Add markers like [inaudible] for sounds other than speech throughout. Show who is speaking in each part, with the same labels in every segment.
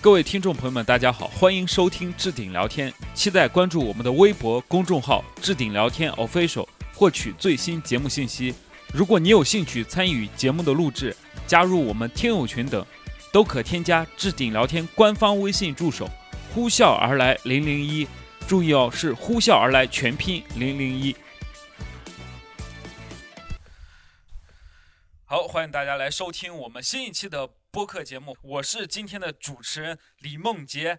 Speaker 1: 各位听众朋友们，大家好，欢迎收听置顶聊天，期待关注我们的微博公众号“置顶聊天 official”，获取最新节目信息。如果你有兴趣参与节目的录制，加入我们听友群等，都可添加置顶聊天官方微信助手“呼啸而来零零一”，注意哦，是“呼啸而来”全拼零零一。好，欢迎大家来收听我们新一期的播客节目，我是今天的主持人李梦洁。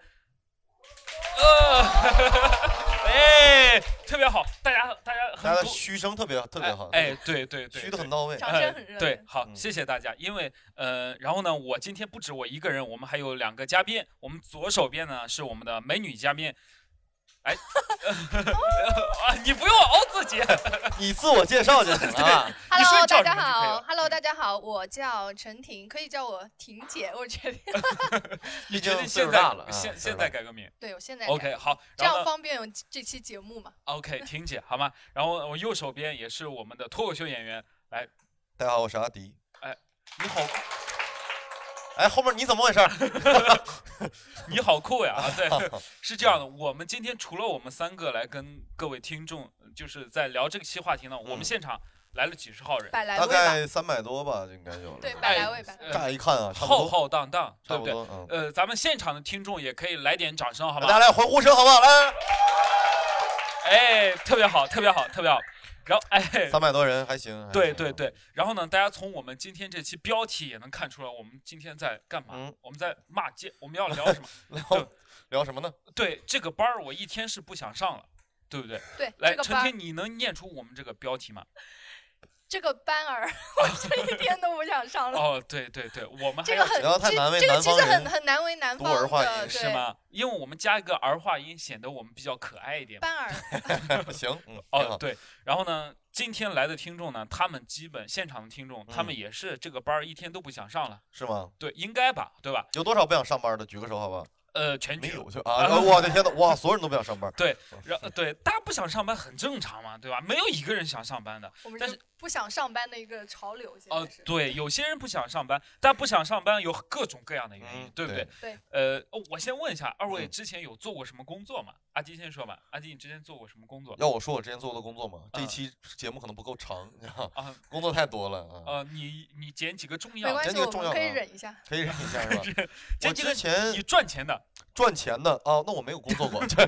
Speaker 1: 呃， [laughs] 哎，特别好，大家大家很
Speaker 2: 大家
Speaker 1: 多
Speaker 2: 嘘声特别特别好，
Speaker 1: 哎，哎对对对，哎
Speaker 2: 嘘的很到位。嗯
Speaker 3: 掌声很热烈
Speaker 1: 对，好，谢谢大家。因为呃，然后呢，我今天不止我一个人，我们还有两个嘉宾。我们左手边呢是我们的美女嘉宾，哎， [laughs] 啊，你不用凹自己，
Speaker 2: 你自我介绍就行了。啊
Speaker 1: 一
Speaker 3: Hello，
Speaker 1: 瞬
Speaker 3: 大
Speaker 1: 叫
Speaker 3: 家
Speaker 1: 什么就可以
Speaker 3: 好
Speaker 1: 了
Speaker 3: ，Hello，大家好，我叫陈婷，可以叫我婷姐，我觉得， [laughs]
Speaker 2: 毕
Speaker 1: 决
Speaker 2: 竟岁
Speaker 1: 定现
Speaker 2: 数
Speaker 1: 在
Speaker 2: 大了，啊
Speaker 1: 现
Speaker 2: 岁
Speaker 1: 现
Speaker 2: 数大
Speaker 1: 在
Speaker 2: 了
Speaker 1: 改个名。
Speaker 3: 对我现在
Speaker 1: OK，
Speaker 3: 改
Speaker 1: 好，
Speaker 3: 这
Speaker 1: 然后
Speaker 3: 样
Speaker 1: 呢
Speaker 3: 方便有这期节目嘛？ [laughs]
Speaker 1: OK，婷姐好吗？然后我右手边也是我们的脱口秀演员，
Speaker 2: 大家好，我是阿迪。
Speaker 1: 你好，
Speaker 2: 哎，后面你怎么回事？
Speaker 1: [laughs] 你好酷呀！啊，
Speaker 2: [laughs]
Speaker 1: 对，是这样的，我们今天除了我们三个来跟各位听众，就是在聊这个期话题呢，我们
Speaker 2: 嗯
Speaker 1: 现场来了几十号人，
Speaker 3: 百来
Speaker 2: 大
Speaker 3: 位吧，
Speaker 2: 概三百多吧，应该有了。
Speaker 3: 对，
Speaker 1: 百
Speaker 3: 百来位，百来位
Speaker 1: 呃
Speaker 2: 乍一看啊，差不
Speaker 1: 浩
Speaker 2: 多，
Speaker 1: 浩荡荡，
Speaker 2: 差
Speaker 1: 对
Speaker 2: 不
Speaker 1: 不对？
Speaker 2: 多。嗯，
Speaker 1: 呃，咱们现场的听众也可以来点掌声，好
Speaker 2: 大
Speaker 1: 吧？
Speaker 2: 家来欢呼声好不好？来，
Speaker 1: 哎，特别好，特别好，特别好。然后，哎，
Speaker 2: 三百多人还行。还
Speaker 1: 对
Speaker 2: 行
Speaker 1: 对，对。然后呢，大家从我们今天这期标题也能看出来，我们今天在干嘛？
Speaker 2: 嗯
Speaker 1: 我们在骂街，我们要聊什么？
Speaker 2: [laughs] 聊聊什么呢？
Speaker 1: 对，这个班儿我一天是不想上了，对不对？
Speaker 3: 对，
Speaker 1: 来，
Speaker 3: 这个
Speaker 1: 陈
Speaker 3: 班儿，
Speaker 1: 天，你能念出我们这个标
Speaker 3: [laughs]
Speaker 1: 题吗？
Speaker 3: 这个班儿， [laughs] 我这一天都不想上了，
Speaker 1: 哦，对对对，我们还
Speaker 3: 这个
Speaker 1: 要
Speaker 3: 很
Speaker 2: 不要，太
Speaker 3: 这
Speaker 2: 难为
Speaker 3: 这个
Speaker 2: 南
Speaker 3: 其
Speaker 2: 方
Speaker 3: 实很
Speaker 2: 人
Speaker 3: 很难为南
Speaker 2: 多
Speaker 3: 方
Speaker 2: 儿化
Speaker 3: 的，
Speaker 2: 音
Speaker 3: 对
Speaker 1: 是？吗？因为我们加一个儿化音，显得我们比较可爱一点嘛。
Speaker 3: 班儿，
Speaker 2: [laughs] 行，嗯，挺
Speaker 1: 哦，
Speaker 2: 好，
Speaker 1: 对，然后呢，今天来的听众呢，他们基本现场的听众，他们
Speaker 2: 嗯
Speaker 1: 也是这个班儿一天都不想上了，
Speaker 2: 是吗？
Speaker 1: 对，应该吧，对吧？
Speaker 2: 有多少不想上班的？举个手，好不好？
Speaker 1: 呃，全
Speaker 2: 没
Speaker 1: 局。
Speaker 2: 有就啊！
Speaker 1: [laughs]
Speaker 2: 呃我的天呐，哇，所有人都不想上班。 [laughs]
Speaker 1: 然后 [laughs] 对，大家不想上班很正常嘛，对吧？没有一个人想上班的。
Speaker 3: 我们
Speaker 1: 但
Speaker 3: 是不想上班的一个潮流，现
Speaker 1: 哦、
Speaker 3: 在是，
Speaker 1: 对，有些人不想上班，但不想上班有各种各样的原因，
Speaker 2: 嗯
Speaker 1: 对不对？
Speaker 3: 对
Speaker 1: 呃，哦我先问一下，二位
Speaker 2: 嗯
Speaker 1: 之前有做过什么工作吗？阿迪先说吧。阿迪，你之前做过什么工作？
Speaker 2: 要我说，我之前做过的工作嘛，这
Speaker 1: 嗯
Speaker 2: 一期节目可能不够长，你知道吗
Speaker 1: 啊，
Speaker 2: 工作太多了啊。
Speaker 1: 呃，你你捡几个重
Speaker 3: 没
Speaker 1: 要的，
Speaker 3: 关
Speaker 2: 真
Speaker 3: 系，
Speaker 2: 的
Speaker 3: 我
Speaker 2: 重
Speaker 3: 们
Speaker 2: 要
Speaker 3: 可以
Speaker 2: 吗
Speaker 3: 忍一下，
Speaker 2: 可以忍一下是吧？
Speaker 1: 捡
Speaker 2: 我
Speaker 1: 几个
Speaker 2: 之前
Speaker 1: 你赚钱的。
Speaker 2: [laughs] 赚钱的啊，那我没有工作过， [laughs] 这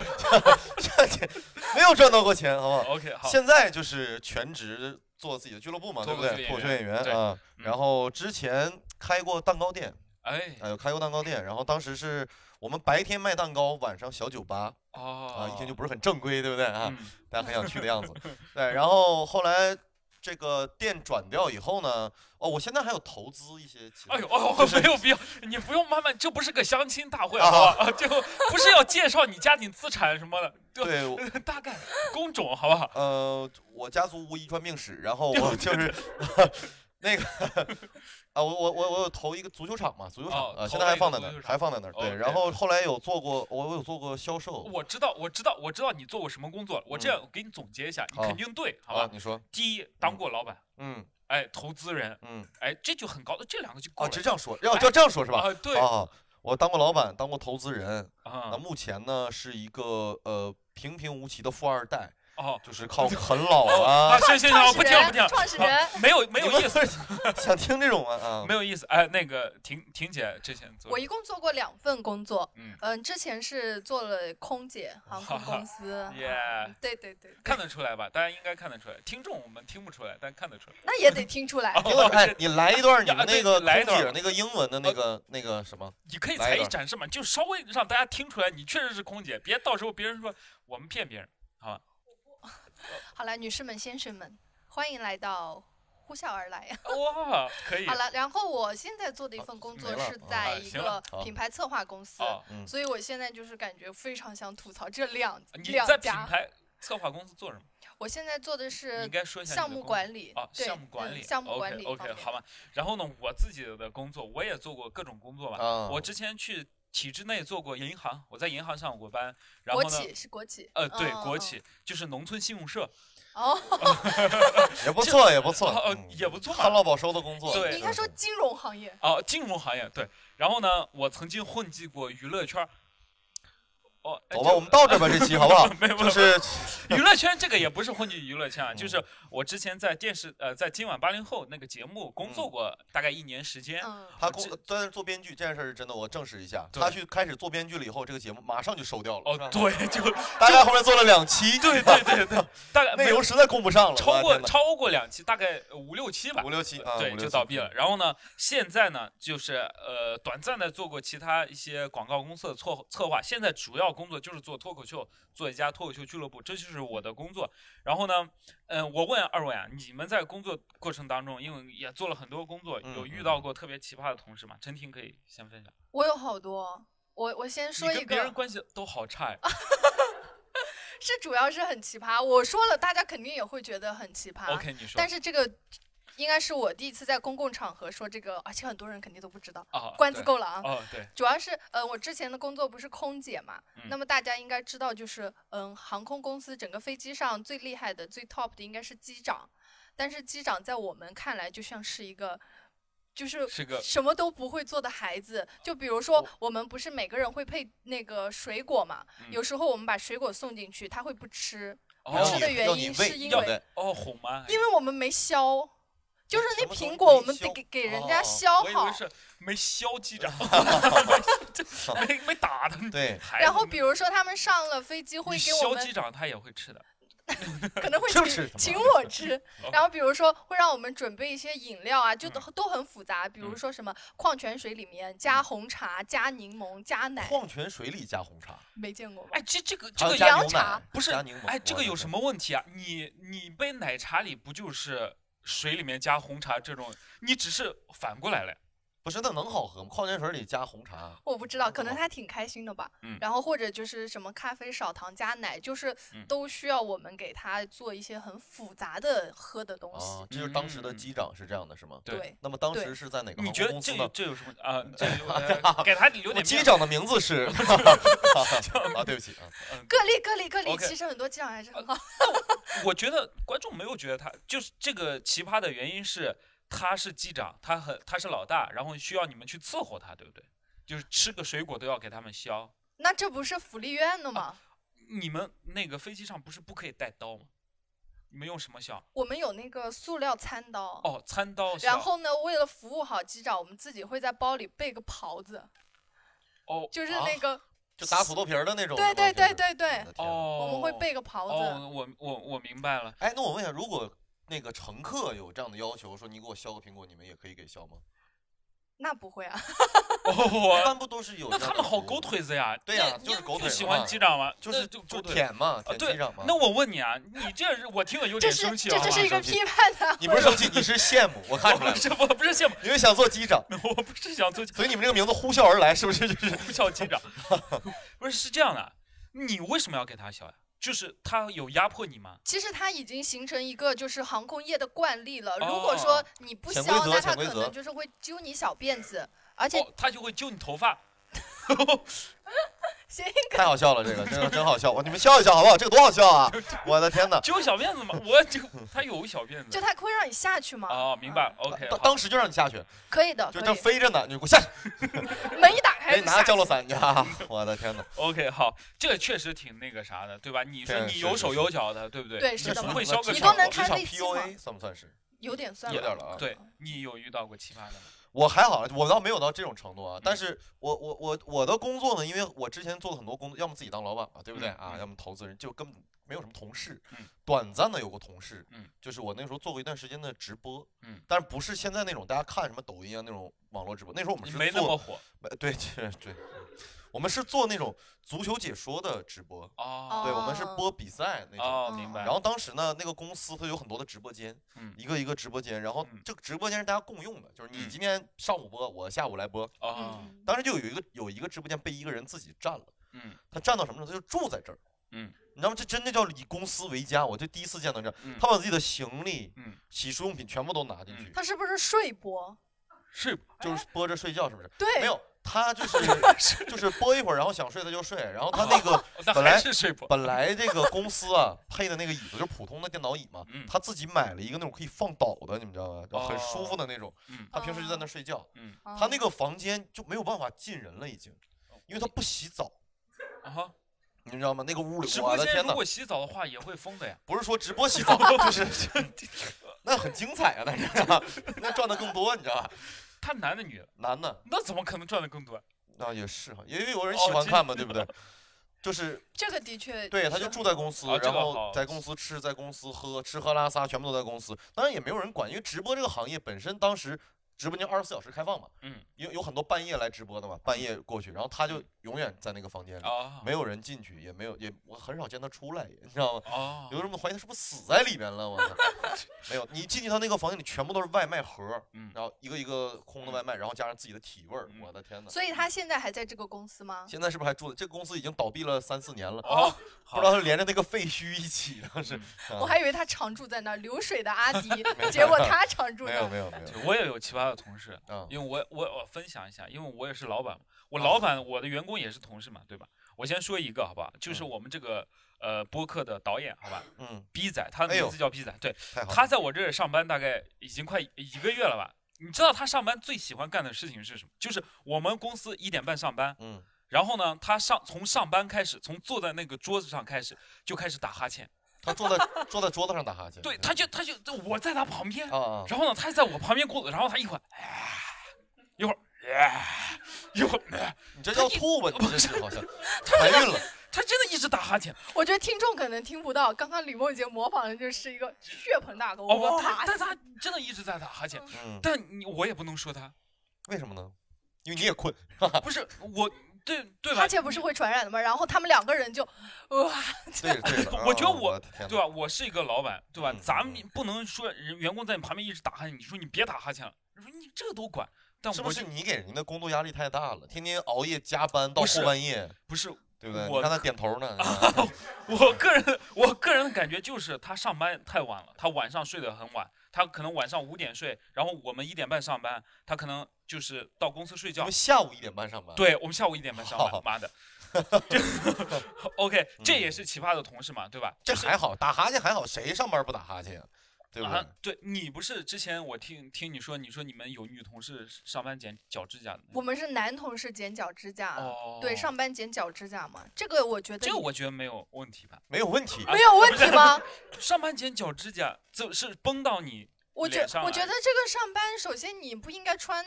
Speaker 2: 赚钱没有赚到过钱，好不好？
Speaker 1: OK，好，
Speaker 2: 现在就是全职做自己的俱乐部嘛，对不
Speaker 1: 脱口秀
Speaker 2: 对？脱口秀演员
Speaker 1: 对
Speaker 2: 啊，
Speaker 1: 嗯
Speaker 2: 然后之前开过蛋糕店，
Speaker 1: 哎，
Speaker 2: 呃，开过蛋糕店，然后当时是我们白天卖蛋糕，晚上小酒吧啊，
Speaker 1: 哦，
Speaker 2: 一听就不是很正规，对不对啊？
Speaker 1: 嗯
Speaker 2: 大家很想去的
Speaker 1: [laughs]
Speaker 2: 样子。对，然后后来这个店转掉以后呢，哦，我现在还有投资一些其他。
Speaker 1: 哎呦，哦，
Speaker 2: 就是
Speaker 1: 没有必要，你不用慢慢，这不是个相亲
Speaker 2: [laughs]
Speaker 1: 大会，
Speaker 2: 啊
Speaker 1: 好吧？啊就不是要介绍你家庭资产什么的， [laughs] 对，
Speaker 2: 对，我
Speaker 1: [laughs] 大概工种，好不好？
Speaker 2: [laughs] 呃，我家族无遗传病史，然后我就是 [laughs] 那个啊，我我我我有投一个足球场嘛，足球场
Speaker 1: 哦
Speaker 2: 啊、呃
Speaker 1: 投
Speaker 2: 现
Speaker 1: 了
Speaker 2: 在还
Speaker 1: 一个
Speaker 2: 放在
Speaker 1: 足
Speaker 2: 那
Speaker 1: 球
Speaker 2: 儿，
Speaker 1: 场
Speaker 2: 还放在那儿。对，
Speaker 1: OK
Speaker 2: 然后后来有做过，我我有做过销售。
Speaker 1: 我知道，我知道，我知道你做过什么工作了。我这
Speaker 2: 哦嗯
Speaker 1: 样，我给你总结一下，你
Speaker 2: 好
Speaker 1: 肯定对，好
Speaker 2: 啊
Speaker 1: 吧，？
Speaker 2: 你说，
Speaker 1: 第一，当过老板，
Speaker 2: 嗯
Speaker 1: 哎，投资人，
Speaker 2: 嗯，
Speaker 1: 哎，这就很高，这两个就够
Speaker 2: 哦，
Speaker 1: 了。
Speaker 2: 直这样说，要要这样说是吧？
Speaker 1: 啊，哎对
Speaker 2: 啊，我当过老板，当过投资人，那
Speaker 1: 啊，
Speaker 2: 目前呢是一个呃平平无奇的富二代，
Speaker 1: 哦，
Speaker 2: 就是靠啃老
Speaker 1: [laughs] 啊，
Speaker 2: 啊，
Speaker 1: 行行行，
Speaker 3: 创
Speaker 1: 我
Speaker 3: 始
Speaker 1: 不听了
Speaker 3: 人
Speaker 1: 不听了，
Speaker 3: 创始
Speaker 1: 好
Speaker 3: 人，
Speaker 1: 没有没
Speaker 2: 你
Speaker 1: 有
Speaker 2: 们
Speaker 1: 意思，
Speaker 2: 想听这种吗？啊，
Speaker 1: 没有意思。哎，那个婷婷姐之前做
Speaker 3: 我一共做过两份工作，
Speaker 1: 嗯。
Speaker 3: 嗯、之前是做了空姐，航空公司
Speaker 1: [laughs] 耶
Speaker 3: 嗯对对对，
Speaker 1: 看得出来吧？大家应该看得出来，听众我们听不出来，但看得出来。
Speaker 3: 那也得听出
Speaker 1: 哦
Speaker 3: 来。
Speaker 2: 听了哎，你来一段你
Speaker 1: 呀
Speaker 2: 们
Speaker 1: 啊对
Speaker 2: 那个空
Speaker 1: 来一段呃
Speaker 2: 姐那个英文的那个那个什么？
Speaker 1: 你可以
Speaker 2: 来
Speaker 1: 才
Speaker 2: 一
Speaker 1: 艺
Speaker 2: 段
Speaker 1: 展示嘛，就稍微让大家听出来你确实是空姐，别到时候别人说我们骗别人。
Speaker 3: 好了，女士们、先生们，欢迎来到呼啸而来。啊
Speaker 1: 哇，可以
Speaker 3: 好。了，然后我现在做的一份工
Speaker 2: 没
Speaker 3: 作
Speaker 2: 了
Speaker 3: 是在
Speaker 1: 嗯
Speaker 3: 一
Speaker 1: 行
Speaker 3: 个
Speaker 1: 了
Speaker 2: 好
Speaker 3: 品牌策划公司，
Speaker 1: 哦，啊
Speaker 2: 嗯
Speaker 3: 所以我现在就是感觉非常想吐槽这两
Speaker 1: 你
Speaker 3: 两
Speaker 1: 在品
Speaker 3: 家。
Speaker 1: 牌策划公司做什么？
Speaker 3: 我现在做的
Speaker 1: 你
Speaker 3: 是
Speaker 1: 应该说一下你的
Speaker 3: 呃项目
Speaker 1: 工作
Speaker 3: 管理，
Speaker 1: 啊，
Speaker 3: 对
Speaker 1: 项目管
Speaker 3: 嗯
Speaker 1: 理，
Speaker 3: 项目管理
Speaker 1: OK
Speaker 3: 方
Speaker 1: OK，
Speaker 3: 面
Speaker 1: 好吧。然后呢，我自己的工作我也做过各种工作吧。
Speaker 2: 啊，
Speaker 1: 我之前去体制内做过银行，我在银行上过班。然后
Speaker 3: 国
Speaker 1: 呢，
Speaker 3: 企是国企，
Speaker 1: 呃，对，
Speaker 3: 嗯
Speaker 1: 国
Speaker 3: 嗯
Speaker 1: 企就是农村信用社，
Speaker 3: 哦，
Speaker 2: 也不错，也不错
Speaker 1: [laughs] 哦，哦
Speaker 2: 嗯
Speaker 1: 也不错
Speaker 2: 旱涝保收的
Speaker 3: [laughs]
Speaker 2: 工作。
Speaker 1: 哦
Speaker 2: 嗯
Speaker 1: 对
Speaker 3: 你应该说金融行业，
Speaker 1: 哦，金融行业对。然后呢，我曾经混迹过娱乐圈儿。哦，哎
Speaker 2: 走
Speaker 1: 这
Speaker 2: 吧，我们到这吧，这期好不好
Speaker 1: [laughs] ？没有没
Speaker 2: 就
Speaker 1: 有
Speaker 2: 是
Speaker 1: 娱乐圈这个也不是混迹娱
Speaker 2: [laughs]
Speaker 1: 乐圈啊，
Speaker 2: 嗯
Speaker 1: 就是我之前在电视呃，在今晚八零后那个节目工
Speaker 2: 嗯
Speaker 1: 作过大概一年时间。
Speaker 3: 嗯，
Speaker 2: 他
Speaker 1: 我
Speaker 2: 工
Speaker 1: 这
Speaker 2: 在那做编剧这件事儿是真的，我证实一下，
Speaker 1: 对
Speaker 2: 他去开始做编剧了以后，这个节目马上就收掉了。
Speaker 1: 哦，对，就
Speaker 2: [laughs] 大概后面做了两期，
Speaker 1: 对对对对，大概没
Speaker 2: [laughs] 内
Speaker 1: 有
Speaker 2: 容实在供不上了，
Speaker 1: 超
Speaker 2: 我
Speaker 1: 过
Speaker 2: 的天哪
Speaker 1: 超过两期，大概五六期吧
Speaker 2: 五。六期啊，
Speaker 1: 对，
Speaker 2: 五六
Speaker 1: 就
Speaker 2: 期
Speaker 1: 倒闭了。。然后呢，现在呢，就是呃，短暂的做过其他一些广告公司的策策划，现在主要工作就是做脱口秀，做一家脱口秀俱乐部，这就是我的工作。然后呢，嗯、我问二位啊，你们在工作过程当中，因为也做了很多工作，
Speaker 2: 嗯
Speaker 1: 有
Speaker 2: 嗯
Speaker 1: 遇到过特别奇葩的同事吗？陈婷可以先分享。
Speaker 3: 我有好多，我我先说
Speaker 1: 你
Speaker 3: 一
Speaker 1: 跟别人
Speaker 3: 个，
Speaker 1: 关系都好差呀、
Speaker 3: 是主要是很奇葩，我说了大家肯定也会觉得很奇葩
Speaker 1: OK，你说。
Speaker 3: 但
Speaker 1: 是
Speaker 3: 是这个应该是我第一次在公共场合说这个，而且很多人肯定都不知道，
Speaker 1: 啊，
Speaker 3: 关子
Speaker 1: 对。
Speaker 3: 够了啊。
Speaker 1: 哦，对，
Speaker 3: 主要是，呃，我之前的工作不是空姐嘛，
Speaker 1: 嗯
Speaker 3: 那么大家应该知道，就是，嗯，航空公司整个飞机上最厉害的、最 top 的应该是机长，但是机长在我们看来就像是一个，就是
Speaker 1: 是个
Speaker 3: 什么都不会做的孩
Speaker 2: 啊
Speaker 3: 子。就比如说
Speaker 2: 哦
Speaker 1: 我，
Speaker 3: 我们不是每个人会配那个水果嘛，
Speaker 1: 嗯
Speaker 3: 有时候我们把水果送进去，他会不吃，
Speaker 1: 哦
Speaker 2: 然后
Speaker 3: 吃的原
Speaker 2: 要你
Speaker 3: 因
Speaker 2: 喂
Speaker 3: 是因
Speaker 2: 对不
Speaker 3: 为
Speaker 2: 对
Speaker 1: 哦哄吗？
Speaker 3: 因为我们没削。就是
Speaker 2: 什
Speaker 3: 那
Speaker 2: 么东西
Speaker 3: 苹果，
Speaker 2: 没
Speaker 3: 我们得
Speaker 2: 削
Speaker 3: 给给人
Speaker 2: 哦
Speaker 3: 家
Speaker 2: 哦
Speaker 3: 削
Speaker 1: 我以为
Speaker 3: 好，
Speaker 1: 是没消
Speaker 2: [laughs]
Speaker 1: 机长，没没打他。
Speaker 2: 对，
Speaker 1: 孩子
Speaker 3: 然后
Speaker 1: 们
Speaker 3: 比如说他们上了飞机会
Speaker 1: 你
Speaker 3: 给我
Speaker 1: 肖
Speaker 3: 们
Speaker 1: 机长他也会吃的，
Speaker 3: 可能会
Speaker 2: 就
Speaker 3: 请
Speaker 2: 是什么哦
Speaker 3: 请我
Speaker 2: [laughs]
Speaker 3: 吃
Speaker 1: OK，
Speaker 3: 然后比如说会让我们准备一些饮料啊，就都
Speaker 2: 嗯
Speaker 3: 都很复杂，比如
Speaker 1: 嗯
Speaker 3: 说什么矿泉水里面加红茶、加柠檬、加奶，
Speaker 2: 矿泉水里加红茶，
Speaker 3: 没见过吧
Speaker 1: 哎，？这这个这
Speaker 2: 还有
Speaker 1: 个
Speaker 3: 加凉
Speaker 2: 加
Speaker 1: 也，
Speaker 2: 牛奶
Speaker 3: 茶，
Speaker 1: 不是
Speaker 2: 加柠檬，
Speaker 1: 哎，这个有什
Speaker 2: 么？
Speaker 1: 么问题啊？你你杯奶茶里不就是水里面加红茶这种？你只是反过来了。
Speaker 2: 不是，那能好喝吗？矿泉水里
Speaker 1: [laughs]
Speaker 2: 加啊红茶，
Speaker 3: 我不知道，
Speaker 2: 哦
Speaker 3: 可能他挺开心的吧。
Speaker 1: 嗯
Speaker 3: 然后或者就是什么咖啡少糖加奶，就是
Speaker 1: 嗯
Speaker 3: 都需要我们给他做一些很复杂的喝的东西。
Speaker 2: 啊，这就是当时
Speaker 3: 嗯
Speaker 2: 的机长是这样的，是吗？
Speaker 1: 对
Speaker 3: 对，
Speaker 2: 那么当
Speaker 3: 对
Speaker 2: 时是在哪个
Speaker 1: 你
Speaker 2: 航
Speaker 1: 觉
Speaker 2: 空
Speaker 1: 得
Speaker 2: 公司
Speaker 1: 这
Speaker 2: 呢
Speaker 1: 有？这有
Speaker 3: [laughs]
Speaker 1: 什么啊？这
Speaker 2: [laughs]
Speaker 1: 有呃给他留
Speaker 2: 我
Speaker 1: 点
Speaker 2: 机
Speaker 1: 面子。
Speaker 2: 长的名字是啊，对不起啊，
Speaker 1: 嗯
Speaker 3: 个例个例个例，
Speaker 1: OK
Speaker 3: 其实很多家长还是很
Speaker 2: 呃
Speaker 3: 好。 [laughs]
Speaker 1: 我觉得观众没有觉得他就是这个奇葩的原因是他是机长，他很他是老大，然后需要你们去伺候他，对不对？就是吃个水果都要给他们削。
Speaker 3: 那这不是福利院的吗？
Speaker 1: 你们那个飞机上不是不可以带刀吗？你们用什么削？
Speaker 3: 我们有那个塑料餐刀。
Speaker 1: 哦，餐刀
Speaker 2: 啊
Speaker 1: 削。
Speaker 3: 然后呢，为了服务好机长，我们自己会在包里备个袍子，
Speaker 1: 哦
Speaker 3: 就是
Speaker 2: 啊
Speaker 3: 那个，
Speaker 2: 就打土豆皮儿的那种。
Speaker 3: 对
Speaker 2: 是吗
Speaker 3: 对对。
Speaker 2: 就是嗯
Speaker 3: 对对，
Speaker 2: 我的天哪
Speaker 1: [laughs] 哦，
Speaker 3: 我们会备个袍子。
Speaker 1: 哦，我我我明白了。
Speaker 2: 哎，那我问一下，如果那个乘客有这样的要求，说你给我削个苹果，你们也可以给削吗？
Speaker 3: 那不会啊，
Speaker 2: 一
Speaker 1: 哦，
Speaker 2: 般不都是有
Speaker 1: 那
Speaker 2: 这样
Speaker 1: 他
Speaker 2: 的
Speaker 1: 们
Speaker 2: 服
Speaker 1: 好
Speaker 2: 务
Speaker 1: 狗
Speaker 2: 吗，
Speaker 1: 腿子呀！
Speaker 2: 对呀
Speaker 1: 你
Speaker 2: 就是
Speaker 1: 你
Speaker 2: 狗腿
Speaker 1: 喜
Speaker 2: 子
Speaker 1: 欢
Speaker 2: 嘛
Speaker 1: 鸡掌吗？
Speaker 2: 就是
Speaker 1: 那
Speaker 2: 就
Speaker 1: 就
Speaker 2: 就
Speaker 1: 狗腿。
Speaker 2: 舔嘛，
Speaker 1: 啊，
Speaker 2: 舔
Speaker 1: 对
Speaker 2: 机长嘛。，
Speaker 1: 那我问你啊，你这是我听了有
Speaker 3: 这
Speaker 1: 点
Speaker 3: 是
Speaker 1: 生气，
Speaker 3: 这
Speaker 1: 好
Speaker 3: 这
Speaker 1: 吧
Speaker 3: 是一个
Speaker 2: 生气
Speaker 3: 批判的。
Speaker 2: 你不是生气，你是羡慕，我看
Speaker 1: 我
Speaker 2: 出来
Speaker 1: 不
Speaker 2: 了，
Speaker 1: 是我不是羡慕，
Speaker 2: 因为想做机长，
Speaker 1: [laughs] 我不是想做
Speaker 2: 所以你们这个名字呼啸而来，是不是就是？
Speaker 1: 不叫机长， [laughs] 不是是这样的，啊你为什么要给他削呀？就是他有压迫你吗？
Speaker 3: 其实它已经形成一个就是航空业的惯例了。如
Speaker 1: 哦
Speaker 3: 果说你不
Speaker 2: 潜
Speaker 3: 削，
Speaker 2: 规则
Speaker 3: 那他
Speaker 2: 潜规
Speaker 3: 可
Speaker 2: 则
Speaker 3: 能就是会揪你小辫子，而且
Speaker 1: 哦，他就会揪你头发。
Speaker 3: [laughs] 谐音
Speaker 2: 太好笑了，这个真的真好笑，哇你们笑一笑好不好？这个多好笑
Speaker 1: [laughs]
Speaker 2: 啊！我的天哪！
Speaker 1: 揪小辫子吗？我就他有小辫
Speaker 3: [laughs] 就
Speaker 1: 子。
Speaker 3: 他会让你下去嘛。
Speaker 1: 哦，明白了。OK，
Speaker 2: 啊当
Speaker 1: 好
Speaker 2: 当时就让你下去，
Speaker 3: 可以的，可
Speaker 2: 就是正
Speaker 3: 以。
Speaker 2: 飞着呢，你给我下去！
Speaker 3: 门一打开
Speaker 2: 哎，
Speaker 3: 就
Speaker 2: 拿
Speaker 3: 下
Speaker 2: 着
Speaker 3: 去
Speaker 2: 降落伞去啊！我的天哪！
Speaker 1: OK，好，这个确实挺那个啥的，对吧？你说
Speaker 2: 对
Speaker 1: 你
Speaker 2: 是
Speaker 1: 有
Speaker 2: 是
Speaker 1: 手
Speaker 2: 是
Speaker 1: 有脚的，对不对？
Speaker 3: 对
Speaker 1: 你
Speaker 3: 是的
Speaker 1: 不
Speaker 3: 嘛
Speaker 1: 会削个
Speaker 2: 职
Speaker 3: 你
Speaker 1: 手
Speaker 3: 都
Speaker 2: 场
Speaker 3: 能
Speaker 2: 职
Speaker 3: 开
Speaker 2: 场
Speaker 3: 飞机吗
Speaker 2: PUA 算不算是？
Speaker 3: 有点算
Speaker 2: 有
Speaker 3: 了。
Speaker 2: 点了啊。
Speaker 1: 对你有遇到过奇葩的吗？
Speaker 2: 我还好，我倒没有到这种程度
Speaker 1: 嗯
Speaker 2: 啊。但是我我我我的工作呢，因为我之前做了很多工作，要么自己当老板嘛，对不对
Speaker 1: 嗯
Speaker 2: 啊？
Speaker 1: 嗯
Speaker 2: 要么投资人，就根本没有什么同事
Speaker 1: 嗯。
Speaker 2: 短暂的有个同事
Speaker 1: 嗯，
Speaker 2: 就是我那时候做过一段时间的直播
Speaker 1: 嗯，
Speaker 2: 但是不是现在那种大家看什么抖音啊那种网络直播，那时候我们
Speaker 1: 你
Speaker 2: 是
Speaker 1: 没那
Speaker 2: 做
Speaker 1: 么火
Speaker 2: 没对对对，我们是做那种足球解说的直播，
Speaker 1: 哦
Speaker 2: 对，我们是
Speaker 3: 哦
Speaker 2: 播比赛那种。
Speaker 1: 哦，明白。
Speaker 2: 然后当时呢，那个公司它有很多的直播间，
Speaker 1: 嗯
Speaker 2: 一个一个直播间，然后
Speaker 1: 嗯
Speaker 2: 这个直播间是大家共用的，就是你
Speaker 1: 嗯
Speaker 2: 今天上午播，我下午来播。
Speaker 1: 哦，
Speaker 3: 嗯，
Speaker 2: 当时就有一个有一个直播间被一个人自己占了，
Speaker 1: 嗯
Speaker 2: 他占到什么程度？他就住在这儿。
Speaker 1: 嗯，
Speaker 2: 你知道吗？这真的叫以公司为家，我就第一次见到这样，
Speaker 1: 嗯
Speaker 2: 他把自己的行李、
Speaker 1: 嗯，
Speaker 2: 洗漱用品全部都拿进
Speaker 1: 嗯
Speaker 2: 去，
Speaker 3: 他是不是睡播？
Speaker 1: 是
Speaker 2: 就是播着睡觉，是不是？
Speaker 3: 对，
Speaker 2: 没有，
Speaker 1: [laughs]
Speaker 2: 他就是就是播一会儿，然后想睡他就睡，然后他那个
Speaker 1: 哦 [laughs] 那
Speaker 2: 本
Speaker 1: 还
Speaker 2: 来
Speaker 1: 是睡不。
Speaker 2: 本来这个公司啊配的那个椅子就是普通的电脑椅嘛
Speaker 1: 嗯，哦
Speaker 2: 他自己买了一个那种可以放倒的，你们知道吗？就很舒服的那种。
Speaker 1: 嗯
Speaker 2: 他平时就在那睡觉，
Speaker 1: 嗯
Speaker 3: 哦
Speaker 2: 他那个房间就没有办法进人了，已经，因为他不洗澡，
Speaker 1: 哦啊哈，
Speaker 2: 你知道吗？那个屋里，
Speaker 1: 直
Speaker 2: 我
Speaker 1: 播
Speaker 2: 的
Speaker 1: 间
Speaker 2: 天
Speaker 1: 如
Speaker 2: 哪！
Speaker 1: 果洗澡的话也会封的呀。
Speaker 2: 不是说直播
Speaker 1: [laughs]
Speaker 2: 洗澡，就是那很精彩啊，那是那赚的更多，你知道吧？
Speaker 1: 他男的女的，
Speaker 2: 男的
Speaker 1: 那怎么可能赚的更多？
Speaker 2: 那也是哈，因为有人
Speaker 1: 哦
Speaker 2: 喜欢
Speaker 1: 这
Speaker 2: 看嘛，对不对？就是
Speaker 3: 这个的确
Speaker 2: 对，他
Speaker 3: 是
Speaker 2: 就住在公司，
Speaker 1: 啊这
Speaker 2: 然
Speaker 1: 个
Speaker 2: 后
Speaker 1: 好
Speaker 2: 在公司吃，在公司喝，吃喝拉撒全部都在公司。当然也没有人管，因为直播这个行业本身当时直播间二十四小时开放嘛，
Speaker 1: 嗯，
Speaker 2: 有有很多半夜来直播的嘛，半夜过去，然后他就永远在那个房间里，
Speaker 1: 啊，
Speaker 2: 没有人进去，也没有也我很少见他出来，你知道吗？
Speaker 1: 哦
Speaker 2: 有，人怀疑他是不是死在里面了？我操！ [laughs] 没有，你进去他那个房间里全部都是外卖盒，
Speaker 1: 嗯
Speaker 2: 然后一个一个空的外卖，然后加上自己的体味儿，
Speaker 1: 嗯
Speaker 2: 我的天哪！
Speaker 3: 所以他现在还在这个公司吗？
Speaker 2: 现在是不是还住的？这个公司已经倒闭了三四年了，
Speaker 1: 哦，
Speaker 2: 不知道是连着那个废墟一起的是
Speaker 1: 嗯。
Speaker 2: 啊
Speaker 3: 我还以为他常住在那儿，流水的
Speaker 2: [laughs]
Speaker 3: 阿迪，结果他常住
Speaker 2: 没
Speaker 3: 那
Speaker 2: 有
Speaker 3: 儿。
Speaker 2: 没有没有，
Speaker 1: 对我也有奇葩的同事，
Speaker 2: 啊
Speaker 1: 因为我我我分享一下，因为我也是老板嘛，我
Speaker 2: 啊
Speaker 1: 老板我的员工也是同事嘛，对吧？我先说一个好不好？就是
Speaker 2: 嗯
Speaker 1: 我们这个呃播客的导演好吧
Speaker 2: 嗯，
Speaker 1: ，B 仔，他的
Speaker 2: 哎
Speaker 1: 名
Speaker 2: 呦
Speaker 1: 字叫 B 仔，对，
Speaker 2: 太好
Speaker 1: 他
Speaker 2: 了。
Speaker 1: 在我这儿上班大概已经快一个月了吧。你知道他上班最喜欢干的事情是什么？就是我们公司一点半上班，
Speaker 2: 嗯，
Speaker 1: 然后呢，他上从上班开始，从坐在那个桌子上开始就开始打哈欠。
Speaker 2: 他坐在坐在桌子上打哈欠。
Speaker 1: 对，他就他就我在他旁边，
Speaker 2: 啊啊，
Speaker 1: 然后呢，他就在我旁边过，然后他一 [laughs] 会儿，哎一会儿，哎一会儿，哎
Speaker 2: 你这叫吐吧？你这是好像怀
Speaker 1: [laughs] 他
Speaker 2: 孕了。
Speaker 1: 他真的一直打哈欠。
Speaker 3: 我觉得听众可能听不到，刚刚李梦洁模仿的就是一个血盆大口，
Speaker 1: 哦，
Speaker 3: 我
Speaker 1: 我
Speaker 3: 啪
Speaker 1: 但他真的一直在打哈欠，
Speaker 2: 嗯，
Speaker 1: 但你我也不能说他，
Speaker 2: 为什么呢？因为你也困。 [laughs]
Speaker 1: 不是我，对对吧，
Speaker 3: 而？且不是会传染的吗？然后他们两个人就，哇，
Speaker 2: 对对的
Speaker 1: [laughs] 我觉得
Speaker 2: 啊
Speaker 1: 我
Speaker 2: 我的天
Speaker 1: 对
Speaker 2: 哪，
Speaker 1: 吧？我是一个老板，对吧？
Speaker 2: 嗯
Speaker 1: 咱们不能说人员工在你旁边一直打哈欠，你说你别打哈欠了，你说你这个都管，但
Speaker 2: 是
Speaker 1: 我
Speaker 2: 不
Speaker 1: 就是
Speaker 2: 你给人的工作压力太大了？天天熬夜加班到
Speaker 1: 不是
Speaker 2: 后半夜，
Speaker 1: 不是
Speaker 2: 对不对？
Speaker 1: 我
Speaker 2: 你看他点头
Speaker 1: [laughs]
Speaker 2: 呢。是吧
Speaker 1: 我个人，我个人的感觉就是他上班太晚了，他晚上睡得很晚，他可能晚上五点睡，然后我们一点半上班，他可能就是到公司睡
Speaker 2: 你
Speaker 1: 觉
Speaker 2: 们。下午一点半上班。，
Speaker 1: 对我们下午一点半上班
Speaker 2: 好， [laughs] 嗯
Speaker 1: 妈的，OK，这也是奇葩的同事嘛，对吧？
Speaker 2: 这
Speaker 1: 就是
Speaker 2: 还好，打哈欠还好，谁上班不打哈欠呀？对不对
Speaker 1: 啊？，对你不是之前我听听你说，你说你们有女同事上班剪脚指甲的那
Speaker 3: 我
Speaker 1: 种，
Speaker 3: 们是男同事剪脚指甲，
Speaker 1: 哦，
Speaker 3: 对，上班剪脚指甲嘛，这个我觉得
Speaker 1: 这个我觉得没有问题吧？
Speaker 2: 没有问题。
Speaker 1: 啊
Speaker 3: 没有问题吗？
Speaker 1: [laughs] 上班剪脚指甲，这是崩到你
Speaker 3: 我觉
Speaker 1: 脸上
Speaker 3: 我
Speaker 1: 来
Speaker 3: 觉得这个上班，首先你不应该穿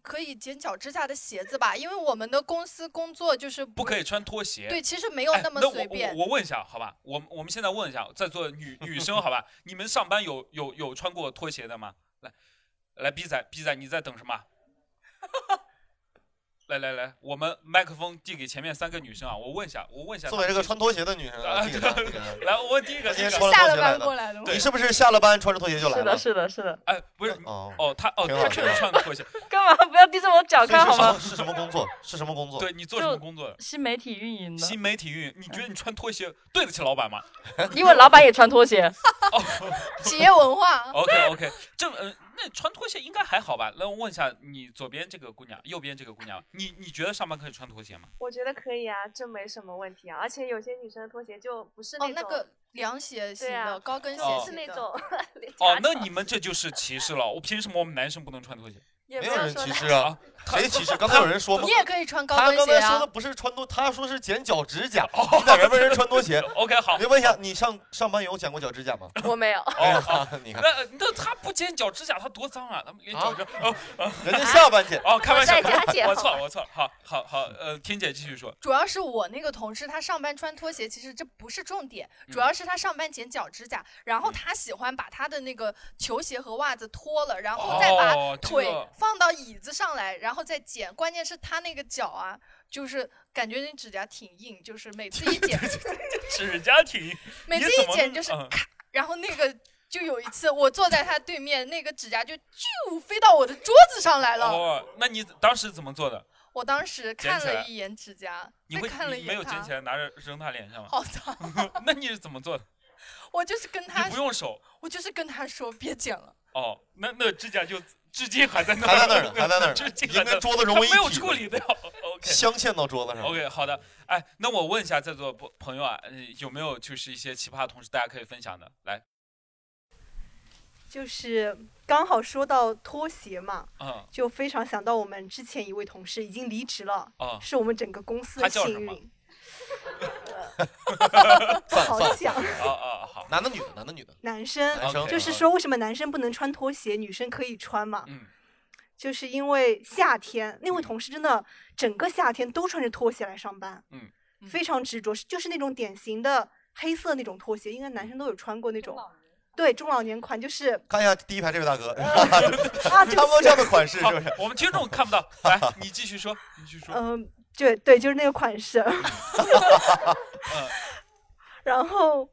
Speaker 3: 可以剪脚指甲的鞋子吧，因为我们的公司工作就是
Speaker 1: 不
Speaker 3: 不
Speaker 1: 可以穿拖鞋。
Speaker 3: 对，其实没有
Speaker 1: 哎
Speaker 3: 那么
Speaker 1: 那
Speaker 3: 随便。
Speaker 1: 我我我问一下，好吧，我们我们现在问一下，在座的女女生，
Speaker 3: [laughs]
Speaker 1: 好吧，你们上班有有有穿过拖鞋的吗？来，来，B 仔，B 仔，你在等什么？ [laughs] 来来来，我们麦克风递给前面三个女生啊，我问一下，我问一下她
Speaker 2: 作
Speaker 1: 们
Speaker 2: 为
Speaker 1: 是，
Speaker 2: 这个穿拖鞋的女生
Speaker 1: 啊
Speaker 2: 啊，这个这个
Speaker 1: [laughs] 来，我问第一个，
Speaker 2: 她今天
Speaker 1: 这个
Speaker 2: 穿
Speaker 3: 下了
Speaker 2: 了拖鞋来
Speaker 3: 班
Speaker 2: 的
Speaker 3: 过。来的吗？
Speaker 1: 对
Speaker 2: 你是不是下了班穿着拖鞋就来
Speaker 4: 是
Speaker 2: 了
Speaker 4: 的，？是的，是的，
Speaker 1: 哎，不是，
Speaker 2: 哦，
Speaker 1: 哦，她哦，
Speaker 2: 挺好
Speaker 1: 她确实穿过拖鞋。
Speaker 4: [laughs] 干嘛不要盯着我脚
Speaker 2: 所以
Speaker 4: 看
Speaker 2: 是
Speaker 4: 好
Speaker 2: 什
Speaker 4: 吗
Speaker 2: 么？是什么
Speaker 3: [laughs]
Speaker 2: 工作？ [laughs] 是什么工作？
Speaker 1: 对你做什么工作的？
Speaker 4: 新媒体运营的，
Speaker 1: 新媒体运营，你觉得你穿拖鞋对得起老板吗？
Speaker 4: [laughs] 因为老板也穿拖
Speaker 1: [laughs]
Speaker 4: 鞋。
Speaker 3: 企业文化，
Speaker 1: OK OK，这呃，那穿拖鞋应该还好吧？那我问一下，你左边这个姑娘，右边这个姑娘，你你觉得上班可以穿拖鞋吗？
Speaker 5: 我觉得可以啊，这没什么问题啊。而且有些女生的拖鞋就不是
Speaker 3: 哦
Speaker 5: 种，，
Speaker 3: 那个凉鞋型
Speaker 5: 对啊
Speaker 3: 的、高跟鞋
Speaker 1: 哦
Speaker 5: 就
Speaker 3: 型
Speaker 5: 不是那种
Speaker 2: [laughs]
Speaker 5: 连
Speaker 1: 哦
Speaker 5: 夹，
Speaker 1: 那
Speaker 5: 脚
Speaker 1: 你们这就是歧视了。我凭什么我们男生不能穿拖鞋？
Speaker 5: 也
Speaker 2: 没
Speaker 5: 没
Speaker 2: 有人
Speaker 5: 说
Speaker 2: 歧
Speaker 5: 他
Speaker 2: 视啊，
Speaker 1: [laughs]
Speaker 2: 谁歧视？刚才有人说吗
Speaker 3: 你？也可以穿高
Speaker 2: 他
Speaker 3: 跟
Speaker 2: 刚
Speaker 3: 鞋
Speaker 2: 才说的
Speaker 3: 啊。
Speaker 2: 不是穿拖，他说是剪脚指甲。你在这问人穿拖鞋？
Speaker 1: 哦 [laughs] OK 好
Speaker 2: 你，问一下，你上上班有剪过脚指甲
Speaker 3: [laughs]
Speaker 2: 吗？
Speaker 5: 我没
Speaker 2: [laughs]
Speaker 5: 有。
Speaker 1: 哦好。
Speaker 2: 你看，
Speaker 1: 那那他不剪脚指甲，他多脏啊！他们连脚趾哦
Speaker 2: 人家下半剪。
Speaker 1: 哦，开玩笑，
Speaker 5: 在家剪
Speaker 1: [laughs] 我
Speaker 5: 好
Speaker 1: 错我错，好好好，呃，天姐继续说，
Speaker 3: 主要是我那个同事，他上班穿拖鞋，其实这不是重点，
Speaker 1: 嗯
Speaker 3: 主要是他上班剪脚指甲，然后他喜欢把他的那个球鞋和袜子脱了，然后再把
Speaker 1: 哦，这
Speaker 3: 腿
Speaker 1: 个
Speaker 3: 放到椅子上来，然后再剪。关键是他那个脚啊，就是感觉那指甲挺硬，就是每次一
Speaker 1: [laughs]
Speaker 3: 剪，
Speaker 1: 指甲挺，
Speaker 3: 每
Speaker 1: 你
Speaker 3: 次
Speaker 1: 怎
Speaker 3: 一
Speaker 1: 么
Speaker 3: 剪
Speaker 1: 能
Speaker 3: 就是
Speaker 1: 嗯
Speaker 3: 咔，然后那个。就有一次，我坐在他对面，那个指甲就啾飞到我的桌子上来了。
Speaker 1: 哦，那你当时怎么做的？
Speaker 3: 我当时
Speaker 1: 捡
Speaker 3: 看
Speaker 1: 起
Speaker 3: 了
Speaker 1: 来
Speaker 3: 一眼指甲，
Speaker 1: 你
Speaker 3: 再
Speaker 1: 会
Speaker 3: 看了一
Speaker 1: 你没有
Speaker 3: 眼
Speaker 1: 捡
Speaker 3: 他
Speaker 1: 起，来拿着扔他脸上吗？
Speaker 3: [laughs] 好脏！
Speaker 1: [laughs] 那你是怎么做的？
Speaker 3: 我就是跟他
Speaker 1: 你不，用手
Speaker 3: 我就是跟他说别剪了，
Speaker 1: 哦，那那指甲就至今还在那儿，
Speaker 2: 还在那儿呢还
Speaker 1: [laughs]
Speaker 2: 在那儿呢
Speaker 1: 至今
Speaker 2: 已
Speaker 1: 还
Speaker 2: 经
Speaker 1: 在
Speaker 2: 跟桌子融为一
Speaker 1: 它没有
Speaker 2: 体
Speaker 1: 处
Speaker 2: 了
Speaker 1: 理掉。OK
Speaker 2: 镶嵌到桌子上。
Speaker 1: OK，好的。哎，那我问一下在座朋朋友啊，呃有没有就是一些奇葩同事大家可以分享的？来，
Speaker 6: 就是刚好说到拖鞋嘛，
Speaker 1: 嗯
Speaker 6: 就非常想到我们之前一位同事已经离职了，
Speaker 1: 哦，
Speaker 6: 是我们整个公司
Speaker 1: 他
Speaker 6: 的
Speaker 1: 叫
Speaker 6: 幸
Speaker 1: 什么
Speaker 6: 运。呃不好讲，
Speaker 1: 哦哦，好，
Speaker 2: 男的女的，男的女的，
Speaker 6: 男生
Speaker 2: 男生啊
Speaker 1: OK，
Speaker 6: 就是说为什么男生不能穿拖鞋，女生可以穿嘛？
Speaker 1: 啊嗯，
Speaker 6: 就是因为夏天，那位同事真的整个夏天都穿着拖鞋来上班，
Speaker 1: 嗯，
Speaker 6: 非常执着，就是那种典型的黑色那种拖鞋，应该男生都有穿过那种，对，中老年款，就是
Speaker 2: 看一下第一排这位大
Speaker 1: [laughs]
Speaker 2: 哥，
Speaker 6: 啊，这
Speaker 2: 差
Speaker 6: 个
Speaker 2: 不多这样的款式
Speaker 1: 好
Speaker 2: 是不是？，
Speaker 1: 我们听众看
Speaker 2: [laughs]
Speaker 1: 不到，来，你继续说，你继续说，
Speaker 6: 嗯、对对，就是那个款式。 [laughs] 然后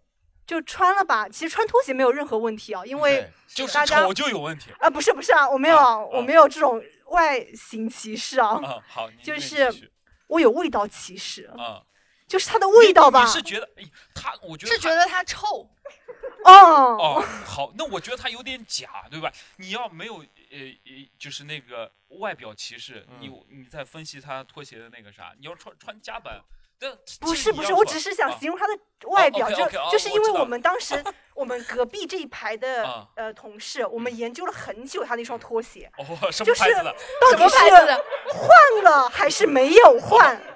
Speaker 6: 就穿了吧，其实穿拖鞋没有任何问题啊，因为
Speaker 2: 对
Speaker 1: 就是
Speaker 6: 大家
Speaker 1: 丑就有问题。
Speaker 6: 啊，不是不是啊，我没有啊，
Speaker 1: 啊啊
Speaker 6: 我没有这种外形歧视啊，
Speaker 1: 嗯，好，你
Speaker 6: 就
Speaker 1: 你
Speaker 6: 是
Speaker 1: 继续
Speaker 6: 我有味道歧视，
Speaker 1: 嗯，
Speaker 6: 就是它的味道吧
Speaker 1: 你，是觉得，哎，他，我觉得
Speaker 3: 是觉
Speaker 1: 他。
Speaker 3: 得它臭，
Speaker 6: 哦，
Speaker 1: 哦，好，那我觉得他有点假，对吧？你要没有呃呃，就是那个外表歧视，
Speaker 2: 嗯
Speaker 1: 你你再分析他拖鞋的那个啥，你要穿穿夹板，但
Speaker 6: [laughs] 不是不是，我只是想
Speaker 1: 啊
Speaker 6: 形容它的外表，
Speaker 1: OK，
Speaker 6: 就
Speaker 1: OK，哦
Speaker 6: 就是
Speaker 1: 我
Speaker 6: 因
Speaker 1: 知
Speaker 6: 为
Speaker 1: 道
Speaker 6: 我
Speaker 1: 了
Speaker 6: 们当时我们隔壁这一排的
Speaker 1: [laughs] 啊
Speaker 6: 呃同事，我们研究了很久他那双拖
Speaker 1: [laughs]
Speaker 6: 鞋
Speaker 1: 哦什么
Speaker 6: 就是
Speaker 1: 牌子的？
Speaker 6: 到
Speaker 3: 什么
Speaker 6: 底
Speaker 3: 牌
Speaker 6: 是
Speaker 3: 子的？
Speaker 6: 换了还是没有换？
Speaker 1: 哦啊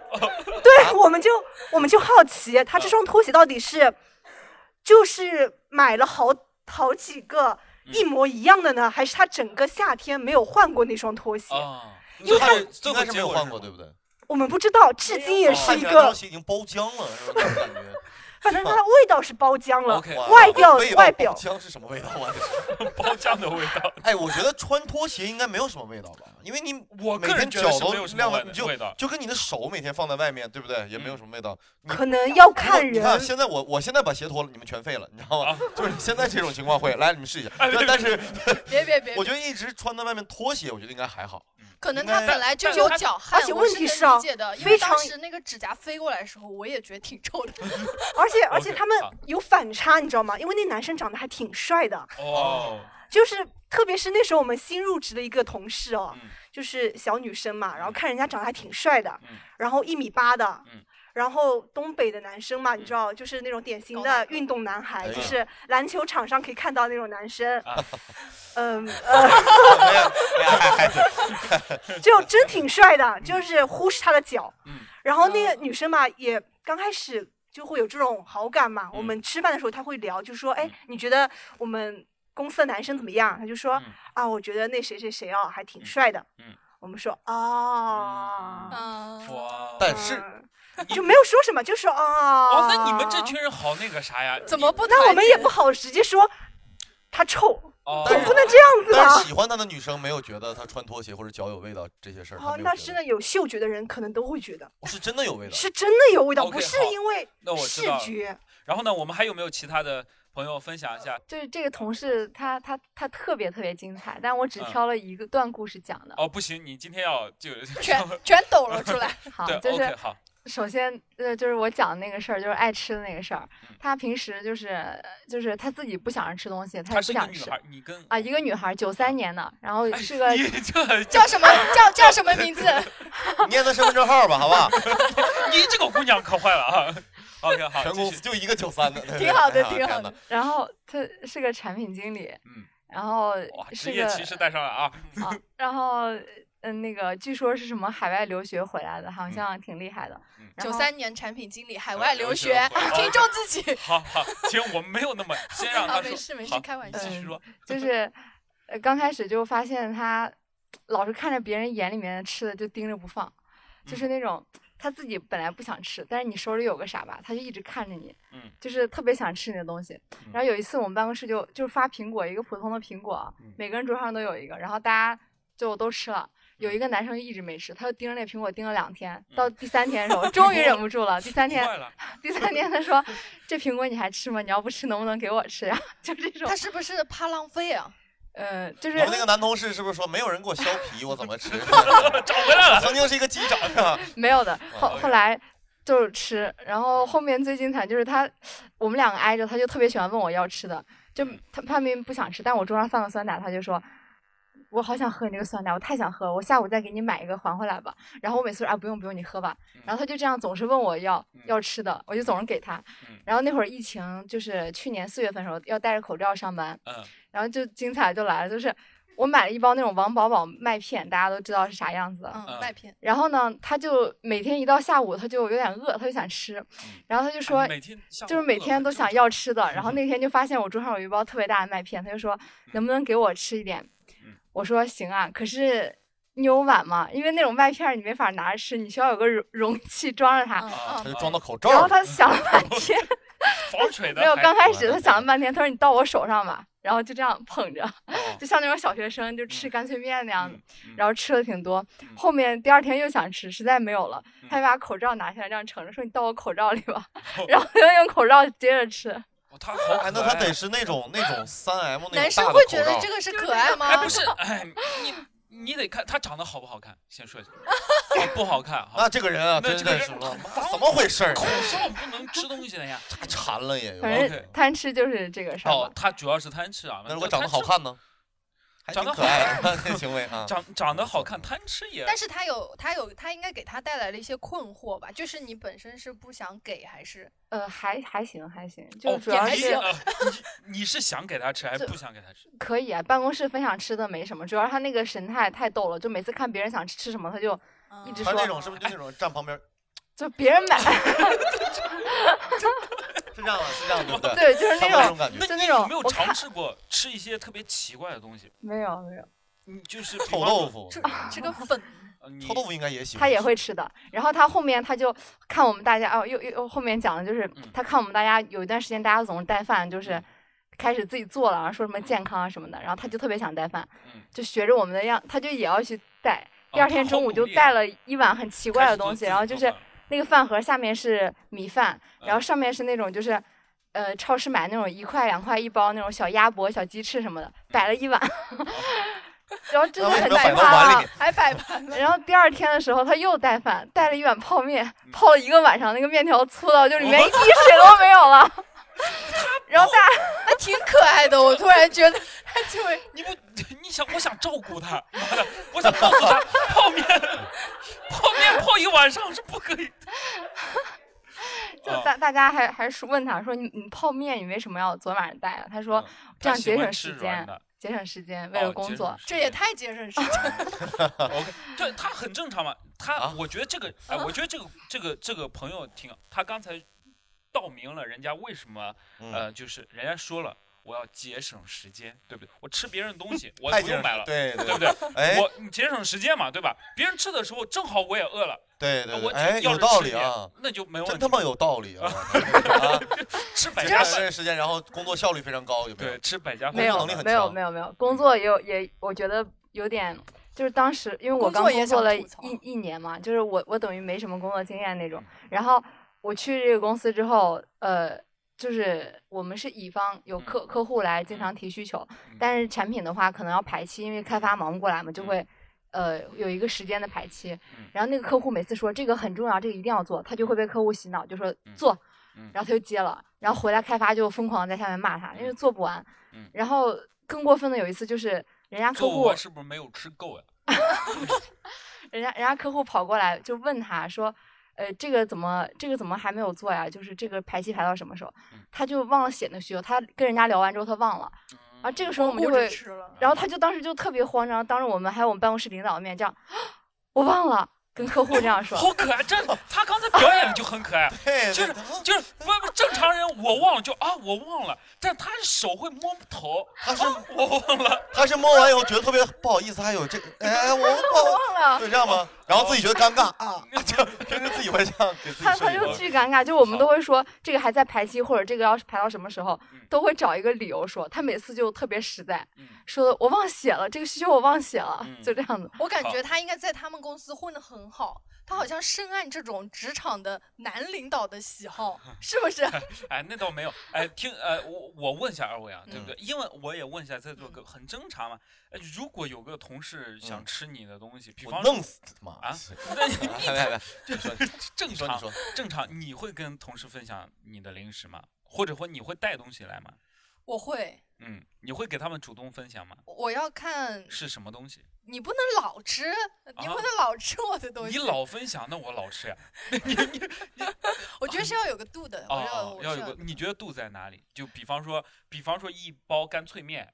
Speaker 6: 对，我们就我们就好奇，他这
Speaker 1: 嗯
Speaker 6: 双拖鞋到底是就是买了好好几个
Speaker 1: 嗯
Speaker 6: 一模一样的呢，还是他整个夏天没有换过那双拖鞋？
Speaker 1: 啊，
Speaker 2: 因为他是
Speaker 1: 最
Speaker 2: 应
Speaker 1: 后
Speaker 2: 该是没
Speaker 1: 结
Speaker 2: 有
Speaker 1: 果
Speaker 2: 换
Speaker 1: 是
Speaker 2: 过，
Speaker 1: 什
Speaker 2: 对
Speaker 1: 么
Speaker 2: 不对？哦
Speaker 6: 我们不知道，至今也是
Speaker 2: 看
Speaker 6: 一
Speaker 2: 起来这双
Speaker 1: 哦
Speaker 6: 个，
Speaker 2: 鞋已经包浆了，是吧？那种感觉。
Speaker 6: 反正它的味道是包浆了。
Speaker 1: OK，
Speaker 2: 哇
Speaker 6: [laughs] 外表
Speaker 2: 味道
Speaker 6: 外表
Speaker 2: 包浆是什么味道啊？
Speaker 1: [laughs] 包浆的味道，
Speaker 2: [laughs] 哎，我觉得穿拖鞋应该没有什么味道吧，因为你
Speaker 1: 我
Speaker 2: 每
Speaker 1: 个
Speaker 2: 天
Speaker 1: 人觉得
Speaker 2: 脚
Speaker 1: 是
Speaker 2: 都
Speaker 1: 没有什么
Speaker 2: 晾
Speaker 1: 味
Speaker 2: 了，你
Speaker 1: 道
Speaker 2: 就
Speaker 1: 味道。
Speaker 2: 就跟你的手每天放在外面，对不对？也没有什么味道。你
Speaker 6: 可能要
Speaker 2: 如果
Speaker 6: 看
Speaker 2: 你看
Speaker 6: 人，
Speaker 2: 现在我我现在把鞋脱了，你们全废了，你知道吗？
Speaker 1: 啊
Speaker 2: [laughs] 就是现在这种情况会，来你们试一下。
Speaker 1: 哎别
Speaker 2: 但但是
Speaker 3: 别别别
Speaker 2: 我，觉得一直穿在外面拖鞋，我觉得应该还好。
Speaker 3: 可能
Speaker 2: 应
Speaker 3: 他
Speaker 2: 该
Speaker 3: 本来就
Speaker 1: 但
Speaker 3: 有
Speaker 1: 他
Speaker 3: 脚汗，
Speaker 6: 而且
Speaker 3: 我
Speaker 6: 问
Speaker 3: 是
Speaker 6: 题
Speaker 3: 能
Speaker 6: 是啊
Speaker 3: 理解的，因
Speaker 6: 非
Speaker 3: 为当
Speaker 6: 常
Speaker 3: 时那个指甲飞过来的时候，我也觉得挺臭的。
Speaker 6: 而且而且
Speaker 1: OK，
Speaker 6: 他们
Speaker 1: 好
Speaker 6: 有反差，你知道吗？因为那男生长得还挺帅的，
Speaker 2: 嗯
Speaker 1: 哦，
Speaker 6: 就是特别是那时候我们新入职的一个同事哦，
Speaker 1: 嗯
Speaker 6: 就是小女生嘛，然后
Speaker 1: 嗯
Speaker 6: 看人家长得还挺帅的，
Speaker 1: 嗯
Speaker 6: 然后一米八的，
Speaker 1: 嗯
Speaker 6: 然后东北的男生嘛，你
Speaker 1: 嗯
Speaker 6: 知道，就是那种典型
Speaker 3: 高大
Speaker 6: 的
Speaker 3: 个
Speaker 6: 运动男孩，
Speaker 2: 哎
Speaker 6: 就
Speaker 2: 呀
Speaker 6: 是篮球场上可以看到那种男生
Speaker 1: 啊，
Speaker 6: 嗯呃，
Speaker 2: 哎呀哎呀哎呀
Speaker 6: 就真挺帅的，就是忽视他的脚
Speaker 1: 嗯，
Speaker 6: 然后那个女生嘛，也刚开始。就会有这种好感嘛。我
Speaker 1: 嗯
Speaker 6: 们吃饭的时候，他会聊，就说：“哎
Speaker 1: 嗯，
Speaker 6: 你觉得我们公司的男生怎么样？”他就说：“
Speaker 1: 嗯
Speaker 6: 啊，我觉得那谁谁谁哦，还挺
Speaker 1: 嗯
Speaker 6: 帅的。
Speaker 1: 嗯
Speaker 6: 我们说啊，
Speaker 3: 嗯，
Speaker 1: 哇，
Speaker 2: 但是
Speaker 6: 嗯就没有说什么，就说啊。
Speaker 1: 哦，那你们这群人好那个啥呀？
Speaker 3: [laughs] 怎么不团结？
Speaker 6: 那我们也不好直接说他臭， [laughs]
Speaker 1: 哦
Speaker 6: 总不能这样子啊
Speaker 2: 但是
Speaker 6: 吧？
Speaker 2: 喜欢他的女生没有觉得他穿拖鞋或者脚有味道这些事儿，她
Speaker 6: 哦，
Speaker 2: 没有
Speaker 6: 那
Speaker 2: 觉
Speaker 6: 真
Speaker 2: 得
Speaker 6: 的有嗅觉的人可能都会觉得
Speaker 2: 哦是真的有味道。
Speaker 6: 是真的有味道，
Speaker 1: OK，
Speaker 6: 不是
Speaker 1: 好
Speaker 6: 因为
Speaker 1: 那我知
Speaker 6: 视
Speaker 1: 道了
Speaker 6: 觉。
Speaker 1: 然后呢，我们还有没有其他的朋友分享一下？
Speaker 7: 就是这个同事他他他特别特别精彩，但我只
Speaker 1: 嗯
Speaker 7: 挑了一个段故事讲的。
Speaker 1: 哦，不行，你今天要就 [laughs]
Speaker 3: 全全抖了出来。
Speaker 7: 好，
Speaker 1: 对
Speaker 7: 就是
Speaker 1: ，OK，好，
Speaker 7: 首先，呃，就是我讲的那个事儿，就是爱吃的那个事儿
Speaker 1: 嗯。
Speaker 7: 她平时就是就是她自己不想着吃东西，她
Speaker 1: 她
Speaker 7: 也
Speaker 1: 是
Speaker 7: 不
Speaker 1: 一个
Speaker 7: 想
Speaker 1: 女
Speaker 7: 吃
Speaker 1: 孩儿，你跟
Speaker 7: 啊。一个女孩，九三年的，然后是
Speaker 1: [laughs]
Speaker 7: 个
Speaker 1: 你这
Speaker 3: 叫什么叫叫什么名
Speaker 1: [laughs]
Speaker 3: 字？
Speaker 2: 你 [laughs] 念她身份证号吧，好不好？
Speaker 1: 你这个姑娘可坏
Speaker 2: [laughs]
Speaker 1: 了啊！OK，好，
Speaker 2: 全公
Speaker 1: 继续
Speaker 2: 司就一个九
Speaker 1: [laughs]
Speaker 2: 三的，
Speaker 3: 挺好的
Speaker 2: 哎呀
Speaker 3: 挺好
Speaker 2: 天
Speaker 3: 的
Speaker 2: 哪
Speaker 7: 然后她是个产品经理，
Speaker 1: 嗯，
Speaker 7: 然后
Speaker 1: 哇，
Speaker 7: 是
Speaker 1: 职业
Speaker 7: 个
Speaker 1: 歧视带上了啊！
Speaker 3: 嗯
Speaker 7: 啊，然后嗯，那个据说是什么海外留学回来的，好像挺厉害的
Speaker 1: 嗯。
Speaker 7: 然
Speaker 3: 九
Speaker 7: 后
Speaker 3: 三年产品经理，海
Speaker 1: 呃
Speaker 3: 外
Speaker 1: 留
Speaker 3: 留
Speaker 1: 学
Speaker 3: 学
Speaker 1: 回来，
Speaker 3: 听众自己。
Speaker 1: 好好，行，我们没有那么，先让
Speaker 3: 啊，
Speaker 1: 她
Speaker 3: 没
Speaker 1: 说，
Speaker 3: 事没
Speaker 1: 好
Speaker 3: 事，开玩笑
Speaker 1: 继。续
Speaker 2: 嗯
Speaker 1: 说，
Speaker 3: 嗯
Speaker 7: 就是呃刚开始就发现他老是看着别人眼里面吃的就盯着不放，
Speaker 1: 嗯
Speaker 7: 就是那种他自己本来不想吃，但是你手里有个啥吧，他就一直看着你，
Speaker 1: 嗯
Speaker 7: 就是特别想吃你的东西。然后
Speaker 2: 嗯
Speaker 7: 有一次我们办公室就就发苹果，一个普通的苹果啊
Speaker 1: 嗯，
Speaker 7: 每个人桌上都有一个，然后大家就都吃了。有
Speaker 2: 嗯
Speaker 7: 一个男生就一直没吃，他就盯着那苹果盯了两天，到第三天的时候
Speaker 2: [laughs]
Speaker 7: 哎终于忍不住了。第三天，
Speaker 1: [laughs] 坏了，
Speaker 7: 第三天他说：“这苹果你还吃吗？你要不吃能不能给我吃呀、 [laughs] 就这种
Speaker 3: 他，是不是怕浪费啊？
Speaker 7: 呃，就是
Speaker 2: 哦我们那个男同事是不是说没有人给我削皮，我怎么吃？
Speaker 1: [laughs] 找回来了，
Speaker 2: 曾经是一个机长啊，
Speaker 7: [laughs] 没有的，后
Speaker 2: ，OK
Speaker 7: 后来就是吃，然后后面最精彩就是他，我们两个挨着，他就特别喜欢问我要吃的，就他他明明不想吃，但我桌上放个酸奶，他就说。我好想喝你这个酸奶，我太想喝了，我下午再给你买一个还回来吧。然后我每次说啊不用不用你喝吧，然后他就这样总是问我要要吃的，我就总是给他。然后那会儿疫情就是去年四月份的时候要戴着口罩上班，
Speaker 1: 嗯
Speaker 7: 然后就精彩就来了，就是我买了一包那种王饱饱麦片，大家都知道是啥样子的，
Speaker 3: 嗯，麦片，
Speaker 7: 然后呢，他就每天一到下午，他就有点饿，他就想吃，然后他就说，
Speaker 1: 每天下午
Speaker 7: 就是每
Speaker 1: 饿
Speaker 7: 天
Speaker 1: 很
Speaker 7: 都
Speaker 1: 正
Speaker 7: 想
Speaker 1: 常
Speaker 7: 要吃的。然后那天就发现我桌上有一包特别大的麦片，他就说能不能给我吃一点？我说行啊，可是你有碗吗？因为那种麦片儿你没法拿着吃，你需要有个容容器装着它。
Speaker 3: 嗯
Speaker 2: 他啊就装到口罩
Speaker 7: 哦然后
Speaker 2: 里。
Speaker 7: 他想了半天，
Speaker 1: 防水的
Speaker 7: 没有，
Speaker 1: 还
Speaker 7: 刚开
Speaker 2: 我
Speaker 7: 始
Speaker 2: 的
Speaker 7: 他
Speaker 2: 天
Speaker 7: 想了半天，他说你到我手上吧，然后就这样捧着，
Speaker 1: 哦
Speaker 7: 就像那种小学生就吃干脆面那样子，
Speaker 1: 嗯
Speaker 7: 然后吃了挺多，
Speaker 2: 嗯
Speaker 7: 后面第二天又想吃，实在没有了，他就把口罩拿下来这样盛着，说你到我口罩里吧，
Speaker 2: 哦
Speaker 7: 然后他就用口罩接着
Speaker 2: [laughs]
Speaker 7: 吃，
Speaker 1: 哦他好可
Speaker 2: 哎，
Speaker 1: 爱，
Speaker 2: 那他得是那种那种三 M 那
Speaker 3: 男
Speaker 2: 种
Speaker 3: 生
Speaker 2: 大的
Speaker 3: 会
Speaker 2: 口
Speaker 3: 觉得
Speaker 2: 罩
Speaker 3: 这，个是可爱吗？
Speaker 1: 哎，不是，哎，你你得看他长得好不好看，先说一下，啊 [laughs] 不好看，好
Speaker 2: 那这个人啊，
Speaker 1: 那
Speaker 2: 真
Speaker 1: 这个
Speaker 2: 的
Speaker 1: 人
Speaker 2: 是
Speaker 1: 怎
Speaker 2: 了
Speaker 1: 么，
Speaker 2: 怎么回事儿？啊
Speaker 1: 口罩不能吃东西的呀。
Speaker 2: 太馋了也有
Speaker 7: [laughs] 反
Speaker 2: 啊。
Speaker 7: 正贪吃就是这个事儿
Speaker 1: 哦
Speaker 7: 吧。，
Speaker 1: 他主要是贪吃啊。
Speaker 2: 那如果长得好
Speaker 1: 贪吃，
Speaker 2: 看呢？还
Speaker 1: 长
Speaker 2: 挺
Speaker 1: 得
Speaker 2: 可爱的这 [laughs] 行为啊。
Speaker 1: [laughs] 长长得
Speaker 2: [laughs]
Speaker 1: 好看，贪吃也
Speaker 3: 但是他有他有他应该给他带来了一些困惑吧？就是你本身是不想给还是？
Speaker 7: 呃，还还行还行，就
Speaker 1: 哦，
Speaker 7: 主要
Speaker 1: 你
Speaker 7: 是
Speaker 1: 呃你你是想给他吃还是
Speaker 7: 就
Speaker 1: 不想给他吃？
Speaker 7: 可以啊，办公室分享吃的没什么，主要是他那个神态太逗了，就每次看别人想吃什么，他就
Speaker 1: 哦
Speaker 3: 嗯
Speaker 7: 一直
Speaker 2: 他
Speaker 7: 说
Speaker 2: 那种是不是就那种站旁边？
Speaker 7: 就别人买，
Speaker 2: 是这样的，是这样的，对不对？
Speaker 7: 对，就是
Speaker 2: 差
Speaker 7: 那
Speaker 2: 不多这
Speaker 7: 种
Speaker 2: 种感觉。
Speaker 7: 就
Speaker 1: 你
Speaker 7: 那
Speaker 1: 有
Speaker 7: 种
Speaker 1: 没有
Speaker 7: 我
Speaker 1: 尝
Speaker 7: 看
Speaker 1: 试过吃一些特别奇怪的东西？
Speaker 7: [laughs] 没有没有，
Speaker 1: [laughs] 你就是
Speaker 2: 臭豆，腐，
Speaker 3: 吃吃个粉，
Speaker 1: 呃你
Speaker 2: 臭豆腐应该也喜欢。
Speaker 7: 他也会 [laughs] 吃的。然后他后面他就看我们大家哦，又又又后面讲的就是
Speaker 1: 嗯
Speaker 7: 他看我们大家有一段时间大家总是带饭，
Speaker 2: 嗯
Speaker 7: 就是开始自己做了，然后说什么健康啊什么的，然后他就特别想带饭
Speaker 1: 嗯，
Speaker 7: 就学着我们的样，他就也要去带。
Speaker 1: 哦
Speaker 7: 第二
Speaker 1: 他
Speaker 7: 天
Speaker 1: 好
Speaker 7: 中午
Speaker 1: 努
Speaker 7: 就
Speaker 1: 力啊
Speaker 7: 带了一碗很奇
Speaker 1: 开
Speaker 7: 怪
Speaker 1: 始
Speaker 7: 的
Speaker 1: 做
Speaker 7: 东
Speaker 1: 自
Speaker 7: 西，
Speaker 1: 己
Speaker 7: 然后
Speaker 1: 做
Speaker 7: 就是
Speaker 1: 饭
Speaker 7: 那个饭盒下面是米饭，然后
Speaker 1: 嗯
Speaker 7: 上面是那种就是。呃，超市买那种一块两块一包那种小鸭脖、小鸡翅什么的，摆了一碗，
Speaker 1: 嗯
Speaker 7: [laughs] 然后真的
Speaker 2: 那为什
Speaker 7: 很
Speaker 2: 么要摆
Speaker 7: 奇
Speaker 2: 到
Speaker 7: 葩
Speaker 2: 碗
Speaker 7: 啊
Speaker 2: 里面。
Speaker 3: 还
Speaker 2: [laughs]
Speaker 3: 摆盘了。
Speaker 7: 然后第二天的时候，他又带饭，带了一碗泡面，
Speaker 1: 嗯
Speaker 7: 泡了一个晚上，那个面条粗到
Speaker 1: [laughs]
Speaker 7: 就里
Speaker 1: 哦
Speaker 7: 面一滴水都没有了。然后大家
Speaker 3: 还挺可爱的，我突然觉得他就
Speaker 2: [laughs]
Speaker 3: 会
Speaker 1: 你不， [laughs] 你想，我想照顾他，妈的，我想告诉他，泡面，泡面泡一晚上是不可以 [laughs] 的。
Speaker 7: [laughs]
Speaker 1: 嗯
Speaker 7: 就
Speaker 1: 哦
Speaker 7: 大大家还还说问他说你你泡面你为什么要昨晚上带啊？他说
Speaker 1: 嗯
Speaker 7: 这样
Speaker 1: 他喜
Speaker 7: 节
Speaker 1: 欢
Speaker 7: 省
Speaker 1: 吃
Speaker 7: 时
Speaker 1: 软
Speaker 7: 间
Speaker 1: 的，哦
Speaker 7: 节省时间为了工作。
Speaker 3: 这也太节省时间了。
Speaker 1: OK，对他很正常嘛。他
Speaker 2: 啊，
Speaker 1: 我觉得这个，哎，我觉得这个这个这个朋友挺，他刚才道明了人家为什么，
Speaker 2: 嗯，
Speaker 1: 呃，就是人家说了我要节省时间，对不对？我吃别人的
Speaker 2: [laughs]
Speaker 1: 东西，我
Speaker 2: 太
Speaker 1: 不
Speaker 2: 精
Speaker 1: 用买了。
Speaker 2: 对
Speaker 1: 对
Speaker 2: 对
Speaker 1: 不对？
Speaker 2: 哎，
Speaker 1: 我你节省时间嘛，对吧？别人吃的时候，正好我也饿了，
Speaker 2: 对
Speaker 1: 那
Speaker 2: 对对，
Speaker 1: 我就
Speaker 2: 哎，
Speaker 1: 要
Speaker 2: 有
Speaker 1: 着
Speaker 2: 道
Speaker 1: 吃
Speaker 2: 理
Speaker 1: 点
Speaker 2: 啊，，
Speaker 1: 那就没有问
Speaker 2: 真
Speaker 1: 题。
Speaker 2: 他妈有道理啊！我操啊
Speaker 1: [laughs] 吃百
Speaker 2: 节
Speaker 1: 家
Speaker 2: 省这
Speaker 1: 饭，
Speaker 2: 个时间，然后工作效率非常高，有没有
Speaker 1: 对，？吃百家
Speaker 7: 没
Speaker 1: 饭。
Speaker 2: 工作能
Speaker 7: 有
Speaker 2: 力很
Speaker 7: 没有
Speaker 2: 强
Speaker 7: 没有没有，工作也有也，我觉得有点，就是当时因为我
Speaker 3: 工
Speaker 7: 刚
Speaker 3: 作也
Speaker 7: 工作
Speaker 3: 想
Speaker 7: 了
Speaker 3: 吐
Speaker 7: 一
Speaker 3: 槽
Speaker 7: 一年嘛，就是我我等于没什么工作经验那种。
Speaker 2: 嗯
Speaker 7: 然后我去这个公司之后，呃，就是我们是乙方
Speaker 2: 嗯
Speaker 7: 有客客户来经常提需求，但是产品的话可能要排期，因为开发忙不过来嘛，就会。
Speaker 2: 嗯
Speaker 7: 呃，有一个时间的排期
Speaker 1: 嗯，
Speaker 7: 然后那个客户每次说这个很重要，这个一定要做，他就会被客户洗脑，就说
Speaker 1: 嗯
Speaker 7: 做
Speaker 1: 嗯，
Speaker 7: 然后他就接了，然后回来开发就疯狂在下面骂他，因为
Speaker 1: 嗯
Speaker 7: 做不完
Speaker 1: 嗯。
Speaker 7: 然后更过分的有一次就是人家客
Speaker 1: 做
Speaker 7: 户
Speaker 1: 我，是不是没有吃够呀？
Speaker 7: 人家人家客户跑过来就问他说，呃，这个怎么这个怎么还没有做呀？就是这个排期排到什么时候
Speaker 1: 嗯？
Speaker 7: 他就忘了写那个需求，他跟人家聊完之后他忘了，啊，这个时候我们就
Speaker 3: 顾着
Speaker 7: 会
Speaker 3: 哦吃了，嗯
Speaker 7: 然后他就当时就特别慌张，当着我们还有我们办公室领导的面这样， [gasps] 我忘了跟客户这样说，
Speaker 1: 好可爱，真的，他刚才表演就很可爱，
Speaker 2: [laughs] 对，
Speaker 1: 就是
Speaker 2: 对
Speaker 1: 就是不不正常人我忘了就啊我忘了，但他手会摸头，
Speaker 2: 他是
Speaker 1: 啊我忘了，
Speaker 2: 他是摸完以后觉得特别不好意思，还有这个，哎，我
Speaker 7: [laughs]
Speaker 2: 我
Speaker 7: 忘了。
Speaker 2: 对这样
Speaker 1: [laughs]
Speaker 2: 吗？然后自己觉得尴尬
Speaker 1: 哦
Speaker 2: 啊， [laughs] 就平时自己会这样给自己
Speaker 7: 他
Speaker 2: 设
Speaker 7: 他
Speaker 2: 一
Speaker 7: 就
Speaker 2: 个。
Speaker 7: 巨尴尬，就我们
Speaker 1: 好
Speaker 7: 都会说这个还在排期，或者这个要是排到什么时候
Speaker 1: 嗯，
Speaker 7: 都会找一个理由说。他每次就特别实在
Speaker 1: 嗯，
Speaker 7: 说我忘写了这个需求，我忘写了
Speaker 1: 嗯，
Speaker 7: 就这样子。
Speaker 3: 我感
Speaker 1: 好
Speaker 3: 觉他应该在他们公司混得很好，他好像深谙这种职场的男领导的喜
Speaker 1: [laughs]
Speaker 3: 好，是不是？ [laughs]
Speaker 1: 哎那倒没有，哎听呃我我问一下二位啊，对不对？
Speaker 2: 嗯
Speaker 1: 因为我也问一下在座各位很正常嘛，哎如果有个同事想
Speaker 2: 嗯
Speaker 1: 吃你的东西，比
Speaker 2: 我
Speaker 1: 方说
Speaker 2: 弄死他妈
Speaker 1: 啊
Speaker 2: 是
Speaker 1: 那你
Speaker 2: 来来来，你说你
Speaker 1: 正
Speaker 2: 说你
Speaker 1: 常
Speaker 2: 说，
Speaker 1: 正常，你会跟同事分享你的零食吗？或者说你会带东西来吗？
Speaker 3: 我会，
Speaker 1: 嗯，你会给他们主动分享吗？
Speaker 3: 我要看
Speaker 1: 是什么东西？
Speaker 3: 你不能老吃，你不
Speaker 1: 啊
Speaker 3: 能老吃我的东
Speaker 1: 你
Speaker 3: 西。
Speaker 1: 老分享，那我老吃呀。
Speaker 3: 我觉得是要有个度
Speaker 1: [laughs]
Speaker 3: 的。我要
Speaker 1: 哦，
Speaker 3: 我
Speaker 1: 要
Speaker 3: 是
Speaker 1: 有个，你觉得度在哪里？就比方说，比方说一包干
Speaker 3: [laughs]
Speaker 1: 脆面，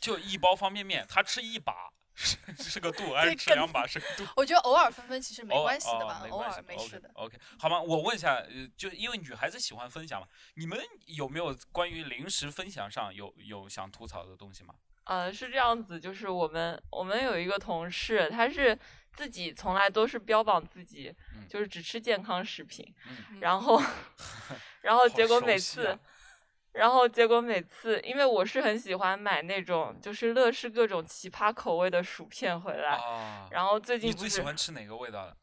Speaker 1: 就一包方便面，他吃一把是是个度，还是
Speaker 3: 对
Speaker 1: 吃
Speaker 3: 更
Speaker 1: 两把是个度？
Speaker 3: 我觉得偶尔分分其 [laughs] 实没
Speaker 1: 偶尔
Speaker 3: 关系的
Speaker 1: 哦
Speaker 3: 吧，
Speaker 1: 没
Speaker 3: 偶
Speaker 1: 关
Speaker 3: 尔
Speaker 1: 系
Speaker 3: 没事的。
Speaker 1: OK，好吧，我问一下，呃，就因为女孩子喜欢分享嘛，你们有没有关于零食分享上有有想吐槽的东西吗？
Speaker 8: [laughs] 呃，是这样子，就是我们我们有一个同事，他是自己从来都是标榜自己，
Speaker 1: 嗯
Speaker 8: 就是只吃健康食品，
Speaker 1: 嗯
Speaker 8: [laughs] 然后
Speaker 1: [laughs]
Speaker 8: 然后
Speaker 1: 好
Speaker 8: 结果
Speaker 1: 熟
Speaker 8: 每
Speaker 1: 悉
Speaker 8: 次、
Speaker 1: 啊
Speaker 8: 然后结果每次，因为我是很喜欢买那种就是乐事各种奇葩口味的薯片回来，
Speaker 1: 啊，
Speaker 8: 然后最
Speaker 1: 你
Speaker 8: 近不
Speaker 1: 最
Speaker 8: 是
Speaker 1: 喜欢吃哪个味道的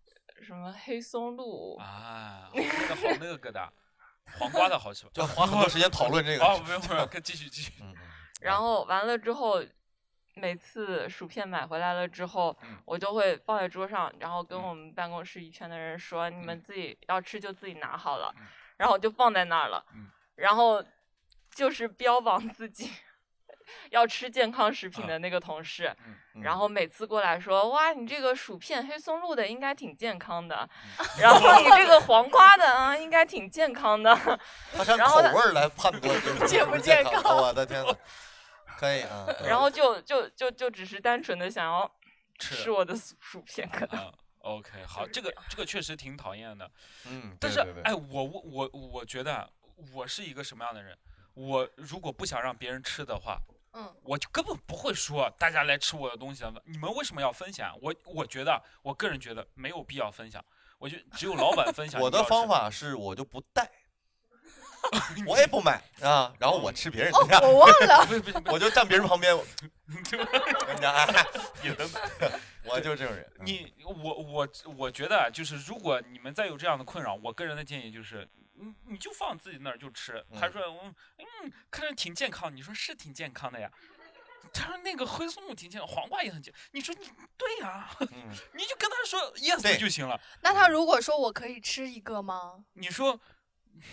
Speaker 8: 什么黑松露， [laughs]
Speaker 1: 啊？那个好那个的，黄瓜的好吃吧？
Speaker 2: 就花很多时间讨论这
Speaker 1: [laughs]
Speaker 2: 个。
Speaker 1: 啊，不用不用，跟继续继续。
Speaker 2: 嗯，嗯
Speaker 8: 然后完了之后，每次薯片买回来了之后，
Speaker 1: 嗯
Speaker 8: 我都会放在桌上，然后跟
Speaker 1: 嗯
Speaker 8: 我们办公室一圈的人说：“你们
Speaker 1: 嗯
Speaker 8: 自己要吃就自己拿好了。
Speaker 1: 嗯
Speaker 8: 然后我就放在那儿了，
Speaker 1: 嗯
Speaker 8: 然后就是标榜自己 [laughs] 要吃健康食品
Speaker 1: 啊
Speaker 8: 的那个同事，
Speaker 2: 嗯
Speaker 8: 然后每次过来说：“哇，你这个薯片黑松露的应该挺健康的，
Speaker 2: 嗯
Speaker 8: 然后你这个黄瓜的啊应该挺健康的。”
Speaker 2: 他看
Speaker 8: 然
Speaker 2: 口
Speaker 8: 后呢
Speaker 2: 味儿来判断
Speaker 7: [laughs]
Speaker 2: 这个
Speaker 3: 健不
Speaker 2: 不
Speaker 3: 健
Speaker 2: 康。
Speaker 3: 康
Speaker 2: 我的天呐，可以啊。可以
Speaker 8: 然后就就就就只是单纯的想要
Speaker 1: 嗯吃
Speaker 8: 吃我的薯薯片，可能
Speaker 1: 啊，OK，好，这个这个确实挺讨厌的。
Speaker 2: [laughs] 嗯，对
Speaker 1: 但是
Speaker 2: 对对，
Speaker 1: 哎，我我我我觉得啊我是一个什么样的人？我如果不想让别人吃的话，
Speaker 3: 嗯，
Speaker 1: 我就根本不会说大家来吃我的东西了，你们为什么要分享？我我觉得，啊我个人觉得没有必要分享，我就只有老板分
Speaker 2: [laughs]
Speaker 1: 享。
Speaker 2: 我
Speaker 1: 你不
Speaker 2: 的
Speaker 1: 要吃
Speaker 2: 方，法是我就不
Speaker 1: [laughs]
Speaker 2: 带，我也不买啊，然后我吃别人家，
Speaker 3: 哦我忘了，
Speaker 1: [laughs] 不是不是
Speaker 2: [laughs]
Speaker 1: 不
Speaker 2: 我
Speaker 1: 是，
Speaker 2: 就站别人旁边，我 [laughs] 跟你讲，哎
Speaker 1: 也 [laughs] 能
Speaker 2: 我就是这种人。嗯
Speaker 1: 你我我我觉得啊就是，如果你们再有这样的困扰，我个人的建议就是，你你就放自己那儿就吃。他
Speaker 2: 嗯
Speaker 1: 说嗯嗯，看着挺健康，你说是挺健康的呀。他说那个黑松露挺健康，黄瓜也很健康。你说你对呀、
Speaker 2: 嗯
Speaker 1: 你就跟他说
Speaker 2: 对
Speaker 1: yes 就行了。
Speaker 3: 那他如果说我可以吃一个吗？
Speaker 1: [laughs] 你说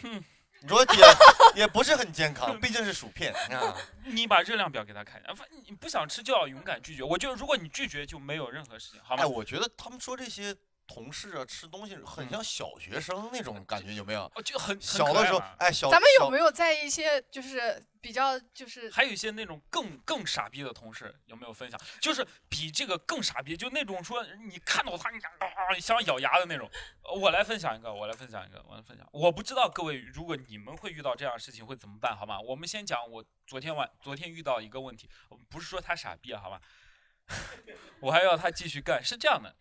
Speaker 2: 你说
Speaker 1: [laughs]
Speaker 2: 也也不是很健康，毕竟是薯片啊。
Speaker 1: 你把热量表给他看，啊，反你不想吃就要勇敢拒绝。我觉得如果你拒绝就没有任何事情，好吗
Speaker 2: 哎，？我觉得他们说这些同事啊，吃东西很像小学生那种感觉，有没有？
Speaker 1: 哦，就很
Speaker 2: 小的时候，
Speaker 1: 哎，
Speaker 2: 哎，小
Speaker 3: 咱们有
Speaker 2: 小
Speaker 3: 没有在一些就是比较就是
Speaker 1: 还有一些那种更更傻逼的同事有没有分享？就是比这个更傻逼，就那种说你看到他你想啊想咬牙的那种。呃我来分享一个，我来分享一个，我来分享。我不知道各位，如果你们会遇到这样的事情会怎么办？好吗？我们先讲我昨天晚昨天遇到一个问题，呃不是说他傻逼啊，好吧？我还要他继续干，是这样的。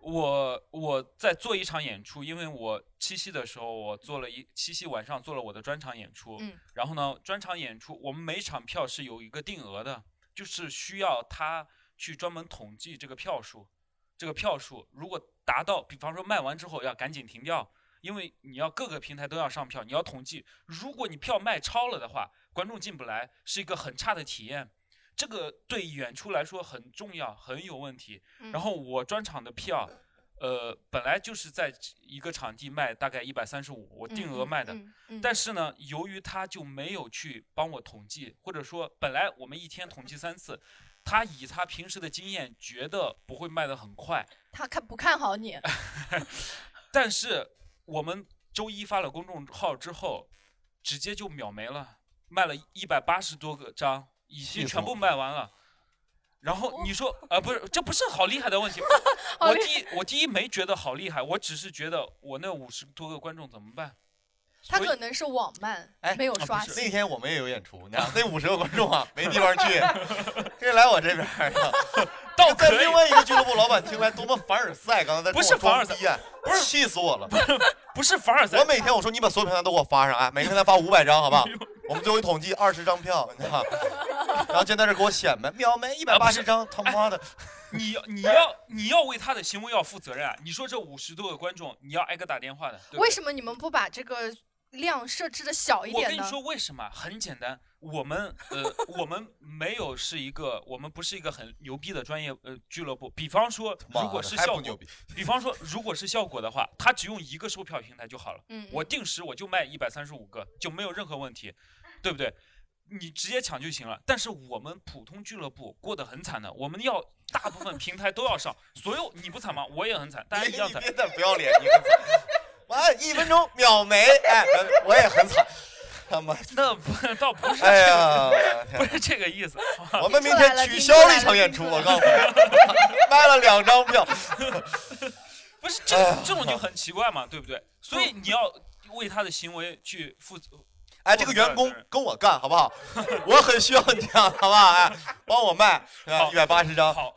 Speaker 1: 我我在做一场演出，因为我七夕的时候，我做了一七夕晚上做了我的专场演出，
Speaker 3: 嗯
Speaker 1: 然后呢，专场演出我们每场票是有一个定额的，就是需要他去专门统计这个票数，这个票数如果达到，比方说卖完之后要赶紧停掉，因为你要各个平台都要上票，你要统计，如果你票卖超了的话，观众进不来，是一个很差的体验，这个对演出来说很重要，很有问题。
Speaker 3: 嗯
Speaker 1: 然后我专场的票，呃，本来就是在一个场地卖大概一百三十五，我定额卖的。
Speaker 3: 嗯嗯嗯
Speaker 1: 但是呢，由于他就没有去帮我统计，或者说本来我们一天统计三次，他以他平时的经验觉得不会卖得很快，
Speaker 3: 他看不看好你？
Speaker 1: 但是我们周一发了公众号之后，直接就秒没了，卖了一百八十多个张，已
Speaker 2: 气
Speaker 1: 经
Speaker 2: 死
Speaker 1: 全
Speaker 2: 我
Speaker 1: 部卖完了。然后你说，呃，不是，这不是好厉害的问题。
Speaker 3: [laughs] 好
Speaker 1: 我
Speaker 3: 厉
Speaker 1: 第一，我第一没觉得好厉害，我只是觉得我那五十多个观众怎么办？
Speaker 3: 他
Speaker 1: 所以
Speaker 3: 可能是网漫
Speaker 2: 哎，
Speaker 3: 没有
Speaker 1: 啊不
Speaker 3: 刷
Speaker 1: 是
Speaker 3: 新。
Speaker 2: 那天我们也有演出，你知道那五十个观众啊，没地方去， [laughs]
Speaker 1: [laughs]
Speaker 2: 这来我这边儿啊。
Speaker 1: 倒
Speaker 2: 在
Speaker 1: 可以
Speaker 2: 另，外一个俱乐部老板听来多么凡尔赛，刚才在
Speaker 1: 不是
Speaker 2: 跟我装
Speaker 1: 凡尔赛
Speaker 2: 逼啊，不是气死我了。
Speaker 1: 不是凡尔赛
Speaker 2: 我，每天我说你把所有平台都给我发上啊，每个平台发五百张，好不好？我们最后一统计二十张票，你知道吗？然后就在这给我显摆，秒没一百八十
Speaker 1: 啊
Speaker 2: 张，他妈的！
Speaker 1: 哎你要你要你要为他的行为要负责任啊！你说这五十多个观众，你要挨个打电话的，对不
Speaker 3: 为
Speaker 1: 对
Speaker 3: 什么你们不把这个量设置的小一
Speaker 1: 我
Speaker 3: 点
Speaker 1: 跟
Speaker 3: 呢
Speaker 1: 你？说为什么？很简单，我们呃，我们没有是一个，我们不是一个很牛逼的专业呃俱乐部。比方说，
Speaker 2: 妈
Speaker 1: 如果
Speaker 2: 的
Speaker 1: 是
Speaker 2: 还
Speaker 1: 效
Speaker 2: 不牛
Speaker 1: 果，
Speaker 2: 逼，
Speaker 1: 比方说如果是效果的话，它只用一个售票平台就好了。
Speaker 3: 嗯，嗯
Speaker 1: 我定时我就卖一百三十五个，就没有任何问题，对不对？你直接抢就行了。但是我们普通俱乐部过得很惨的，我们要大部分平台都要上，所有你不惨吗？我也很惨，大家一样惨。
Speaker 2: 别的不要
Speaker 1: [laughs]
Speaker 2: 脸，你很惨。完， [laughs] 一分钟秒没，哎，我也很惨。他妈，
Speaker 1: [laughs] 那不倒不是，
Speaker 2: 哎呀，
Speaker 1: 不是这个意思。
Speaker 2: [laughs]
Speaker 1: 啊
Speaker 2: 我们明天取消了一场演出，我告诉你， [laughs] 卖了两张票。
Speaker 1: [laughs] 不是这种这种就很奇怪嘛，对不对？所以你要为他的行为去负责。
Speaker 2: 哎，这个员工跟我干好不好？我很需要你啊，好不好？哎，帮我卖
Speaker 1: 好
Speaker 2: 一百八十张，
Speaker 1: 好好，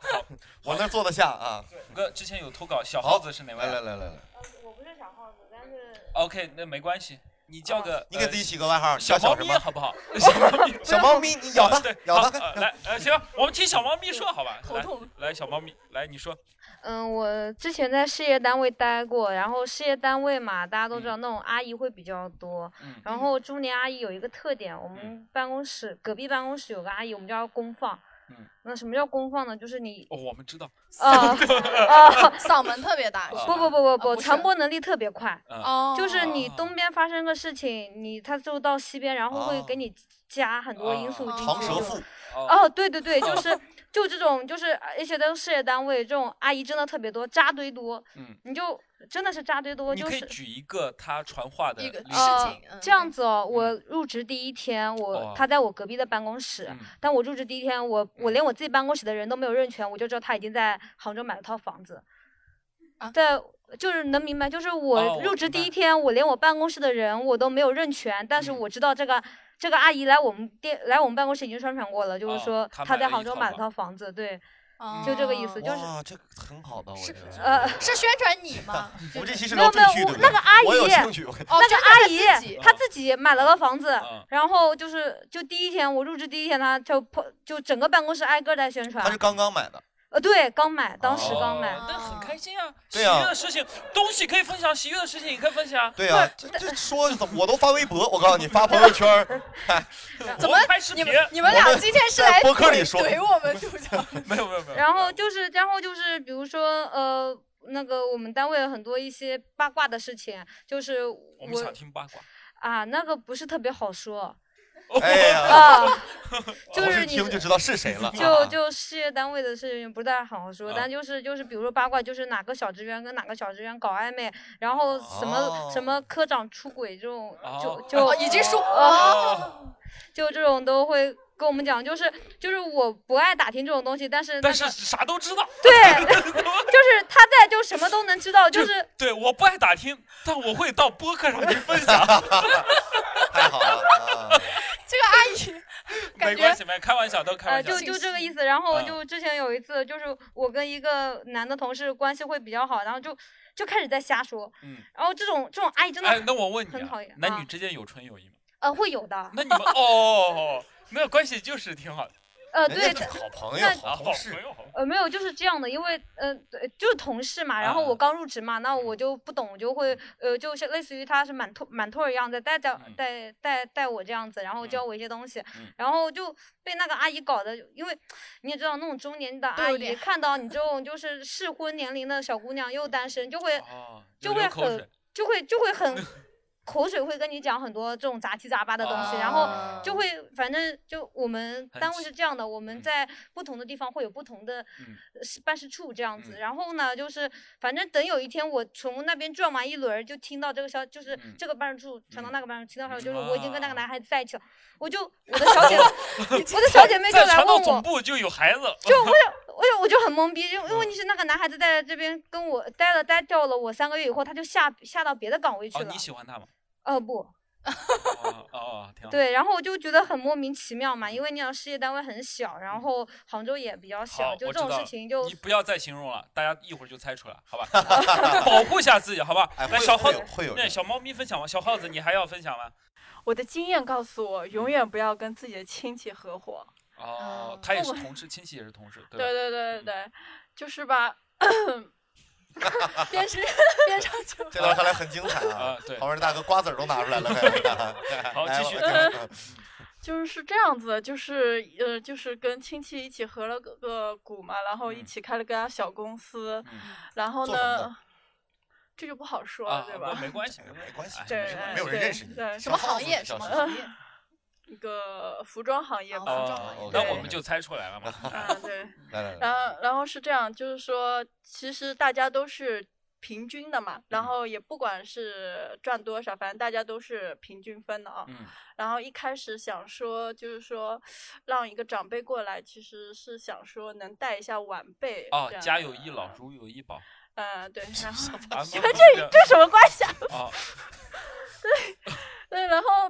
Speaker 2: 我那坐得下啊。
Speaker 1: 哥之前有投稿，小
Speaker 2: 好
Speaker 1: 耗子是哪位
Speaker 2: 来
Speaker 1: 啊？
Speaker 2: 来来来来，
Speaker 5: 我不是小耗子，但是
Speaker 1: OK，那没关系，你叫个
Speaker 2: 哦你给自己
Speaker 1: 己
Speaker 2: 起个外号，
Speaker 1: 小
Speaker 2: 叫
Speaker 1: 猫
Speaker 2: 小什
Speaker 1: 咪
Speaker 2: 么？
Speaker 1: 好
Speaker 2: [laughs]
Speaker 1: 不好？小猫咪，
Speaker 2: 小猫咪，
Speaker 1: [laughs]
Speaker 2: 你咬它
Speaker 1: 对，，
Speaker 2: 咬它
Speaker 1: 好呃
Speaker 2: 看。
Speaker 1: 来，呃，行，我们听小猫咪说好吧？
Speaker 3: 头
Speaker 1: 来
Speaker 3: 痛，
Speaker 1: 来，小猫咪，来你说，
Speaker 9: 嗯，我之前在事业单位待过，然后事业单位嘛，大家都知道那种阿姨会比较多。
Speaker 1: 嗯
Speaker 9: 然后中年阿姨有一个特点，我们
Speaker 1: 嗯
Speaker 9: 办公室隔壁办公室有个阿姨，我们叫她公放。
Speaker 1: 嗯
Speaker 9: 那什么叫公放呢？就是你
Speaker 1: [laughs] 哦，我们知道，
Speaker 9: 啊啊，
Speaker 3: [laughs] 嗓门特别大，是
Speaker 9: 不
Speaker 3: 吧？
Speaker 9: 不不不
Speaker 3: 啊
Speaker 9: 不，
Speaker 3: 不是
Speaker 9: 传播能力特别快。
Speaker 1: 嗯，
Speaker 3: 哦，
Speaker 9: 就是你
Speaker 1: 哦
Speaker 9: 东边发生个事情，你他就到西边，然后会
Speaker 2: 哦
Speaker 9: 给你加很多因素
Speaker 3: 哦
Speaker 9: 进去。
Speaker 2: 长舌妇，
Speaker 9: 嗯哦，对对对，就是就这种，就是而且都是事业单位，这种阿姨真的特别多，扎堆多，
Speaker 1: [laughs] 嗯，
Speaker 9: 你就真的是扎堆多，
Speaker 1: 你
Speaker 9: 就
Speaker 1: 可以
Speaker 9: 是
Speaker 1: 举一个他传话的
Speaker 3: 一个
Speaker 1: 例子
Speaker 3: 事
Speaker 9: 呃
Speaker 3: 情嗯
Speaker 9: 这样子哦。我入职第一天，
Speaker 1: 哦
Speaker 9: 我他在我隔壁的办公室，
Speaker 1: 嗯
Speaker 9: 但我入职第一天，我我连我自己办公室的人都没有认全，我就知道他已经在杭州买了套房子
Speaker 3: 啊。
Speaker 9: 对，就是能明白，就是
Speaker 1: 哦
Speaker 9: 我
Speaker 1: 我
Speaker 9: 入职
Speaker 1: 明
Speaker 9: 第
Speaker 1: 白
Speaker 9: 一天，我连我办公室的人我都没有认全，但是
Speaker 1: 嗯
Speaker 9: 我知道这个这个阿姨来我们店来我们办公室已经宣传过了，就
Speaker 1: 哦
Speaker 9: 是说
Speaker 1: 她
Speaker 9: 她
Speaker 1: 买
Speaker 9: 在
Speaker 1: 了一
Speaker 9: 杭州
Speaker 1: 套
Speaker 9: 买了
Speaker 1: 房
Speaker 9: 套房子，对，
Speaker 3: 哦
Speaker 9: 就这个意思就是
Speaker 2: 哇，这个很好的，我觉
Speaker 3: 是
Speaker 2: 得。
Speaker 9: 呃，
Speaker 3: 是宣传你
Speaker 2: [laughs]
Speaker 3: 吗？
Speaker 2: 我这期是
Speaker 9: 没
Speaker 2: 聊
Speaker 9: 有
Speaker 2: 赘
Speaker 9: 没有我
Speaker 2: 婿，对不对？
Speaker 9: 那个阿
Speaker 2: 我有
Speaker 9: 姨
Speaker 2: 兴趣，我
Speaker 3: 哦，
Speaker 9: 那
Speaker 3: 就
Speaker 9: 个阿
Speaker 3: 是他
Speaker 9: 姨
Speaker 3: 自己
Speaker 9: 她自己买了个房子，
Speaker 1: 嗯
Speaker 9: 然后就是就第一天我入职第一天，她就跑就整个办公室挨个在宣传
Speaker 2: 他是。刚刚买的，
Speaker 9: 呃，对，刚买，当时刚
Speaker 1: 哦
Speaker 9: 买。
Speaker 1: 那很开心啊，喜
Speaker 2: 对啊
Speaker 1: 悦的事情，东西可以分享，喜悦的事情也可以分享。
Speaker 2: 对啊呀，这这说我都发微博，我告诉你，发朋友圈儿，
Speaker 3: 怎
Speaker 1: 我
Speaker 3: 么
Speaker 1: 拍视
Speaker 3: 你
Speaker 1: 频？
Speaker 3: 们你们俩今天是来
Speaker 2: 在博客里
Speaker 3: 怼
Speaker 2: 说嗯
Speaker 3: 怼我们，对
Speaker 2: [laughs]
Speaker 3: 不对？
Speaker 1: [laughs] 没有没有没有。
Speaker 9: 然后就是，然后就是，比如说，呃，那个我们单位有很多一些八卦的事情，就是
Speaker 1: 我们想
Speaker 9: 我
Speaker 1: 听八卦。
Speaker 9: 啊，那个不是特别好说
Speaker 2: 哎呀，
Speaker 9: 啊，[laughs]
Speaker 2: 我
Speaker 1: 哦
Speaker 9: 就是是你
Speaker 2: 听就知道是谁了。
Speaker 9: 就就事业单位的事情不太好说，
Speaker 1: 啊
Speaker 9: 但就是就是，比如说八卦，就是哪个小职员跟哪个小职员搞暧昧，然后什么、
Speaker 2: 哦
Speaker 9: 什么科长出轨这种，
Speaker 1: 哦
Speaker 9: 就就、
Speaker 2: 啊
Speaker 9: 呃
Speaker 3: 哦已经说
Speaker 1: 哦，
Speaker 9: 就这种都会跟我们讲，就是就是我不爱打听这种东西，但是
Speaker 1: 但
Speaker 9: 那
Speaker 1: 是
Speaker 9: 个
Speaker 1: 啥都知道。
Speaker 2: [laughs]
Speaker 9: 对，就是他在就什么都能知道，就是
Speaker 1: 对，我不爱打听，但我会到播客上去分享。
Speaker 2: 太好了，
Speaker 3: 这个阿姨
Speaker 1: 没
Speaker 3: 感
Speaker 1: 关
Speaker 3: 觉
Speaker 1: 系，没开玩笑，都开
Speaker 9: 呃，
Speaker 1: 玩笑
Speaker 9: 就。
Speaker 3: 信
Speaker 9: 就这个
Speaker 3: 息
Speaker 9: 意思。然后
Speaker 1: 嗯
Speaker 9: 就之前有一次，就是我跟一个男的同事关系会比较好，然后就就开始在瞎说，
Speaker 1: 嗯，
Speaker 9: 然后这种这种阿姨真的、
Speaker 1: 哎，那我问你
Speaker 9: 很
Speaker 1: 啊
Speaker 9: 讨厌，
Speaker 1: 男
Speaker 9: 啊
Speaker 1: 女之间有纯友谊吗？
Speaker 9: 呃会有的，
Speaker 1: 那你们哦，哎那关系就是挺好的，
Speaker 9: 呃对
Speaker 2: 人家
Speaker 9: 的
Speaker 2: 是好朋友，
Speaker 1: 啊，
Speaker 2: 好
Speaker 1: 好
Speaker 2: 同事
Speaker 1: 朋。友，好朋友
Speaker 9: 呃没有就是这样的，因为呃对就是同事嘛，然后
Speaker 1: 啊
Speaker 9: 我刚入职嘛，那我就不懂，我就会呃就是类似于他是满托满托儿一样在带带
Speaker 1: 嗯
Speaker 9: 带带带我这样子，然后
Speaker 1: 嗯
Speaker 9: 教我一些东西
Speaker 1: 嗯，
Speaker 9: 然后就被那个阿姨搞得，因为你也知道那种中年的
Speaker 3: 都
Speaker 9: 阿
Speaker 3: 有点
Speaker 9: 姨看到你这种就是适婚年龄的小姑娘又单身，就会
Speaker 1: 哦，
Speaker 9: 就会
Speaker 1: 流流口
Speaker 9: 很
Speaker 1: 水，
Speaker 9: 就会就会很口水会跟你讲很多这种杂七杂八的东西，然后
Speaker 3: 哦
Speaker 9: 就会反正就我们
Speaker 1: 很
Speaker 9: 单位
Speaker 1: 奇
Speaker 9: 是这样的，我
Speaker 1: 嗯
Speaker 9: 们在不同的地方会有不同的
Speaker 1: 嗯
Speaker 9: 呃是办事处这样
Speaker 1: 嗯
Speaker 9: 子，然后呢就是反正等有一天我从那边转完一轮儿，就听到这个消，就是
Speaker 1: 嗯
Speaker 9: 这个办事处传到
Speaker 1: 嗯
Speaker 9: 那个办事处，听到消息
Speaker 1: 嗯
Speaker 9: 就是我已经跟那个
Speaker 1: 啊
Speaker 9: 男孩子在一起了，我就我的
Speaker 1: [laughs]
Speaker 9: 小姐我的小姐妹就
Speaker 1: 再
Speaker 9: 来
Speaker 1: 传到
Speaker 9: 问
Speaker 1: 总
Speaker 9: 我。
Speaker 1: 部就有孩子了，
Speaker 9: 就我也我也我就很懵逼，
Speaker 1: 嗯
Speaker 9: 因为因为问题是那个男孩子在这边跟我待了待掉了我三个月以后，他就下下到别的岗位去
Speaker 1: 哦，
Speaker 9: 了
Speaker 1: 你。喜欢他吗？
Speaker 9: 呃不，
Speaker 1: 哦哦，挺好。
Speaker 9: 对，然后我就觉得很莫名其妙嘛，
Speaker 1: 嗯
Speaker 9: 因为你想事业单位很小，然后杭州也比较
Speaker 1: 好，
Speaker 9: 小，就
Speaker 1: 我
Speaker 9: 这
Speaker 1: 知
Speaker 9: 种
Speaker 1: 道
Speaker 9: 事
Speaker 1: 了
Speaker 9: 情就
Speaker 1: 你不要再形容了，大家一会儿就猜出来，好
Speaker 9: [laughs]
Speaker 1: 吧？保护一下自己，好吧？
Speaker 2: 哎，
Speaker 1: 来，
Speaker 2: 会
Speaker 1: 小耗
Speaker 2: 会
Speaker 1: 子
Speaker 2: 有，会有
Speaker 1: 那小猫咪分享完，小耗子你还要分享吗？
Speaker 10: 我的经验告诉我，
Speaker 1: 嗯
Speaker 10: 永远不要跟自己的亲戚合伙。
Speaker 1: 哦
Speaker 3: 嗯，
Speaker 1: 他也是同事，亲戚也是
Speaker 10: [laughs]
Speaker 1: 同事，对嗯吧
Speaker 10: 对？对对对对，就是
Speaker 1: [laughs]
Speaker 10: 吧，
Speaker 3: 边是边上就
Speaker 2: 这段看来很精彩啊
Speaker 1: [laughs] 啊！对
Speaker 2: 旁边大哥瓜子儿都拿出来
Speaker 1: [laughs]
Speaker 2: 了。快
Speaker 1: 好
Speaker 2: 来
Speaker 1: 继续嗯
Speaker 2: 我
Speaker 10: 就是是这样子的，就是呃，就是跟亲戚一起合了个个股嘛，然后一
Speaker 1: 嗯
Speaker 10: 起开了个小公司，
Speaker 1: 嗯
Speaker 10: 然后
Speaker 2: 做什么的
Speaker 10: 呢，这就不好 [laughs] 说
Speaker 1: 啊
Speaker 10: 了，对，
Speaker 1: 不
Speaker 10: 吧？
Speaker 1: 没关系，
Speaker 2: 没关系
Speaker 1: 哎
Speaker 10: 对
Speaker 2: 没事
Speaker 10: 哎
Speaker 2: 没有人
Speaker 10: 对
Speaker 2: 认识你
Speaker 10: 对
Speaker 2: 小
Speaker 3: 什么
Speaker 2: 耗
Speaker 3: 行
Speaker 2: 子
Speaker 3: 业
Speaker 2: 小
Speaker 3: 什么
Speaker 2: 耗
Speaker 3: 行业，
Speaker 10: 一个服装行
Speaker 2: 啊
Speaker 10: 业吧。
Speaker 1: 哦，那我
Speaker 2: [laughs]
Speaker 1: 们就猜出来了嘛。
Speaker 10: 啊，
Speaker 1: [laughs]
Speaker 10: 对。
Speaker 2: 来来来，
Speaker 10: 然后，然后是这样，就是说，其实大家都是平均的嘛，
Speaker 2: 嗯
Speaker 10: 然后也不管是赚多少，反正大家都是平均分的啊。
Speaker 6: [laughs]
Speaker 1: 嗯
Speaker 10: 然后一开始想说，就是说，让一个长辈过来，其实是想说能带一下晚辈。
Speaker 1: 哦
Speaker 10: 这，样
Speaker 1: 家有一老，如有
Speaker 10: [laughs]
Speaker 1: 一宝。
Speaker 10: 嗯、
Speaker 2: [laughs]
Speaker 10: 对，然后
Speaker 1: 啊
Speaker 10: 这
Speaker 1: 这
Speaker 10: 这什么关系啊？
Speaker 1: 哦，
Speaker 10: 对，然后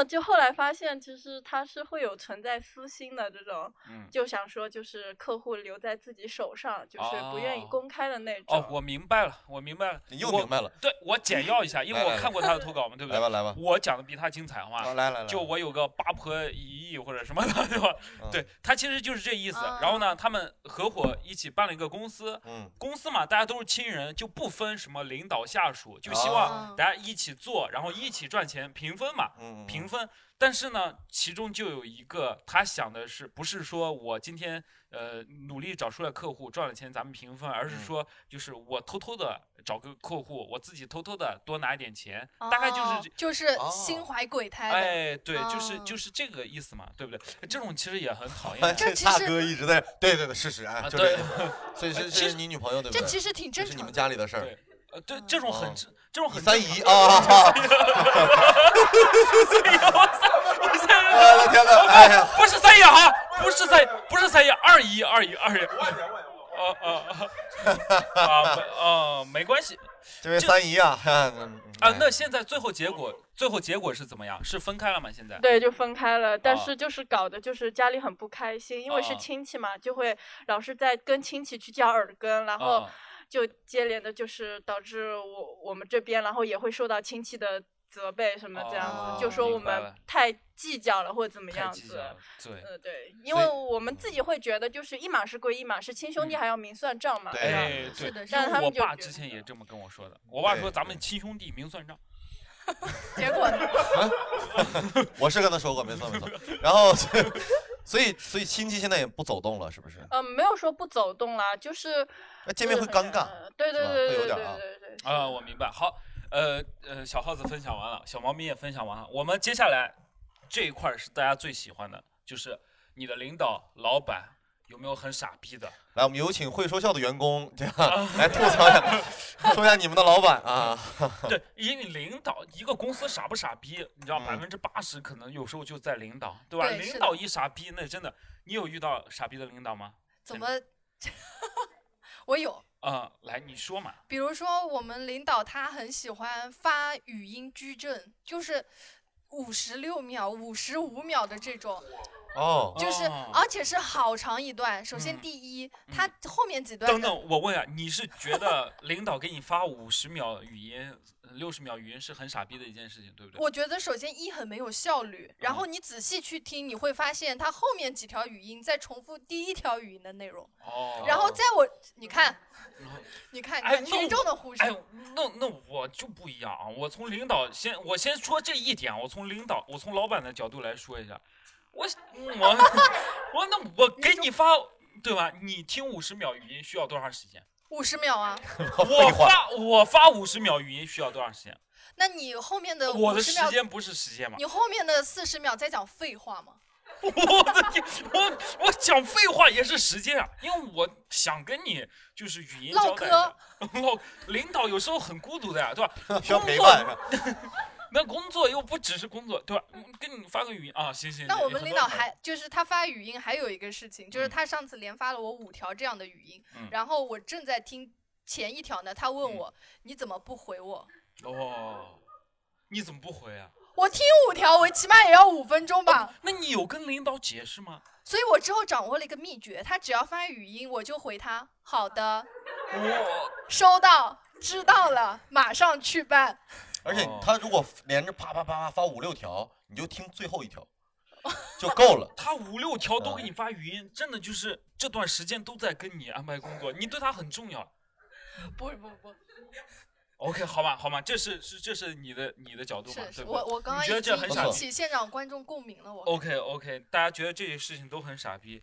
Speaker 10: 就、就 [coughs] 后来发现，其实他是会有存在私心的这种，
Speaker 1: 嗯
Speaker 10: 就想说就是客户留在自己手上，就是不愿意
Speaker 1: 哦
Speaker 10: 公开的那种。
Speaker 1: 哦，我明白了，我明白了，
Speaker 2: 你又
Speaker 1: 我
Speaker 2: 明白了。
Speaker 1: 对，我简要
Speaker 2: [laughs]
Speaker 1: 一下，因为
Speaker 2: 来
Speaker 1: 我
Speaker 2: 来来
Speaker 1: 看过他的投稿嘛，对不对？
Speaker 2: 来吧来吧
Speaker 1: 我讲的比他精彩，好吗？
Speaker 2: 好来来来
Speaker 1: 就我有个八婆一亿或者什么的，对 [laughs] 吧？
Speaker 2: 嗯
Speaker 1: 对他其实就是这意思。
Speaker 10: 哦
Speaker 1: 然后呢，他们合伙一起办了一个公司，
Speaker 2: 嗯，
Speaker 1: 公司嘛，大家都是亲人，就不分什么领导下属，就
Speaker 2: 哦
Speaker 1: 希望大家一起做，然后一起赚钱，平分嘛，
Speaker 2: 嗯嗯
Speaker 1: 平分。但是呢，其中就有一个他想的是，不是说我今天呃努力找出来客户赚了钱咱们平分，而
Speaker 2: 嗯
Speaker 1: 是说就是我偷偷的找个客户，我自己偷偷的多拿一点钱，大概就是这
Speaker 3: 哦就是心怀鬼胎的。
Speaker 1: 哎，对，就是
Speaker 3: 嗯
Speaker 1: 就是这个意思嘛，对不对？这种其实也很讨厌。
Speaker 2: [laughs] 这大哥一直在，对对对，是是啊，
Speaker 1: 啊
Speaker 2: 就这
Speaker 1: 对 [laughs] 哎
Speaker 2: 个，所以是
Speaker 1: 其
Speaker 2: 这
Speaker 1: 实
Speaker 2: 是你女朋友对不对？
Speaker 3: 这其实挺正
Speaker 2: 是你
Speaker 3: 常
Speaker 2: 们家里的事儿
Speaker 1: 对。呃，对，这种很
Speaker 2: 哦
Speaker 1: 正这种很
Speaker 2: 三
Speaker 1: 正常
Speaker 2: 姨啊
Speaker 1: 我
Speaker 2: 的天哪哎呀
Speaker 1: 不是三姨啊，不是三，不是三姨，二姨，二姨，二姨。哦哦哦，啊没哦，没关系。
Speaker 2: 这位三姨啊， [laughs] 嗯
Speaker 1: 啊，那现在最后结果，最后结果是怎么样？是分开了吗？现在？
Speaker 10: 对，就分开了，但
Speaker 1: 哦
Speaker 10: 是就是搞得就是家里很不开心，因为是
Speaker 1: 哦
Speaker 10: 亲戚嘛，就会老是在跟亲戚去较耳根，然后
Speaker 1: 哦
Speaker 10: 就接连的就是导致我我们这边，然后也会受到亲戚的责备什么这样子，
Speaker 1: 哦
Speaker 10: 就说我
Speaker 1: 明白
Speaker 10: 们
Speaker 1: 了
Speaker 10: 太计较了或者怎么
Speaker 1: 太
Speaker 10: 样
Speaker 1: 计
Speaker 10: 子
Speaker 1: 较。了，对，
Speaker 10: 呃，对，因为我们自己会觉得就是一码是归一码，是亲
Speaker 2: 嗯
Speaker 10: 兄弟还要明算账嘛。
Speaker 2: 哎
Speaker 10: 吧
Speaker 1: 对对，
Speaker 10: 但他
Speaker 1: 我
Speaker 10: 们就
Speaker 1: 爸
Speaker 10: 觉
Speaker 1: 之
Speaker 10: 得
Speaker 1: 前也这么跟我说的。我爸
Speaker 2: 对
Speaker 1: 说咱们亲兄弟明算账。
Speaker 3: 结果呢？
Speaker 2: 我是跟他说过，没错没错。然后，所以所以亲戚现在也不走动了，是不是？
Speaker 10: 呃，没有说不走动啦，就是
Speaker 2: 那见面会尴尬，
Speaker 10: 对啊对
Speaker 2: 是吧
Speaker 10: 对
Speaker 2: 会有
Speaker 10: 对对
Speaker 2: 点
Speaker 10: 对
Speaker 2: 啊
Speaker 10: 对对。
Speaker 1: 啊，我明白。好，呃呃，小耗子分享完了，小猫咪也分享完了。我们接下来这一块儿是大家最喜欢的，就是你的领导、老板有没有很傻逼的？ [laughs]
Speaker 2: 来，我们有请会说笑的员工，这样来吐槽一下，说一下你们的老板啊。
Speaker 1: [laughs]
Speaker 2: [laughs]
Speaker 1: 对，因为领导一个公司傻不傻逼，你
Speaker 2: 嗯
Speaker 1: 知道百分之八十可能有时候就在领导，对吧？
Speaker 3: 对是
Speaker 1: 领
Speaker 3: 的
Speaker 1: 导一傻逼，那真的，你有遇到傻逼的领导吗？
Speaker 3: 怎么？ [laughs] 我有，
Speaker 1: 啊、来你说嘛。
Speaker 3: 比如说我们领导他很喜欢发语音矩阵，就是五十六秒、五十五秒的这种。
Speaker 2: 哦
Speaker 3: 就是，而且是好长一段。首先，
Speaker 1: 嗯
Speaker 3: 第一，他后面几段
Speaker 1: 等等，我问一下，你是觉得领导给你发五十秒语音、呃六十秒语音是很傻逼的一件事情，对不嗯对？
Speaker 3: 我觉得首先一很没有效率，然后你仔细去听，你会发现它后面几条语音在重复第一条语音的内容。
Speaker 1: 哦
Speaker 3: 然后在我，你看，你看，你
Speaker 1: 哎
Speaker 3: 看，
Speaker 1: 那
Speaker 3: 群众的呼声。
Speaker 1: 哎，那那我就不一样啊！我从领导先，我先说这一点，我从领导，我从老板的角度来说一下，我我
Speaker 3: [laughs]
Speaker 1: 我嗯那我给你发，对吧？你听五十秒语音需要多长时间？
Speaker 3: 五十秒
Speaker 1: [laughs]
Speaker 3: 啊，
Speaker 1: 我发我发五十秒语音需要多长时间？
Speaker 3: 那你后面的
Speaker 1: 我的
Speaker 3: 50
Speaker 1: 时
Speaker 3: 呃秒
Speaker 1: 间不是时间吗
Speaker 3: 你？后面的四十秒在讲废话吗？
Speaker 1: [laughs] 我的天，我 [laughs] 我讲废话也是时间啊，因为我想跟你就是语音交
Speaker 3: 唠
Speaker 1: 代
Speaker 3: 嗑
Speaker 1: 一下。 [laughs] 唠领导有时候很孤独的呀，对吧？
Speaker 2: [laughs] 需要
Speaker 1: 工
Speaker 2: 陪
Speaker 1: 作
Speaker 2: 伴是吧
Speaker 1: [laughs] 那工作又不只是工作，对吧？嗯跟你发个语音啊，行行。
Speaker 3: 那
Speaker 1: 行
Speaker 3: 我们
Speaker 1: 很
Speaker 3: 领
Speaker 1: 多
Speaker 3: 导
Speaker 1: 人
Speaker 3: 还就是他发语音，还有一个事情，就是他上次连发了我五条这样的语音，
Speaker 1: 嗯
Speaker 3: 然后我正在听前一条呢，他问我、你怎么不回我？
Speaker 1: 哦，你怎么不回啊？
Speaker 3: 我听五条，我起码也要五分钟吧。
Speaker 1: 那你有跟领导解释吗？
Speaker 3: 所以我之后掌握了一个秘诀，他只要发语音，我就回他好的，收到，知道了，马上去办。
Speaker 2: 而且
Speaker 1: 哦
Speaker 2: 他如果连着啪啪啪啪发五六条，你就听最后一条
Speaker 11: 哦
Speaker 2: 就够
Speaker 1: [laughs]
Speaker 2: 了。 [laughs]
Speaker 1: 他五六条
Speaker 2: 呃
Speaker 1: 都给你发语音，真的就是这段时间都在跟你安排工作，你对他很重要。
Speaker 3: 不不不，
Speaker 1: OK，好吧，好吧，这是是这是你的你的角度嘛，
Speaker 3: 是
Speaker 1: 对不对？
Speaker 3: 我我刚刚
Speaker 1: 你觉得
Speaker 3: 已
Speaker 1: 这
Speaker 3: 经
Speaker 1: 很哦傻
Speaker 3: 引
Speaker 1: 逼
Speaker 3: 起现场观众共鸣了，我
Speaker 1: OK OK，大家觉得这些事情都很傻逼，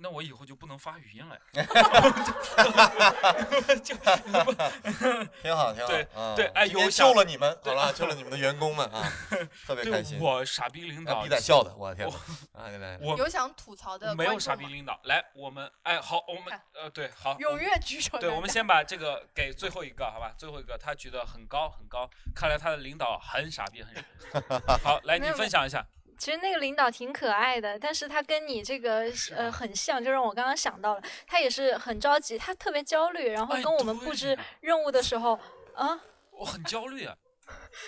Speaker 1: 那我以后就不能发语音 [laughs] 了。
Speaker 2: 挺好，挺好。
Speaker 1: 对
Speaker 2: 嗯
Speaker 1: 对，哎，
Speaker 2: 今天
Speaker 1: 有
Speaker 2: 救
Speaker 1: 想
Speaker 2: 了你们，好
Speaker 1: 对
Speaker 2: 了，救了你们的 [laughs] 员工们啊，特别
Speaker 1: 对
Speaker 2: 开心。
Speaker 1: 我 [laughs] 傻逼领导
Speaker 2: 哎你得笑的，我的天哪！啊，你来，
Speaker 1: 我
Speaker 3: 有想吐槽的
Speaker 1: 没有
Speaker 3: 观
Speaker 1: 傻
Speaker 3: 众
Speaker 1: 逼
Speaker 3: 吗？
Speaker 1: 领导，来，我们哎好，我们呃对好，
Speaker 3: 踊
Speaker 1: 我们
Speaker 3: 跃举手
Speaker 1: 对，
Speaker 3: 来
Speaker 1: 我们
Speaker 3: 的
Speaker 1: 先把这个给最后一个，好吧？最后一个他举得很高很高，看来他的领导很傻逼很傻
Speaker 2: [laughs]
Speaker 1: 逼。好，来
Speaker 4: 没
Speaker 1: 你
Speaker 4: 有没
Speaker 1: 分
Speaker 4: 有
Speaker 1: 享一下。
Speaker 4: 其实那个领导挺可爱的，但是他跟你这个呃很像，就让我刚刚想到了，他也是很着急，他特别焦虑，然后跟我们布置任务的时候，啊，
Speaker 1: 我很焦虑啊，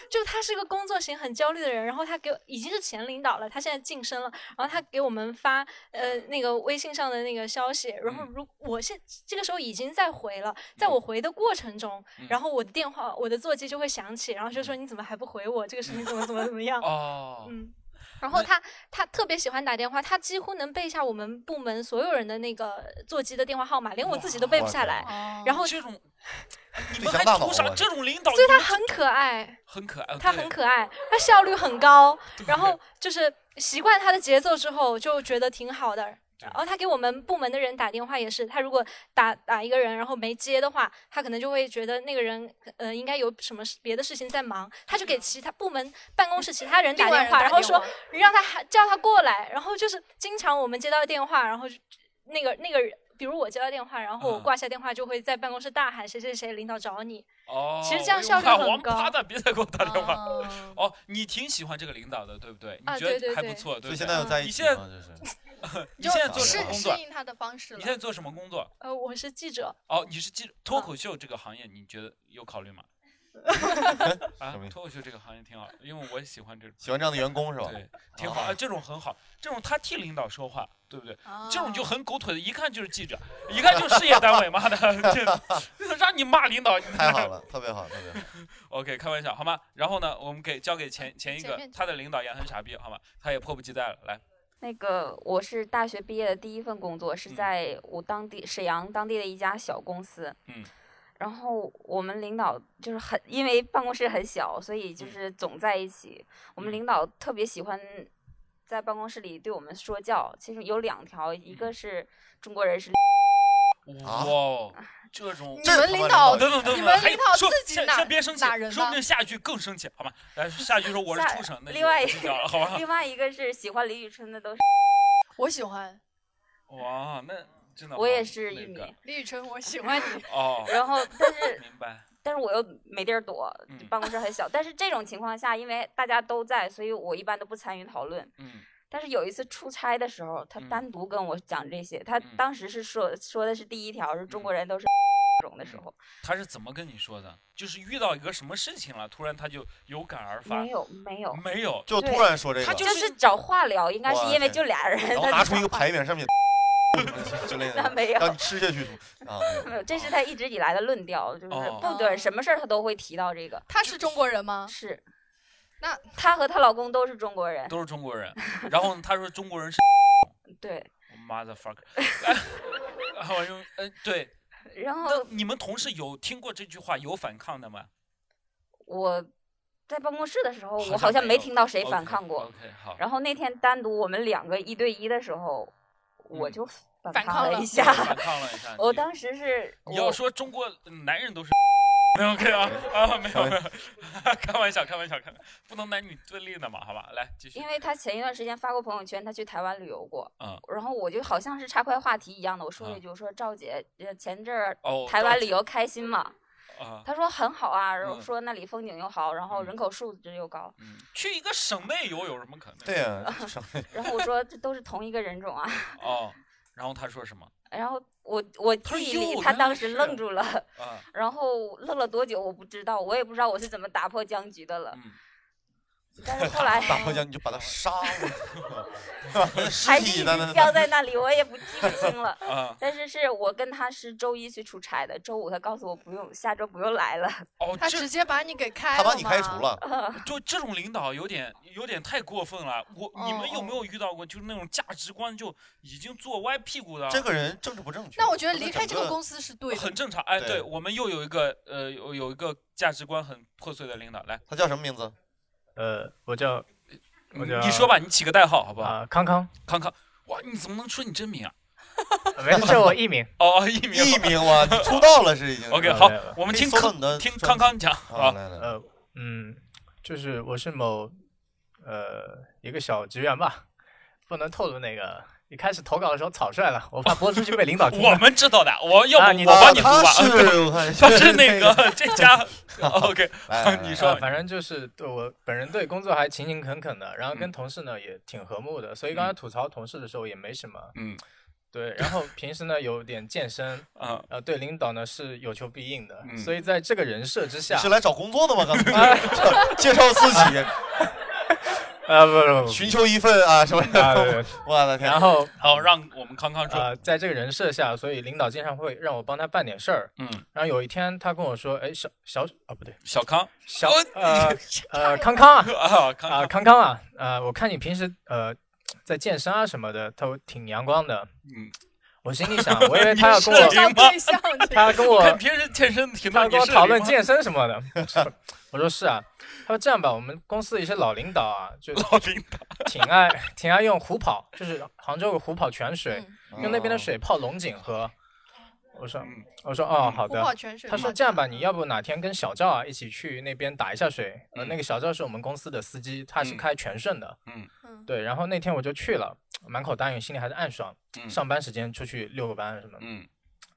Speaker 4: 就他是个工作型很焦虑的人，然后他给我已经是前领导了，他现在晋升了，然后他给我们发呃那个微信上的那个消息，然
Speaker 1: 嗯
Speaker 4: 后如我现这个时候已经在回了，在我回的过程中，
Speaker 1: 嗯
Speaker 4: 然后我的电话我的座机就会响起，然后就说你怎么还不回我？这个事情怎么怎么怎
Speaker 1: [laughs]
Speaker 4: 么样？
Speaker 1: 哦，
Speaker 4: 嗯。然后他他特别喜欢打电话，他几乎能背下我们部门所有人的那个座机的电话号码，连我自己都背不下来。然后
Speaker 1: 这种
Speaker 2: 你
Speaker 1: 们还图啥？这种领导，
Speaker 4: 所以他很可爱，
Speaker 1: 很可爱，
Speaker 4: 他很可爱，他效率很高，然后 [laughs] 就是习惯他的节奏之后，就觉得挺好的。然后他给我们部门的人打电话也是，他如果打打一个人，然后没接的话，他可能就会觉得那个人呃应该有什么事别的事情在忙，他就给其他部门办公室其他人打
Speaker 3: 嗯另外
Speaker 4: 电
Speaker 3: 人
Speaker 4: 话，
Speaker 3: 打
Speaker 4: 然后
Speaker 3: 电
Speaker 4: 说
Speaker 3: 话
Speaker 4: 你让他喊叫他过来。然后就是经常我们接到电话，然后就那个那个人，比如我接到电话，然后我
Speaker 1: 嗯
Speaker 4: 挂下电话就会在办公室大喊谁谁谁领导找你。
Speaker 1: 哦，
Speaker 4: 其实这样
Speaker 1: 我
Speaker 4: 效率
Speaker 1: 怕
Speaker 4: 很
Speaker 1: 王
Speaker 4: 高
Speaker 1: 八蛋，别再给我打电话。哦，你挺喜欢这个领导的，对不对？
Speaker 3: 啊
Speaker 1: 你觉
Speaker 3: 对
Speaker 1: 得
Speaker 3: 对
Speaker 1: 还
Speaker 3: 对
Speaker 1: 不错，对
Speaker 2: 所以
Speaker 1: 不
Speaker 2: 现
Speaker 1: 对
Speaker 2: 在又在一
Speaker 1: 你
Speaker 2: 起
Speaker 1: 现在
Speaker 2: 吗这是
Speaker 1: [laughs] 你现在做什
Speaker 3: 适
Speaker 1: 么工作啊
Speaker 3: 适？应他的方式
Speaker 1: 你
Speaker 3: 了
Speaker 1: 现。在做什么工作？
Speaker 4: 呃，我
Speaker 3: [laughs]
Speaker 4: 是记者， [laughs]
Speaker 1: 哦，你是
Speaker 4: 嗯
Speaker 1: 记脱口秀这个行业，你觉得有
Speaker 4: [laughs]
Speaker 1: 考虑吗？啊，脱口秀这个行业挺好，因为我也喜欢这种
Speaker 2: 喜欢这样的员工是吧？哦
Speaker 1: 对，挺好啊，这种很好，这种他替领导说话，对不对？这种
Speaker 4: 哦
Speaker 1: 就很狗腿的，一看就是记者，一看就是事业
Speaker 2: [laughs]
Speaker 1: 单位，妈的，这让 [laughs] 你骂领导，你
Speaker 2: 太好了，特别好，特别好。
Speaker 1: [laughs] OK，开玩笑好吗？然后呢，我们给交给前前一
Speaker 11: 前
Speaker 1: 个
Speaker 11: 面，
Speaker 1: 他的领导也很傻逼好吗？他也迫不及待了，来，
Speaker 11: 那个，我是大学毕业的第一份工作
Speaker 1: 嗯
Speaker 11: 是在我当地沈阳当地的一家小公司，
Speaker 1: 嗯，
Speaker 11: 然后我们领导就是很，因为办公室很小，所以
Speaker 1: 嗯
Speaker 11: 就是总在一起。我们领导特别喜欢在办公室里对我们说教，其实有两条，
Speaker 1: 嗯
Speaker 11: 一个是中国人是，
Speaker 1: 哦
Speaker 2: 啊
Speaker 1: 哇，哦这种
Speaker 11: 你们领导
Speaker 1: 等等等等，
Speaker 11: 你们
Speaker 1: 还有
Speaker 11: 领导
Speaker 1: 说
Speaker 11: 自己
Speaker 1: 先
Speaker 11: 哪
Speaker 1: 先别生气
Speaker 11: 哪，人
Speaker 1: 说不
Speaker 11: 呢
Speaker 1: 定下一句更生气，好吗？来，下一句说我是
Speaker 11: 下
Speaker 1: 畜生，那就
Speaker 11: 另外一？
Speaker 1: 不计较了，好吧
Speaker 11: 另外一个是喜欢李宇春的都是，
Speaker 3: 我喜欢
Speaker 1: 哇，哦那真的好，
Speaker 11: 我也是
Speaker 1: 那
Speaker 11: 玉
Speaker 1: 个
Speaker 11: 米，
Speaker 3: 李宇春，我
Speaker 11: [laughs]
Speaker 3: 喜欢你。
Speaker 1: 哦，
Speaker 11: 然后但是
Speaker 1: 明白，
Speaker 11: 但是我又没地儿躲
Speaker 1: 嗯，
Speaker 11: 办公室很小。但是这种情况下，因为大家都在，所以我一般都不参与讨论。
Speaker 1: 嗯
Speaker 11: 但是有一次出差的时候，他单独跟我讲这些，
Speaker 1: 嗯
Speaker 11: 他当时是说说的是第一条是中国人 [laughs] 都是这种的时候，
Speaker 1: 他是怎么跟你说的？就是遇到一个什么事情了，突然他就有感而发，
Speaker 11: 没有没有
Speaker 1: 没有，
Speaker 2: 就突然说这个
Speaker 1: 他
Speaker 11: 就
Speaker 1: 就是
Speaker 11: 是找话聊，应该是
Speaker 2: 哇
Speaker 11: 因为
Speaker 2: 天
Speaker 11: 就俩人，
Speaker 2: 然后
Speaker 11: 他
Speaker 2: 拿
Speaker 11: 就
Speaker 2: 出一
Speaker 11: 找
Speaker 2: 个
Speaker 11: 话
Speaker 2: 牌匾，上面之类的，
Speaker 11: 那没有
Speaker 2: 让你吃下去啊，没有
Speaker 11: 没有，这是他一直以来的论调，就是
Speaker 2: 哦
Speaker 11: 不管什么事儿他都会提到这个。
Speaker 3: 他是中国人吗？
Speaker 11: 是。
Speaker 3: 那
Speaker 11: 她和她老公都是中国人，
Speaker 1: 都是中国人。然后呢他说中国人是
Speaker 11: 对，
Speaker 1: ，Oh, motherfucker，
Speaker 11: [laughs]
Speaker 1: 然后用呃对，
Speaker 11: 然后
Speaker 1: 那你们同事有听过这句话有反抗的吗？
Speaker 11: 我在办公室的时候，
Speaker 1: 好
Speaker 11: 我
Speaker 1: 像
Speaker 11: 好像
Speaker 1: 没
Speaker 11: 没
Speaker 1: 有
Speaker 11: 听到谁
Speaker 1: OK，
Speaker 11: 反抗过。
Speaker 1: OK，好
Speaker 11: 然后那天单独我们两个一对一的时候，我就反抗
Speaker 1: 反抗
Speaker 11: 了
Speaker 1: 了
Speaker 11: 一下。
Speaker 1: 嗯反抗了一下
Speaker 11: 我当时是
Speaker 1: 你要
Speaker 11: 我
Speaker 1: 说中国男人都是没有 OK 啊啊没有没有，开玩笑开玩笑开玩笑，不能男女对立的嘛，好吧，来继续
Speaker 11: 因。为他前一段时间发过朋友圈，他去台湾旅游过，
Speaker 1: 嗯
Speaker 11: 然后我就好像是岔开话题一样的，我说了一句，我说赵姐，呃前阵儿
Speaker 1: 啊哦
Speaker 11: 台
Speaker 1: 赵
Speaker 11: 湾
Speaker 1: 姐
Speaker 11: 旅游开心吗？
Speaker 1: 啊，
Speaker 11: 他说很好啊，然后
Speaker 1: 嗯
Speaker 11: 说那里风景又好，然后人口素质又高，
Speaker 1: 去一个省内游有什么可能？
Speaker 2: 对
Speaker 11: [laughs]
Speaker 2: 啊，这省
Speaker 1: 嗯
Speaker 2: 内
Speaker 11: 然后我说这都是同一个人种啊， [laughs]
Speaker 1: 哦，然后他说什么？
Speaker 11: 然后我我
Speaker 1: 他说
Speaker 11: 记忆
Speaker 1: 哟
Speaker 11: 里
Speaker 1: 原
Speaker 11: 他
Speaker 1: 来
Speaker 11: 当时
Speaker 1: 是
Speaker 11: 愣住了，
Speaker 1: 啊，
Speaker 11: 然后愣了多久我不知道，我也不知道我是怎么打破僵局的了。但是 [laughs] 后来
Speaker 2: 嗯 [laughs] 打破僵你就把他杀
Speaker 11: [laughs]
Speaker 2: 了， [laughs] 尸
Speaker 11: 还是
Speaker 2: 体
Speaker 11: 一
Speaker 2: 呢。
Speaker 11: 直飘在那里，我也不记不清了
Speaker 2: [laughs] 啊
Speaker 11: 但是是我跟他是周一去出差的，周五他告诉我不用，下周不用来了。
Speaker 1: 哦
Speaker 3: 他直接把你给开
Speaker 2: 他把
Speaker 3: 了
Speaker 2: 你
Speaker 3: 吗嗯
Speaker 2: 开除
Speaker 11: [laughs]
Speaker 2: 了
Speaker 1: 就这种领导有点有点太过分了。我你们
Speaker 3: 哦
Speaker 1: 有没有遇到过，就是那种价值观就已经坐歪屁股的？
Speaker 2: 这个人政治不正确。
Speaker 3: 那我觉得离开这个公司是对的。
Speaker 1: 很正常。哎，
Speaker 2: 对
Speaker 1: 对我们又有一个呃有有一个价值观很破碎的领导，来，
Speaker 2: 他叫什么名字？
Speaker 12: 呃，我叫，我
Speaker 1: 嗯你
Speaker 12: 叫
Speaker 1: 你说吧，你起个代号好不好？
Speaker 12: 啊，康康，
Speaker 1: 康康，哇，你怎么能说你真名啊？
Speaker 12: [laughs] 没事，这我艺名。
Speaker 1: 哦，艺名，
Speaker 2: 艺名
Speaker 1: [laughs]
Speaker 2: 哇，你出道了是已经。啊
Speaker 1: OK，好，我们听康听康康讲
Speaker 2: 好
Speaker 1: 啊，
Speaker 2: 来来来
Speaker 12: 呃，嗯，就是我是某呃一个小职员吧，不能透露那个。一开始投稿的时候草率了，我怕播出去被领导听到。
Speaker 1: [laughs] 我们知道的，我要
Speaker 12: 啊
Speaker 1: 不
Speaker 12: 你
Speaker 1: 我帮你读
Speaker 12: 啊
Speaker 1: 吧
Speaker 12: 他是我。
Speaker 1: 啊
Speaker 12: 看
Speaker 1: 他是
Speaker 12: 那
Speaker 1: 那个
Speaker 12: 个
Speaker 1: 这
Speaker 12: [laughs]
Speaker 1: 家 OK，
Speaker 12: 来来来
Speaker 1: [laughs] 你说
Speaker 12: 呃反正就是对我本人对工作还勤勤恳恳的，然后
Speaker 1: 嗯
Speaker 12: 跟同事呢也挺和睦的，所以刚才吐槽同事的时候也没什么。
Speaker 1: 嗯，
Speaker 12: 对。然后平时呢有点健身，
Speaker 1: [laughs] 啊，
Speaker 12: 呃，对领导呢是有求必应的，
Speaker 2: 嗯
Speaker 12: 所以在这个人设之下，
Speaker 2: 你是来找工作的吗？刚
Speaker 12: [laughs]
Speaker 2: 才介绍自己，
Speaker 12: 呃，不不不，
Speaker 2: 寻求一份啊什么
Speaker 12: 啊对
Speaker 2: [laughs]
Speaker 12: 对
Speaker 2: 的。我的天！
Speaker 12: 然后
Speaker 1: 好，让我们康康说
Speaker 12: 呃，在这个人设下，所以领导经常会让我帮他办点事儿。
Speaker 1: 嗯，
Speaker 12: 然后有一天他跟我说：“哎，小小啊，不对，
Speaker 1: 小康，
Speaker 12: 小呃呃康康
Speaker 1: [laughs]
Speaker 12: 啊
Speaker 1: 啊康
Speaker 12: 啊康康啊，呃，我看你平时呃在健身啊什么的，都挺阳光的。
Speaker 1: 嗯，
Speaker 12: 我心里想，我以为他要跟我
Speaker 1: [laughs] 你是零吗
Speaker 12: 他要跟我
Speaker 1: 看平时健身挺
Speaker 12: 他
Speaker 1: 到
Speaker 12: 要
Speaker 1: 你
Speaker 12: 跟我
Speaker 1: 是
Speaker 12: 讨
Speaker 1: 零
Speaker 12: 论
Speaker 1: 吗
Speaker 12: 健身什么的。 [laughs] 我说是啊，他说这样吧，我们公司的一些老领导啊，就
Speaker 1: 老领
Speaker 12: 导 [laughs] 挺爱挺爱用虎跑，就是杭州有虎跑泉水，
Speaker 3: 嗯
Speaker 12: 用那边的水泡龙井喝。我说
Speaker 1: 嗯
Speaker 12: 我说哦好的
Speaker 3: 虎跑泉，水
Speaker 12: 他说
Speaker 3: 蛮
Speaker 12: 这样吧，你要不哪天跟小赵啊一起去那边打一下水，呃
Speaker 1: 嗯
Speaker 12: 那个小赵是我们公司的司机，他是
Speaker 1: 嗯
Speaker 12: 开全盛的，
Speaker 1: 嗯
Speaker 12: 对，然后那天我就去了，满口答应，心里还是暗爽。
Speaker 1: 嗯
Speaker 12: 上班时间出去遛个弯什么的，
Speaker 1: 嗯，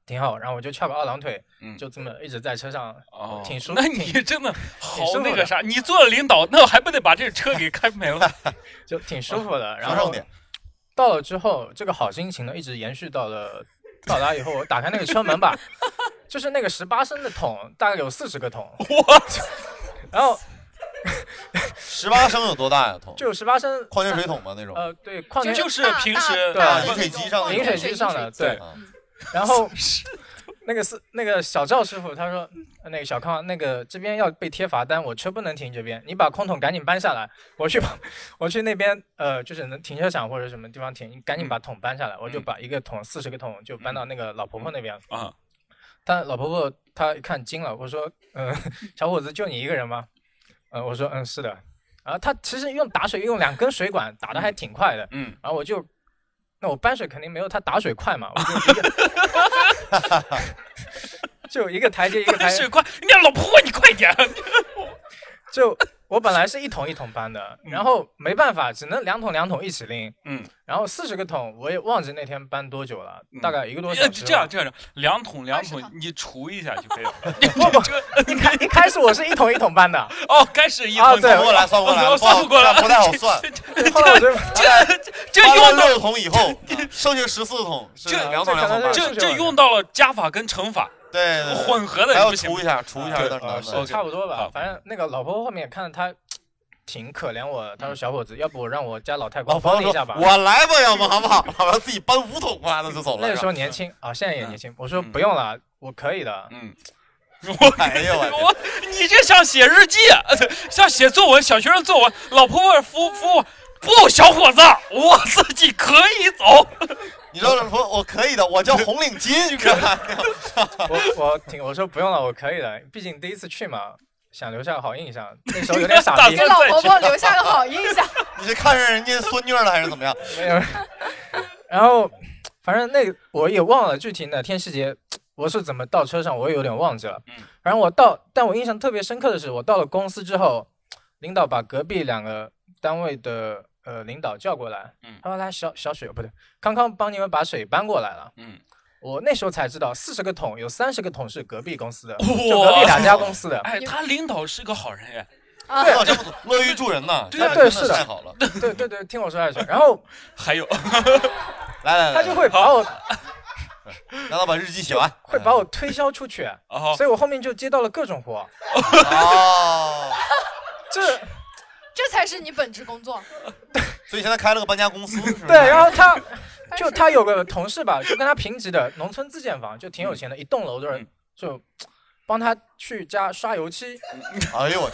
Speaker 12: 挺好。然后我就翘个二郎腿，
Speaker 1: 嗯
Speaker 12: 就这么一直在车上，
Speaker 1: 哦
Speaker 12: 挺舒服。
Speaker 1: 那你真的好
Speaker 12: 舒服
Speaker 1: 那个
Speaker 12: 的
Speaker 1: 啥，你做了领导，那我还不得把这车给开没了？
Speaker 12: [laughs]
Speaker 1: 哦
Speaker 12: 就挺舒服的。然
Speaker 2: 说
Speaker 12: 后
Speaker 2: 重点
Speaker 12: 到了之后，这个好心情呢一直延续到了到达以后，我打开那个车门
Speaker 1: [laughs]
Speaker 12: 吧，就是那个十八升的桶，大概有四十个
Speaker 1: [laughs]
Speaker 12: 桶。
Speaker 1: 我
Speaker 12: 然后
Speaker 2: 十八升有多大呀？桶？
Speaker 12: 就有十八升
Speaker 2: 矿泉水桶吗？那种？
Speaker 12: 呃，对，矿泉
Speaker 1: 就是平时
Speaker 12: 对
Speaker 2: 饮水机上的
Speaker 12: 饮水机上的对。 [laughs] 然后那个是那个小赵师傅，他说嗯呃那个小康，那个这边要被贴罚单，我车不能停这边，你把空桶赶紧搬下来，我去把 [laughs] 我去那边呃就是能停车场或者什么地方停，你赶紧把桶搬下来，我就把一个桶四十个桶就搬到那个老婆婆那边。
Speaker 1: 啊，
Speaker 12: 但老婆婆她一看惊了，我说嗯、
Speaker 1: [laughs]
Speaker 12: 小伙子就你一个人吗？呃，我说嗯是的。然后他其实用打水用两根水管打的还挺快的，
Speaker 1: 嗯，
Speaker 12: 然后我就，那我搬水肯定没有他打水快嘛，我就 [laughs] 就一个台阶一个台阶。
Speaker 1: 水快，你老婆婆你快点。
Speaker 12: [laughs] 就我本来是一桶一桶搬的，然后没办法，只能两桶两桶一起拎。
Speaker 1: 嗯，
Speaker 12: 然后四十个桶，我也忘记那天搬多久了，大概一个多小
Speaker 1: 呃
Speaker 12: 时吧。
Speaker 1: 这样这样，这样两桶两桶，你除一下就可以了。
Speaker 12: 一开一开始我是一桶一桶搬的，
Speaker 1: 哦， [laughs] 开始一
Speaker 12: 啊
Speaker 1: 桶
Speaker 12: 对
Speaker 1: 一桶哦算不过来，
Speaker 2: 不太好算。
Speaker 12: 后来我就
Speaker 1: 这这
Speaker 2: 搬
Speaker 1: 用
Speaker 2: 了
Speaker 1: 到
Speaker 2: 六桶以后，剩下十四桶，是
Speaker 1: 这
Speaker 2: 两桶两桶搬。
Speaker 1: 这这用到了加法跟乘法，
Speaker 2: 对对对
Speaker 1: 混合的
Speaker 2: 还要
Speaker 1: 不行
Speaker 2: 除一下除一下
Speaker 1: 对
Speaker 2: 有点难
Speaker 1: 呃
Speaker 2: 的
Speaker 12: 是差不多吧
Speaker 1: 好。
Speaker 12: 反正那个老婆婆后面看她挺可怜我，她说小
Speaker 1: 嗯
Speaker 12: 伙子，要不我让我家老太
Speaker 2: 老
Speaker 12: 公
Speaker 2: 朋
Speaker 12: 帮你
Speaker 2: 友
Speaker 12: 一
Speaker 2: 说
Speaker 12: 下吧。：“
Speaker 2: 哦我来吧，要么好不好？我要自己搬五桶啊，那就走了。”
Speaker 12: 那个时候年轻啊，现在也年轻。我说不用了，我可以的。
Speaker 1: 嗯，
Speaker 12: 我
Speaker 2: 哎呦我
Speaker 1: [laughs] 我你这像写日记，啊 [laughs] 像写作文，小学生作文。老婆婆服服我不，小伙子，我自己可以走。
Speaker 2: [laughs] 你知道什么？我可以的，我叫红领
Speaker 1: [laughs]
Speaker 2: 巾。
Speaker 12: 我我挺我说不用了，我可以的，毕竟第一次去嘛，想留下个好印象。那时候有点
Speaker 1: [laughs]
Speaker 12: 傻逼，
Speaker 2: 给老婆婆留
Speaker 12: 下个好印象。
Speaker 2: [laughs] 你是看上人家孙女了还是怎么样？
Speaker 12: [laughs] 没有。然后，反正那个我也忘了具体哪天细节，我是怎么到车上，我也有点忘记了。
Speaker 1: 嗯
Speaker 12: 反正我到，但我印象特别深刻的是，我到了公司之后，领导把隔壁两个单位的呃领导叫过来，
Speaker 1: 嗯
Speaker 12: 他说来小小雪不对，康康帮你们把水搬过来了。
Speaker 1: 嗯，
Speaker 12: 我那时候才知道，四十个桶有三十个桶是隔壁公司的，
Speaker 1: 哇
Speaker 12: 就隔壁两家公司的。
Speaker 1: 哎，他领导是个好人哎，
Speaker 12: 啊对
Speaker 1: 这
Speaker 2: 乐于助人呐，
Speaker 12: 对
Speaker 2: 这样
Speaker 12: 对
Speaker 2: 真
Speaker 12: 是的
Speaker 2: 太好了。
Speaker 12: 对对对，听我说下去。然后
Speaker 1: 还有，
Speaker 2: 来来来，
Speaker 12: 他就会把
Speaker 2: [laughs]
Speaker 12: 我
Speaker 2: 让他把日记写完。啊
Speaker 12: 会把我推销出去，所以我后面就接到了各种活。
Speaker 2: 哦，
Speaker 12: 这
Speaker 3: 这才是你本职工作。
Speaker 2: 所以现在开了个搬家公司。是吧
Speaker 12: 对，然后他就他有个同事吧，就跟他平级的农村自建房，就挺有钱的，一栋楼的
Speaker 2: 嗯
Speaker 12: 人就帮他去家刷油漆。
Speaker 2: [laughs] 哎呦我，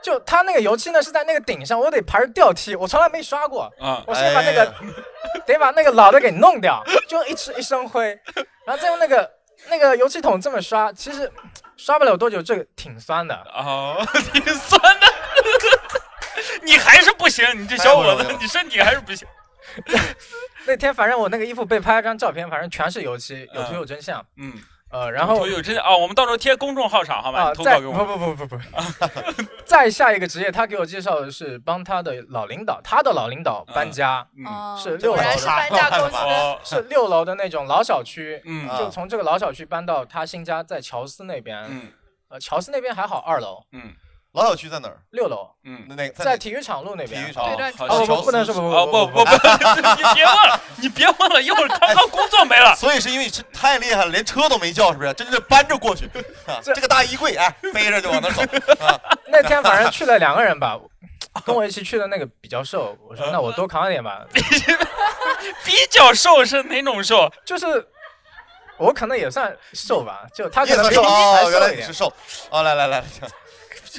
Speaker 12: 就他那个油漆呢是在那个顶上，我得爬着吊梯，我从来没刷过。
Speaker 1: 啊
Speaker 12: 我先把那个、
Speaker 2: 哎
Speaker 12: 得把那个老的给弄掉，就一吃一身灰，然后再用那个那个油漆桶这么刷，其实刷不了多久，这个挺酸的。
Speaker 1: 哦，挺酸的， [laughs] 你还是不行，你这小伙
Speaker 12: 太不容易
Speaker 1: 子
Speaker 12: 了，
Speaker 1: 你身体还是不行。
Speaker 12: 那天反正我那个衣服被拍了张照片，反正全是油漆，有图有真相。
Speaker 1: 嗯，
Speaker 12: 呃，然后
Speaker 1: 有图有真相啊，我们到时候贴公众号上好吧？
Speaker 12: 啊，
Speaker 1: 你投稿
Speaker 12: 再
Speaker 1: 给
Speaker 12: 不
Speaker 1: 我们。
Speaker 12: 不不不
Speaker 1: [laughs]
Speaker 12: 不，再下一个职业，他给我介绍的是帮他的老领导，他的老领导搬家，
Speaker 5: 嗯
Speaker 12: 是
Speaker 5: 哦
Speaker 12: 六
Speaker 5: 果
Speaker 12: 楼
Speaker 5: 然是搬家公司
Speaker 12: 的
Speaker 5: 哦，
Speaker 12: 是六楼的那种老小区，
Speaker 1: 嗯
Speaker 12: 就从这个老小区搬到他新家在乔司那边，
Speaker 1: 嗯，
Speaker 12: 呃，乔司那边还好，二楼，
Speaker 1: 嗯，
Speaker 2: 老小区在哪儿？
Speaker 12: 六楼，
Speaker 1: 嗯，
Speaker 2: 那
Speaker 12: 在体育场路那边，
Speaker 2: 体育场对段
Speaker 12: 哦，
Speaker 2: 桥
Speaker 12: 不不能说不
Speaker 1: 啊不不不，你别忘了，你别忘了，一会儿他他工作没了。
Speaker 2: 所以是因为你是太厉害了，连车都没叫，是不是？真是搬着过去，啊这个大衣柜，哎，背着就往那走。啊
Speaker 12: [laughs] 那天反正去了两个人
Speaker 1: [laughs]
Speaker 12: 吧，跟我一起去的那个比较瘦，我说那我多扛一点吧。
Speaker 1: 嗯 [laughs] 比较瘦是哪种瘦？
Speaker 12: 就是我可能也算瘦吧，就他
Speaker 2: 你
Speaker 12: 可
Speaker 2: 也
Speaker 12: 能比
Speaker 2: 算瘦
Speaker 12: 你还
Speaker 2: 哦，原
Speaker 12: 瘦
Speaker 2: 来
Speaker 12: 一
Speaker 2: 你
Speaker 12: 点
Speaker 2: 是。瘦哦，来来来，来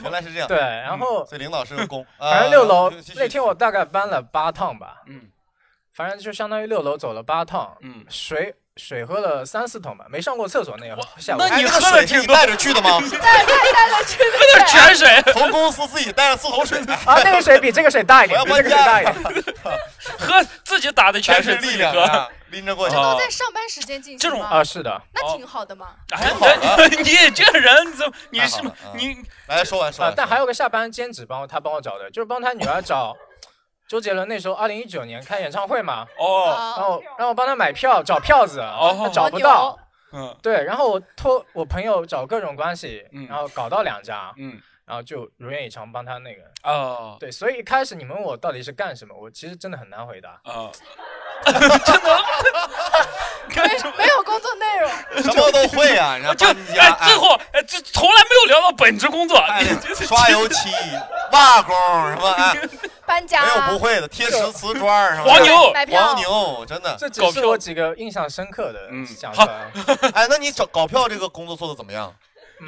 Speaker 2: 原来是这样。
Speaker 12: 对然后
Speaker 2: 嗯所以领导是个工，
Speaker 12: 反正六楼
Speaker 2: 呃继续
Speaker 12: 那天我大概搬了八趟吧，
Speaker 1: 嗯，
Speaker 12: 反正就相当于六楼走了八趟，
Speaker 1: 嗯，
Speaker 12: 水水喝了三四桶吧，没上过厕所那样。下午
Speaker 2: 那你喝的挺多带着去的吗
Speaker 12: 带
Speaker 2: 带带着去的
Speaker 12: 喝的全
Speaker 1: 水，
Speaker 2: 从公司自己带了四桶水。
Speaker 12: 啊，那个水比这个水大一点，比这个水大一点。
Speaker 1: [laughs] 喝自己打的全是自己 [laughs] 喝，
Speaker 2: 啊拎着过
Speaker 3: 这
Speaker 1: 哦
Speaker 12: 哦
Speaker 3: 都在上班时间进行这种
Speaker 12: 啊，是的，
Speaker 3: 那挺好的嘛。
Speaker 1: 哎，
Speaker 2: 啊
Speaker 12: [laughs]
Speaker 1: 你你 [laughs] 这个人怎么？你是你
Speaker 2: 嗯来说完说
Speaker 12: 啊
Speaker 2: 完，。
Speaker 12: 但还有个下班兼职帮我他帮我找的，就是帮他女儿找周杰伦那时候二零一九年开演唱会嘛。
Speaker 1: 哦。
Speaker 12: 然后让我帮他买票，找票子，他找不到。
Speaker 1: 嗯，
Speaker 12: 对，然后我托我朋友找各种关系，然后搞到两家，
Speaker 1: 嗯，
Speaker 12: 然后就如愿以偿帮他那个。
Speaker 1: 哦，
Speaker 12: 对，所以一开始你们问我到底是干什么，我其实真的很难回答。
Speaker 2: [laughs]
Speaker 1: 啊，
Speaker 3: 没没有工作内容，
Speaker 2: [laughs] 什么都会
Speaker 1: [laughs]
Speaker 2: 啊，然后
Speaker 1: 就哎，最后哎，这从来没有聊到本职工作，
Speaker 2: [laughs] 刷油漆、瓦工什么，哎，
Speaker 3: 搬家啊
Speaker 2: 没有不会的，贴石瓷砖儿什么的，
Speaker 12: 黄牛买票
Speaker 2: 黄牛，真的。
Speaker 12: 这只是我几个印象深刻的想出来。
Speaker 2: 哎，那你找搞票这个工作做的怎么样？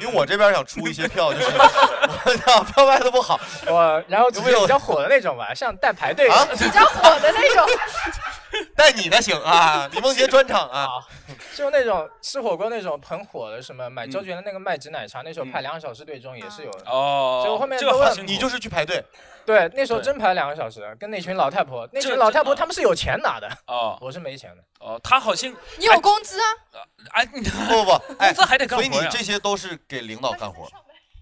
Speaker 2: 因为我
Speaker 12: 嗯
Speaker 2: 这边想出一些票，就是我 [laughs] 想票卖的不好，
Speaker 12: 我然后只
Speaker 2: 有
Speaker 12: 是
Speaker 2: 没有
Speaker 12: 比较火的那种吧，像带排队
Speaker 2: 啊
Speaker 12: 比
Speaker 2: 较
Speaker 12: 火的那种，
Speaker 2: [laughs] 带你的行啊，李梦洁专场啊，
Speaker 12: 就那种吃火锅那种很火的，什么
Speaker 2: 嗯
Speaker 12: 买周杰伦那个麦汁奶茶，那时候排两个小时队中也是有
Speaker 2: 啊
Speaker 12: 的。
Speaker 1: 哦
Speaker 12: 所以我后面
Speaker 1: 这个
Speaker 12: 都
Speaker 1: 好
Speaker 12: 问
Speaker 1: 辛苦
Speaker 2: 你就是去排队，
Speaker 12: 对，那时候真排了两个小时，跟那群老太婆，那
Speaker 1: 这
Speaker 12: 群老太婆他们是有钱拿的，
Speaker 1: 哦，
Speaker 12: 我是没钱的。
Speaker 1: 哦，他好辛苦，
Speaker 3: 你有工资啊？
Speaker 1: 哎， [laughs]
Speaker 2: 不不不，哎，
Speaker 1: 公司还得干
Speaker 2: 所以你
Speaker 1: 活呀
Speaker 2: 这些都是给领导干活，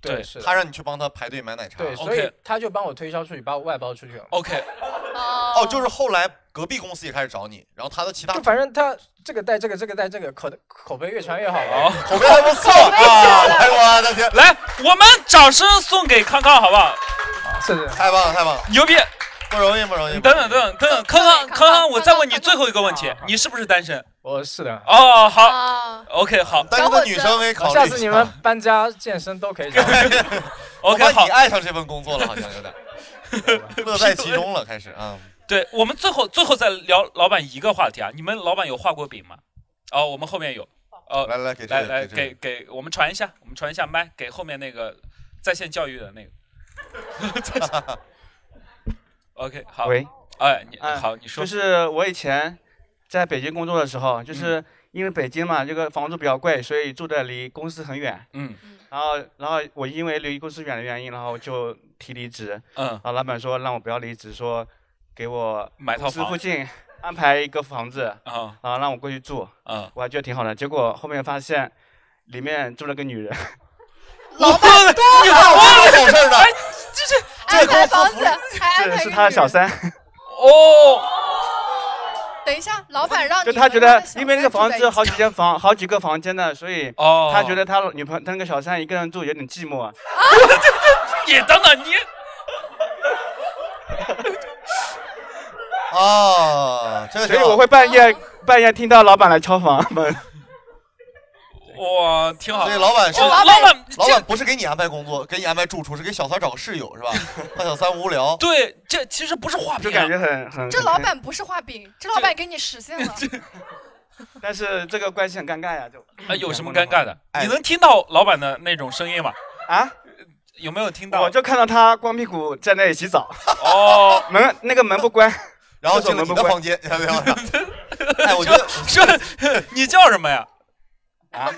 Speaker 1: 对
Speaker 12: 是的
Speaker 2: 他让你去帮他排队买奶茶，
Speaker 12: 对，所以他就帮我推销出去，把我外包出去了。
Speaker 1: OK，
Speaker 2: 哦，就是后来隔壁公司也开始找你，然后他的其他
Speaker 12: 就反正他这个带这个这个带这个口口碑越传越好
Speaker 1: 哦
Speaker 12: 了，
Speaker 2: 口碑还不错口碑啊好了哎呦我的天
Speaker 1: [laughs] 来，我们掌声送给康康，好不好？
Speaker 12: 是是，
Speaker 2: 太棒了，太棒了，
Speaker 1: 牛逼！
Speaker 2: 不容易，不容易。
Speaker 1: 你等等等等等等，康康康康，我再问你最后一个问题，你是不是单身？
Speaker 12: 我是的。
Speaker 1: 哦，好，OK，好。
Speaker 2: 单身的女生可以考虑一
Speaker 12: 哦下次你们搬家健身都可以找我。
Speaker 2: [laughs] 我
Speaker 1: [laughs] OK，
Speaker 2: 发现
Speaker 1: 好
Speaker 2: 你爱上这份工作了，好像有
Speaker 1: [laughs]
Speaker 2: 点乐在其中了，开始啊。
Speaker 1: 对我们最后最后再聊老板一个话题啊，你们老板有画过饼吗？哦，我们后面有。哦，
Speaker 2: 来来给这
Speaker 1: 来
Speaker 2: 个
Speaker 1: 来
Speaker 2: 给这
Speaker 1: 给给我们传一下，我们传一下麦给后面那个在线教育的那
Speaker 2: [laughs]
Speaker 1: 个。OK，好。
Speaker 13: 喂，
Speaker 1: 哎，你好，你说。
Speaker 13: 就是我以前在北京工作的时候，
Speaker 1: 嗯
Speaker 13: 就是因为北京嘛，这个房租比较贵，所以住的离公司很远。
Speaker 1: 嗯
Speaker 13: 然后，然后我因为离公司远的原因，然后就提离职。
Speaker 1: 嗯
Speaker 13: 然后老板说让我不要离职，说给我
Speaker 1: 买套
Speaker 13: 公司
Speaker 1: 房
Speaker 13: 附近安排一个房子，
Speaker 1: 啊，
Speaker 13: 然后让我过去住。
Speaker 1: 嗯，
Speaker 13: 我还觉得挺好的。结果后面发现里面住了个女人。
Speaker 2: 老
Speaker 1: [laughs]
Speaker 2: 板多
Speaker 13: 你好
Speaker 2: 好
Speaker 13: 好事儿的
Speaker 2: 哎
Speaker 1: 啊
Speaker 2: 这
Speaker 1: 这
Speaker 2: 公司
Speaker 3: 啊房子，还安
Speaker 13: [laughs] 这
Speaker 3: 排
Speaker 13: 是他的小三，
Speaker 1: 哦。
Speaker 3: 等一下，老板哦让你
Speaker 13: 就他
Speaker 3: 们
Speaker 13: 觉
Speaker 3: 让
Speaker 13: 得
Speaker 3: 他，小
Speaker 13: 因为那
Speaker 3: 三
Speaker 13: 个
Speaker 3: 住
Speaker 13: 房
Speaker 3: 在
Speaker 13: 子
Speaker 3: 一
Speaker 13: 好
Speaker 3: 起啊
Speaker 13: 几间房，好几个房间的，所以
Speaker 1: 哦
Speaker 13: 他觉得他女朋他那个小三一个人住有点寂寞。啊
Speaker 1: [laughs] 你等等你。
Speaker 2: 哦，这个
Speaker 13: 所
Speaker 2: 挺
Speaker 13: 以
Speaker 2: 好
Speaker 13: 我会半夜半夜听到老板来敲房门。
Speaker 1: 哇，挺好。
Speaker 2: 所以老板是
Speaker 1: 哦老板，
Speaker 2: 老板不是给你安排工作，给你安排住处，是给小三找个室友
Speaker 1: [laughs]
Speaker 2: 是吧？怕小三无聊。
Speaker 1: 对，这其实不是
Speaker 12: 啊
Speaker 1: 画饼啊
Speaker 13: 就感觉很
Speaker 3: [laughs]
Speaker 13: 很。
Speaker 3: 这老板不是画饼，这老板给你实现了。
Speaker 13: 但是这个关系很尴尬呀，就
Speaker 1: 啊，有什么尴尬的？
Speaker 2: 哎
Speaker 1: 你能听到老板的那种声音吗？
Speaker 13: 啊？
Speaker 1: 有没有听到？
Speaker 13: 我就看到他光屁股站在那里洗澡，
Speaker 1: 哦，
Speaker 13: 门那个门不关，
Speaker 2: 然后
Speaker 13: 厕所
Speaker 2: 进了
Speaker 13: 门
Speaker 2: 你
Speaker 13: 不
Speaker 2: 的
Speaker 13: 关
Speaker 2: 房间，
Speaker 13: [laughs]
Speaker 2: 哎，我觉得
Speaker 1: 这 [laughs] 你叫什么呀？
Speaker 13: 啊，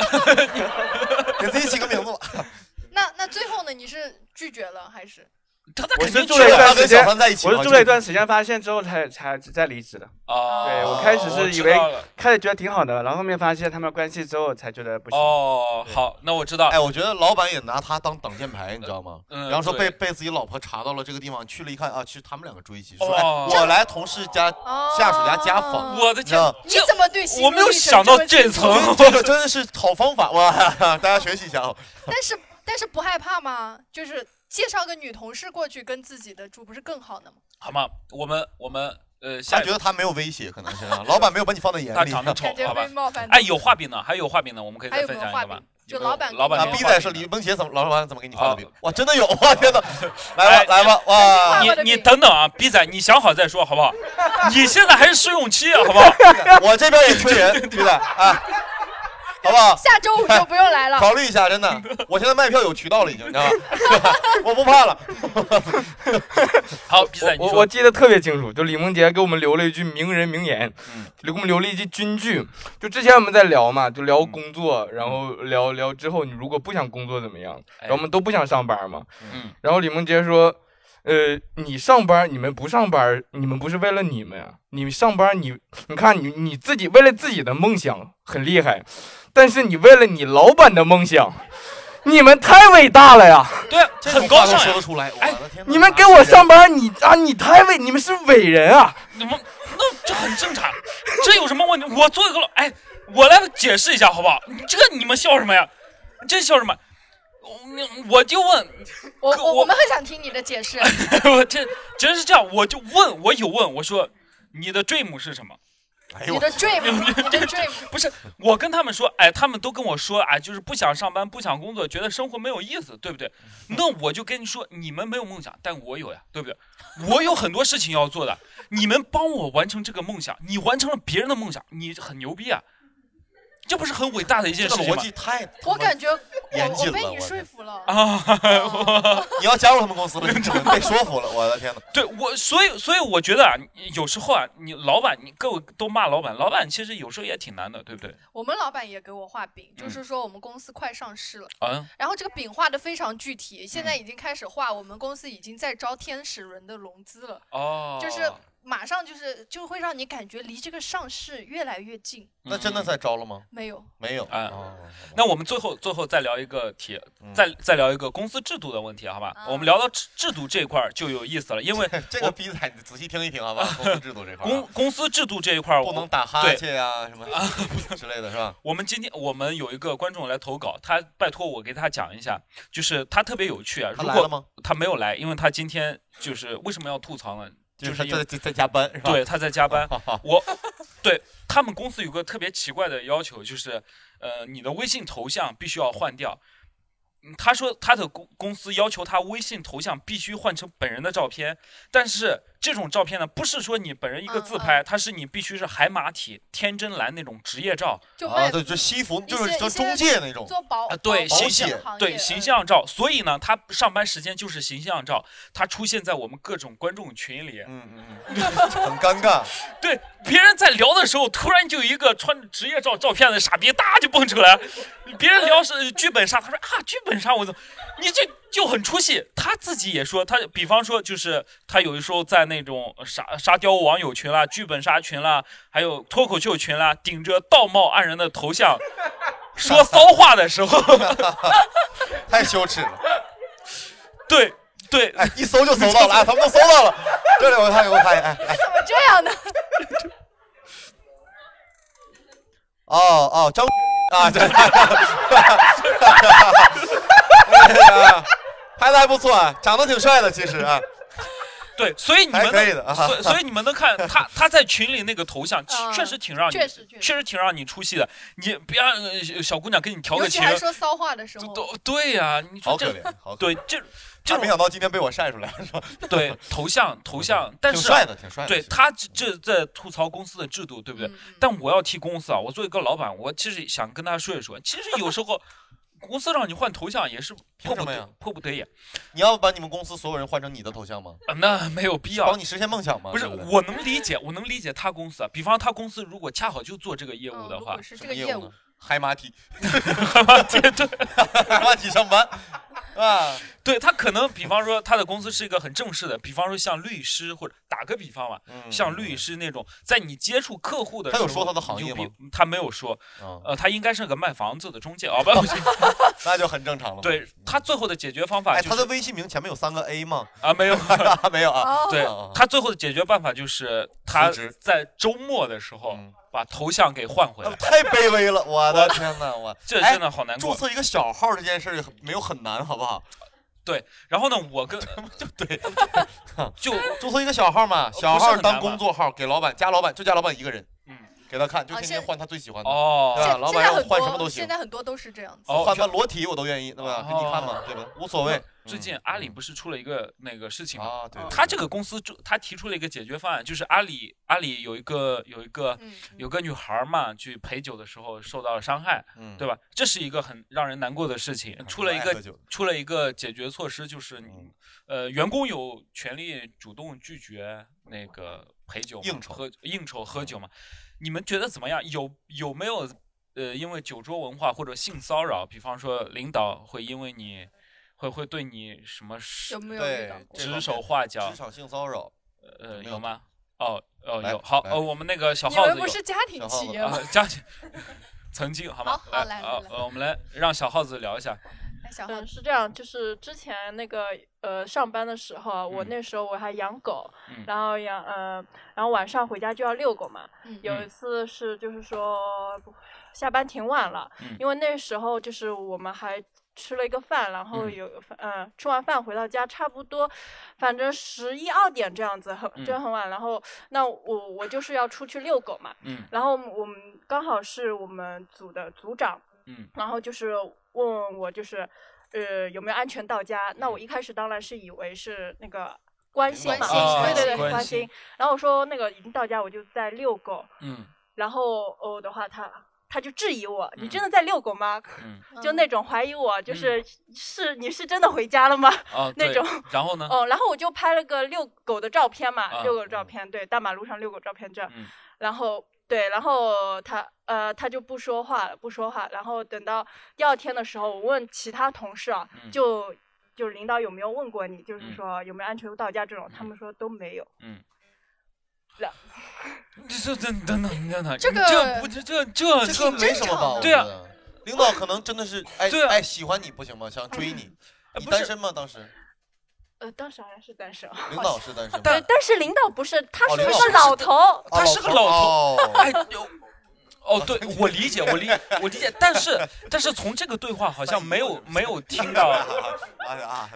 Speaker 2: 给自己起个名字吧。
Speaker 3: 那那最后呢？你是拒绝了还是？
Speaker 13: 我
Speaker 2: 肯
Speaker 13: 是
Speaker 2: 定
Speaker 13: 住
Speaker 2: 去
Speaker 13: 了一
Speaker 2: 了他
Speaker 1: 啊
Speaker 13: 段
Speaker 2: 跟
Speaker 13: 时
Speaker 2: 小
Speaker 13: 间，
Speaker 2: 潘在一起
Speaker 13: 我
Speaker 2: 嘛
Speaker 13: 是住
Speaker 2: 就
Speaker 13: 了一段时间，发现之后才才才离职的。
Speaker 1: 哦
Speaker 13: 对我开始
Speaker 1: 我
Speaker 13: 是
Speaker 1: 知
Speaker 13: 以为
Speaker 1: 道了
Speaker 13: 开始觉得挺好的，然后后面发现他们关系之后才觉得不行。
Speaker 1: 哦，好，那我知道。
Speaker 2: 哎，我觉得老板也拿他当挡箭牌，你知道吗？
Speaker 1: 嗯
Speaker 2: 然后说
Speaker 1: 对
Speaker 2: 被被自己老婆查到了这个地方，去了一看啊，其实他们两个住一起，说哎，
Speaker 1: 哦
Speaker 2: 我来同事家下属家家访，
Speaker 1: 我的
Speaker 2: 天，
Speaker 1: 你怎么对心路我没有历程想到这么这清楚层
Speaker 2: 这个真的是好方法哇！大家学习一下啊。
Speaker 3: 但是但是不害怕吗？就是介绍个女同事过去跟自己的住，不是更好呢吗？
Speaker 1: 好吗？我们我们呃，下
Speaker 2: 他
Speaker 1: 一
Speaker 2: 觉得他没有威胁，可能是啊老板没有把你放在眼里。啊
Speaker 1: 他长得丑
Speaker 3: 感，觉
Speaker 1: 好吧
Speaker 3: 被冒犯？
Speaker 1: 哎，有画饼呢，还有画饼呢，我们可以
Speaker 3: 还
Speaker 1: 再
Speaker 3: 有没
Speaker 1: 分
Speaker 3: 有
Speaker 1: 享一
Speaker 3: 画
Speaker 1: 个吧
Speaker 3: 饼。就
Speaker 1: 有
Speaker 3: 老板
Speaker 1: 老板
Speaker 2: 啊
Speaker 1: 给你
Speaker 2: 逼
Speaker 1: 画
Speaker 2: 仔
Speaker 1: 饼
Speaker 2: 是李梦洁怎么老板怎么给你发
Speaker 1: 啊
Speaker 2: 的饼？哇，真的有！哇天
Speaker 1: [laughs]
Speaker 2: 哪，来吧来吧哇！
Speaker 1: 哎你你等等啊，逼仔，你想好再说好不好？你现在还是试用期啊，好不好？
Speaker 2: 我这边也缺人，对不对啊？好不好？
Speaker 3: 下周五就不用来了
Speaker 2: [laughs] 考虑一下，真的，我现在卖票有渠道了，已经，你知道吗？ [laughs] 我不怕了。
Speaker 1: 好，比赛
Speaker 13: 我我记得特别清楚，就李梦洁给我们留了一句名人名言，
Speaker 12: 嗯
Speaker 13: 给我们留了一句金句。就之前我们在聊嘛，就
Speaker 12: 嗯
Speaker 13: 聊工作，然后聊聊之后你如果不想工作怎么样？
Speaker 12: 哎
Speaker 13: 然后我们都不想上班嘛。
Speaker 1: 嗯
Speaker 13: 然后李梦洁说：“呃，你上班，你们不上班，你们不是为了你们呀？你上班，你你看你你自己为了自己的梦想很厉害，但是你为了你老板的梦想，你们太伟大了呀！
Speaker 1: 对，很高尚呀哎
Speaker 2: 说得出来，我的天哪！
Speaker 13: 你们给我上班，你啊，你太伟，你们是伟人啊！
Speaker 1: 你们那这很正常，这有什么问题？我做一个老，哎，我来解释一下好不好？你这个你们笑什么呀？你这笑什么？我我就问，
Speaker 3: 我
Speaker 1: 可
Speaker 3: 我
Speaker 1: 我
Speaker 3: 我们很想听你的解释。
Speaker 1: [laughs] 我这真是这样，我就问，我有问，我说你的 dream 是什么？
Speaker 2: 哎
Speaker 3: 你的
Speaker 1: [laughs]
Speaker 3: dream，你的 dream
Speaker 1: 不是我跟他们说，哎，他们都跟我说，哎，就是不想上班，不想工作，觉得生活没有意思，对不对？
Speaker 2: 嗯
Speaker 1: 那我就跟你说，你们没有梦想，但我有呀，对不对？我有很多事情要做的，你们帮我完成这个梦想，你完成了别人的梦想，你很牛逼啊！这不是很伟大的一件事情吗？
Speaker 2: 这个逻辑太
Speaker 3: 我感觉
Speaker 2: 严
Speaker 3: 我
Speaker 2: 谨
Speaker 3: 我被
Speaker 2: 了
Speaker 3: 你
Speaker 2: 我
Speaker 3: 说服了。
Speaker 1: 啊，
Speaker 2: [laughs] 你要加入他们公司了，你真的被说服了，我的天哪！
Speaker 1: 对我，所以所以我觉得啊，你有时候啊，你老板，你各位都骂老板，老板其实有时候也挺难的，对不对？
Speaker 3: 我们老板也给我画饼，就
Speaker 1: 嗯
Speaker 3: 是说我们公司快上市了，
Speaker 1: 啊，
Speaker 3: 然后这个饼画的非常具体，现在已经开始画，我们公司已经在招天使轮的融资了，
Speaker 1: 哦，
Speaker 3: 就是马上就是就会让你感觉离这个上市越来越近。
Speaker 2: 那真的在招了吗？
Speaker 3: 没有，
Speaker 2: 没有哦
Speaker 1: 啊。 [laughs] 那我们最后最后再聊一个题，
Speaker 2: 嗯
Speaker 1: 再再聊一个公司制度的问题，好吧？
Speaker 3: 嗯
Speaker 1: 我们聊到制制度这一块儿就有意思了，因为
Speaker 2: 这个逼仔，你仔细听一听，好吧？
Speaker 1: [laughs]
Speaker 2: 公司制度这块儿
Speaker 1: 公
Speaker 2: 啊，
Speaker 1: 公司制度这一块儿
Speaker 2: 不
Speaker 1: 我
Speaker 2: 能打哈
Speaker 1: 对啊
Speaker 2: 欠呀，什么 [laughs] 之类的，是吧？
Speaker 1: 我们今天我们有一个观众来投稿，他拜托我给他讲一下，就是他特别有趣啊。
Speaker 2: 他
Speaker 1: 如
Speaker 2: 来了吗
Speaker 1: 果他没有来，因为他今天就是为什么要吐槽呢？
Speaker 2: 就是
Speaker 1: 是
Speaker 2: 他
Speaker 1: 因为
Speaker 2: 在在在加班是吧
Speaker 1: 对，他在
Speaker 2: [laughs]
Speaker 1: 加班。我对他们公司有个特别奇怪的要求，就是呃，你的微信头像必须要换掉。嗯他说他的公公司要求他微信头像必须换成本人的照片，但是这种照片呢，不是说你本人一
Speaker 3: 嗯
Speaker 1: 个自拍，它是你必须是海马体、天真蓝那种职业照，
Speaker 3: 就卖啊对
Speaker 2: 就西服
Speaker 3: 一些一些做保
Speaker 1: 啊，对
Speaker 3: 保
Speaker 1: 形
Speaker 3: 险
Speaker 1: 象
Speaker 3: 行，业嗯
Speaker 1: 对形象照。所以呢，他上班时间就是形象照，他出现在我们各种观众群里，
Speaker 2: 嗯嗯
Speaker 1: [laughs]
Speaker 2: 很尴尬。
Speaker 1: 对，别人在聊的时候，突然就有一个穿着职业照照片的傻逼，哒就蹦出来。别人聊是剧本杀，他说啊剧本杀，我怎么，你这就很出戏。他自己也说，他比方说就是他有的时候在那种沙沙雕网友群啦、剧本杀群啦，还有脱口秀群啦，顶着道貌岸然的
Speaker 2: [laughs]
Speaker 1: 头像说骚话的时候， [laughs]
Speaker 2: 太羞耻了。
Speaker 1: 对对，
Speaker 2: 哎，一搜就搜到了，哎，他们都搜到了。这里我看，我看，哎哎，
Speaker 3: 怎么这样
Speaker 2: [laughs]
Speaker 3: 呢？
Speaker 2: 哦哦，张啊，对，啊拍的还不错啊，长得挺帅的，其实啊，
Speaker 1: 对，所以你
Speaker 2: 还
Speaker 1: 们
Speaker 2: 可以
Speaker 1: 能
Speaker 2: 的啊
Speaker 1: 所以所以你们
Speaker 2: [laughs]
Speaker 1: 能看他他在群里那个头像，
Speaker 3: 嗯
Speaker 1: 确实挺让你
Speaker 3: 确实
Speaker 1: 确实挺让你出戏的。你别让呃小小姑娘跟你调
Speaker 3: 尤
Speaker 1: 个
Speaker 3: 其
Speaker 1: 情，
Speaker 3: 还说骚话的时候，
Speaker 1: 对呀、你说
Speaker 2: 好可
Speaker 1: 这
Speaker 2: 怜好可怜
Speaker 1: 对这这
Speaker 2: 他没想到今天被我晒出来，是吧？
Speaker 1: [laughs]
Speaker 2: 嗯
Speaker 1: 对
Speaker 2: [laughs]
Speaker 1: 头像头像，但是啊
Speaker 2: 挺帅的挺帅的
Speaker 1: 对他这这在吐槽公司的制度，对不对？但我要替公司啊，我作为一个老板，我其实想跟他说一说，其实有时候公司让你换头像也是迫
Speaker 2: 凭
Speaker 1: 不
Speaker 2: 什么
Speaker 1: 得
Speaker 2: 呀？
Speaker 1: 迫不得已。呃
Speaker 2: 你要把你们公司所有人换成你的头像吗？
Speaker 1: 那没有必要，
Speaker 2: 帮你实现梦想吗？
Speaker 1: 不是，
Speaker 2: 对对
Speaker 1: 我能理解，我能理解他公司啊。比方他公司如果恰好就做这个业务的话，
Speaker 3: 是
Speaker 2: 什么业务呢？海马体，
Speaker 1: 海马体对，
Speaker 2: 海马体上班，啊
Speaker 1: 对他可能，比方说他的公司是一个很正式的，比方说像律师或者打个比方吧，像律师那种，在你接触客户的
Speaker 2: 嗯
Speaker 1: 时
Speaker 2: 他
Speaker 1: 候，
Speaker 2: 有说他的行业
Speaker 1: 你就比
Speaker 2: 吗？嗯
Speaker 1: 他没有说，呃，他应该是个卖房子的
Speaker 2: [laughs]
Speaker 1: 中介啊，不不是，
Speaker 2: 那就很正常了。
Speaker 1: 对他最后的解决方法
Speaker 2: 哎，
Speaker 1: 就是
Speaker 2: 他的微信名前面有三个 A 吗？
Speaker 1: 啊，没有
Speaker 2: [laughs] 没有啊
Speaker 1: 对
Speaker 2: 哦
Speaker 1: 他最后的解决办法就是他在周末的时候
Speaker 2: 嗯
Speaker 1: 把头像给换回来，
Speaker 2: 太卑微了，我的天哪，我
Speaker 1: 啊这
Speaker 2: 哎
Speaker 1: 真的好难过
Speaker 2: 注册一个小号这件事儿很没有很难，好不好？
Speaker 1: 对，然后呢，我跟
Speaker 2: 就 [laughs] 对，
Speaker 1: 就
Speaker 2: [laughs] 注册一个小号嘛，小号当工作号，给老板加老板就加老板一个人，
Speaker 1: 嗯，
Speaker 2: 给他看，就
Speaker 3: 哦
Speaker 2: 天
Speaker 3: 现
Speaker 2: 天换他最喜欢的，
Speaker 1: 哦
Speaker 2: 对吧？
Speaker 3: 现
Speaker 2: 老
Speaker 3: 现
Speaker 2: 板
Speaker 3: 在
Speaker 2: 让我
Speaker 3: 很
Speaker 2: 哎换什么
Speaker 3: 多
Speaker 2: 都行
Speaker 3: 现，在很多都是这样子。
Speaker 2: 换他裸体我都愿意，对吧？给你看
Speaker 1: 哦
Speaker 2: 嘛，对吧？无所谓。嗯啊
Speaker 1: 最近阿里不是出了一个那个事情吗？
Speaker 2: 对对
Speaker 1: 他这个公司就他提出了一个解决方案，就是阿里阿里有一个有一个
Speaker 2: 嗯
Speaker 1: 有个女孩嘛，去陪酒的时候受到了伤害，
Speaker 2: 嗯
Speaker 1: 对吧？这是一个很让人难过的事情。出了一个
Speaker 2: 爱喝酒
Speaker 1: 出了一个解决措施，就是
Speaker 2: 嗯
Speaker 1: 你呃员工有权利主动拒绝那个陪酒嘛、
Speaker 2: 应酬嗯
Speaker 1: 喝应酬喝酒嘛。你们觉得怎么样？有有没有呃因为酒桌文化或者性骚扰，比方说领导会因为你。会会对你什么是
Speaker 3: 有没有遇
Speaker 2: 对
Speaker 3: 到过，
Speaker 2: 这方
Speaker 1: 指
Speaker 2: 面
Speaker 1: 手画脚
Speaker 2: 职场性骚扰，
Speaker 1: 呃
Speaker 2: 没
Speaker 1: 有
Speaker 2: 有
Speaker 1: 吗？哦哦
Speaker 2: 来
Speaker 1: 有好
Speaker 2: 来
Speaker 1: 哦，我们那个小
Speaker 3: 你
Speaker 1: 耗子
Speaker 3: 们不
Speaker 1: 有
Speaker 3: 是家庭
Speaker 1: 小耗
Speaker 3: 企
Speaker 1: 子
Speaker 3: 业
Speaker 1: 啊
Speaker 3: 吗
Speaker 1: 家庭曾经好吗？
Speaker 10: 好好来
Speaker 1: 啊
Speaker 10: 来
Speaker 1: 呃，我们来让小耗子聊一下。
Speaker 10: 嗯，是这样，就是之前那个呃上班的时候啊，我
Speaker 1: 嗯
Speaker 10: 那时候我还养狗，
Speaker 1: 嗯
Speaker 10: 然后养呃，然后晚上回家就要遛狗嘛。
Speaker 1: 嗯
Speaker 10: 有一次是就是说下班挺晚了，
Speaker 1: 嗯
Speaker 10: 因为那时候就是我们还。吃了一个饭，然后
Speaker 1: 嗯
Speaker 10: 有嗯、呃，吃完饭回到家差不多，反正十一二点这样子，很就
Speaker 1: 嗯
Speaker 10: 很晚。然后那我我就是要出去遛狗嘛，
Speaker 1: 嗯
Speaker 10: 然后我们刚好是我们组的组长，
Speaker 1: 嗯
Speaker 10: 然后就是问问我就是，呃，有没有安全到家？那我一开始当然是以为是那个关心嘛，
Speaker 1: 嗯关心
Speaker 10: 对对对，
Speaker 1: 关
Speaker 10: 关
Speaker 1: 心
Speaker 10: 心。然后我说那个已经到家，我就在遛狗。
Speaker 1: 嗯
Speaker 10: 然后哦的话，他他就质疑我，你
Speaker 1: 嗯
Speaker 10: 真的在遛狗吗？ [laughs]
Speaker 1: 嗯
Speaker 10: 就那种怀疑我，就是、是你是真的回家了吗？ [laughs]
Speaker 1: 哦
Speaker 10: 那
Speaker 1: 对
Speaker 10: 种。
Speaker 1: 然后呢
Speaker 10: 哦，然后我就拍了个遛狗的照片嘛，
Speaker 1: 啊
Speaker 10: 遛狗的照片，对，大马路上遛狗照片这样。
Speaker 1: 嗯
Speaker 10: 然后对，然后他呃他就不说话了，不说话。然后等到第二天的时候，我问其他同事啊，
Speaker 1: 嗯
Speaker 10: 就就领导有没有问过你，就是
Speaker 1: 嗯
Speaker 10: 说有没有安全到家这种，他们说都没有。
Speaker 1: 嗯，
Speaker 10: 然
Speaker 1: 这这等等等等等，
Speaker 10: 这个
Speaker 1: 这不这这这
Speaker 2: 这个没什么吧？我
Speaker 1: 对啊
Speaker 2: 觉，得，领导可能真的是哎
Speaker 1: 对啊哎
Speaker 2: 哎喜欢你不行吗？想追你，你单身吗？当时
Speaker 10: 呃，当时好像是单身。
Speaker 2: 领导是单身吗？
Speaker 10: 对，但是领导不是，他
Speaker 2: 哦
Speaker 10: 是
Speaker 2: 领
Speaker 10: 个
Speaker 2: 导不是
Speaker 10: 老头儿，
Speaker 1: 他是个老头
Speaker 2: 哦，
Speaker 1: 哎，有 [laughs] 哦，对，我理解，我理我理解，但是 [laughs] 但是从这个对话好像没有没有听到，
Speaker 2: 哎
Speaker 1: 啊
Speaker 2: 呀，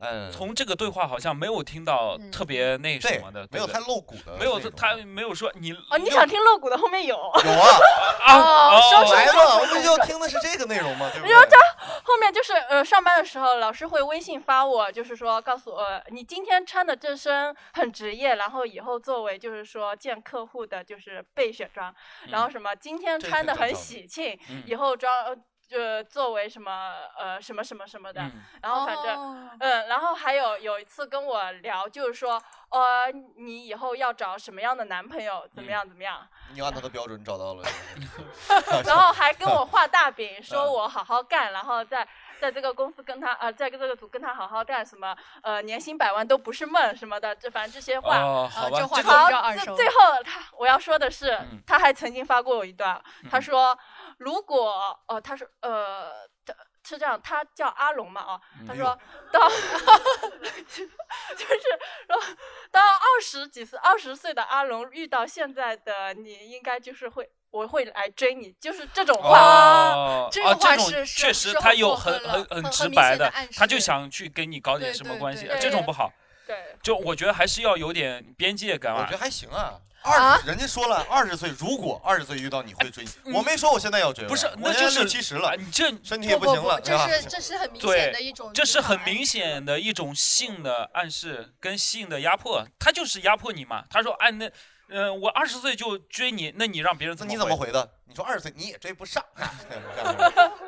Speaker 2: [laughs] 嗯，
Speaker 1: 从这个对话好像没有听到
Speaker 10: 嗯
Speaker 1: 特别那什么的，
Speaker 2: 没有
Speaker 1: 对不对
Speaker 2: 太露骨的，
Speaker 1: 没有他没有说你
Speaker 10: 哦，你想听露骨的，后面有。
Speaker 2: 有啊
Speaker 10: [laughs] 哦说说
Speaker 2: 来
Speaker 10: 说
Speaker 2: 吧，
Speaker 10: 说
Speaker 2: 我
Speaker 10: 说
Speaker 2: 们就听的是这个内容嘛，对不
Speaker 10: 然后
Speaker 2: 对？
Speaker 10: 他后面就是呃，上班的时候老师会微信发我，就是说告诉我你今天穿的这身很职业，然后以后作为就是说见客户的就是备选装，然后什么今天
Speaker 8: 嗯这
Speaker 10: 穿
Speaker 8: 挺
Speaker 10: 的
Speaker 8: 正
Speaker 10: 很
Speaker 8: 常的
Speaker 10: 喜庆，
Speaker 8: 嗯
Speaker 10: 以后装呃。呃，作为什么呃什么什么什么的，
Speaker 8: 嗯
Speaker 10: 然后反正、嗯，然后还有有一次跟我聊，就是说呃你以后要找什么样的男朋友，
Speaker 8: 嗯
Speaker 10: 怎么样怎么样，
Speaker 2: 你按他的标准找
Speaker 10: [laughs]
Speaker 2: 到了，
Speaker 1: [laughs]
Speaker 10: 然
Speaker 2: [laughs]
Speaker 10: 后还跟我画大饼，说我好好干，然后在在这个公司跟他呃，在这个组跟他好好干，什么呃年薪百万都不是梦什么的，这反正这些话，呃
Speaker 1: 哦好吧
Speaker 10: 这
Speaker 1: 这个嗯
Speaker 10: 好
Speaker 1: 比较耳
Speaker 10: 最
Speaker 1: 熟
Speaker 10: 最后他我要说的是，他还曾经发过我一段，
Speaker 1: 嗯
Speaker 10: 他说如果哦、他说呃。他是这样，他叫阿龙嘛？哦，
Speaker 3: 哎
Speaker 10: 他
Speaker 8: 嗯
Speaker 10: 说到 [laughs] 就是说，当二十几岁、二十岁的阿龙遇到现在的你，应该就是会，我会来追你，就是这种话。
Speaker 1: 哦，
Speaker 10: 这
Speaker 1: 啊
Speaker 10: 种话
Speaker 1: 种
Speaker 10: 是是
Speaker 1: 确实他有很很很直白的，他就想去跟你搞点什么关系，啊这种不好。
Speaker 10: 对，
Speaker 1: 就我觉得还是要有点边界感啊。我觉
Speaker 2: 得还行啊，二十人家说了，二十岁如果二十岁遇到你会追你，我没说我现在要追了，
Speaker 1: 嗯不是
Speaker 2: 我
Speaker 1: 那
Speaker 2: 现在
Speaker 1: 就是啊
Speaker 2: 六七十了，
Speaker 1: 你这
Speaker 2: 身体也不行了，啊
Speaker 3: 这
Speaker 2: 吧
Speaker 3: 是这是很明显的一
Speaker 1: 对
Speaker 3: 种，，
Speaker 1: 这是很明显的一种性的暗示跟性的压迫，他就是压迫你嘛。他说：“哎，那，呃，我二十岁就追你，那你让别人怎么
Speaker 2: 你怎么回的？你说二十岁你也追不
Speaker 1: [laughs]
Speaker 2: 上，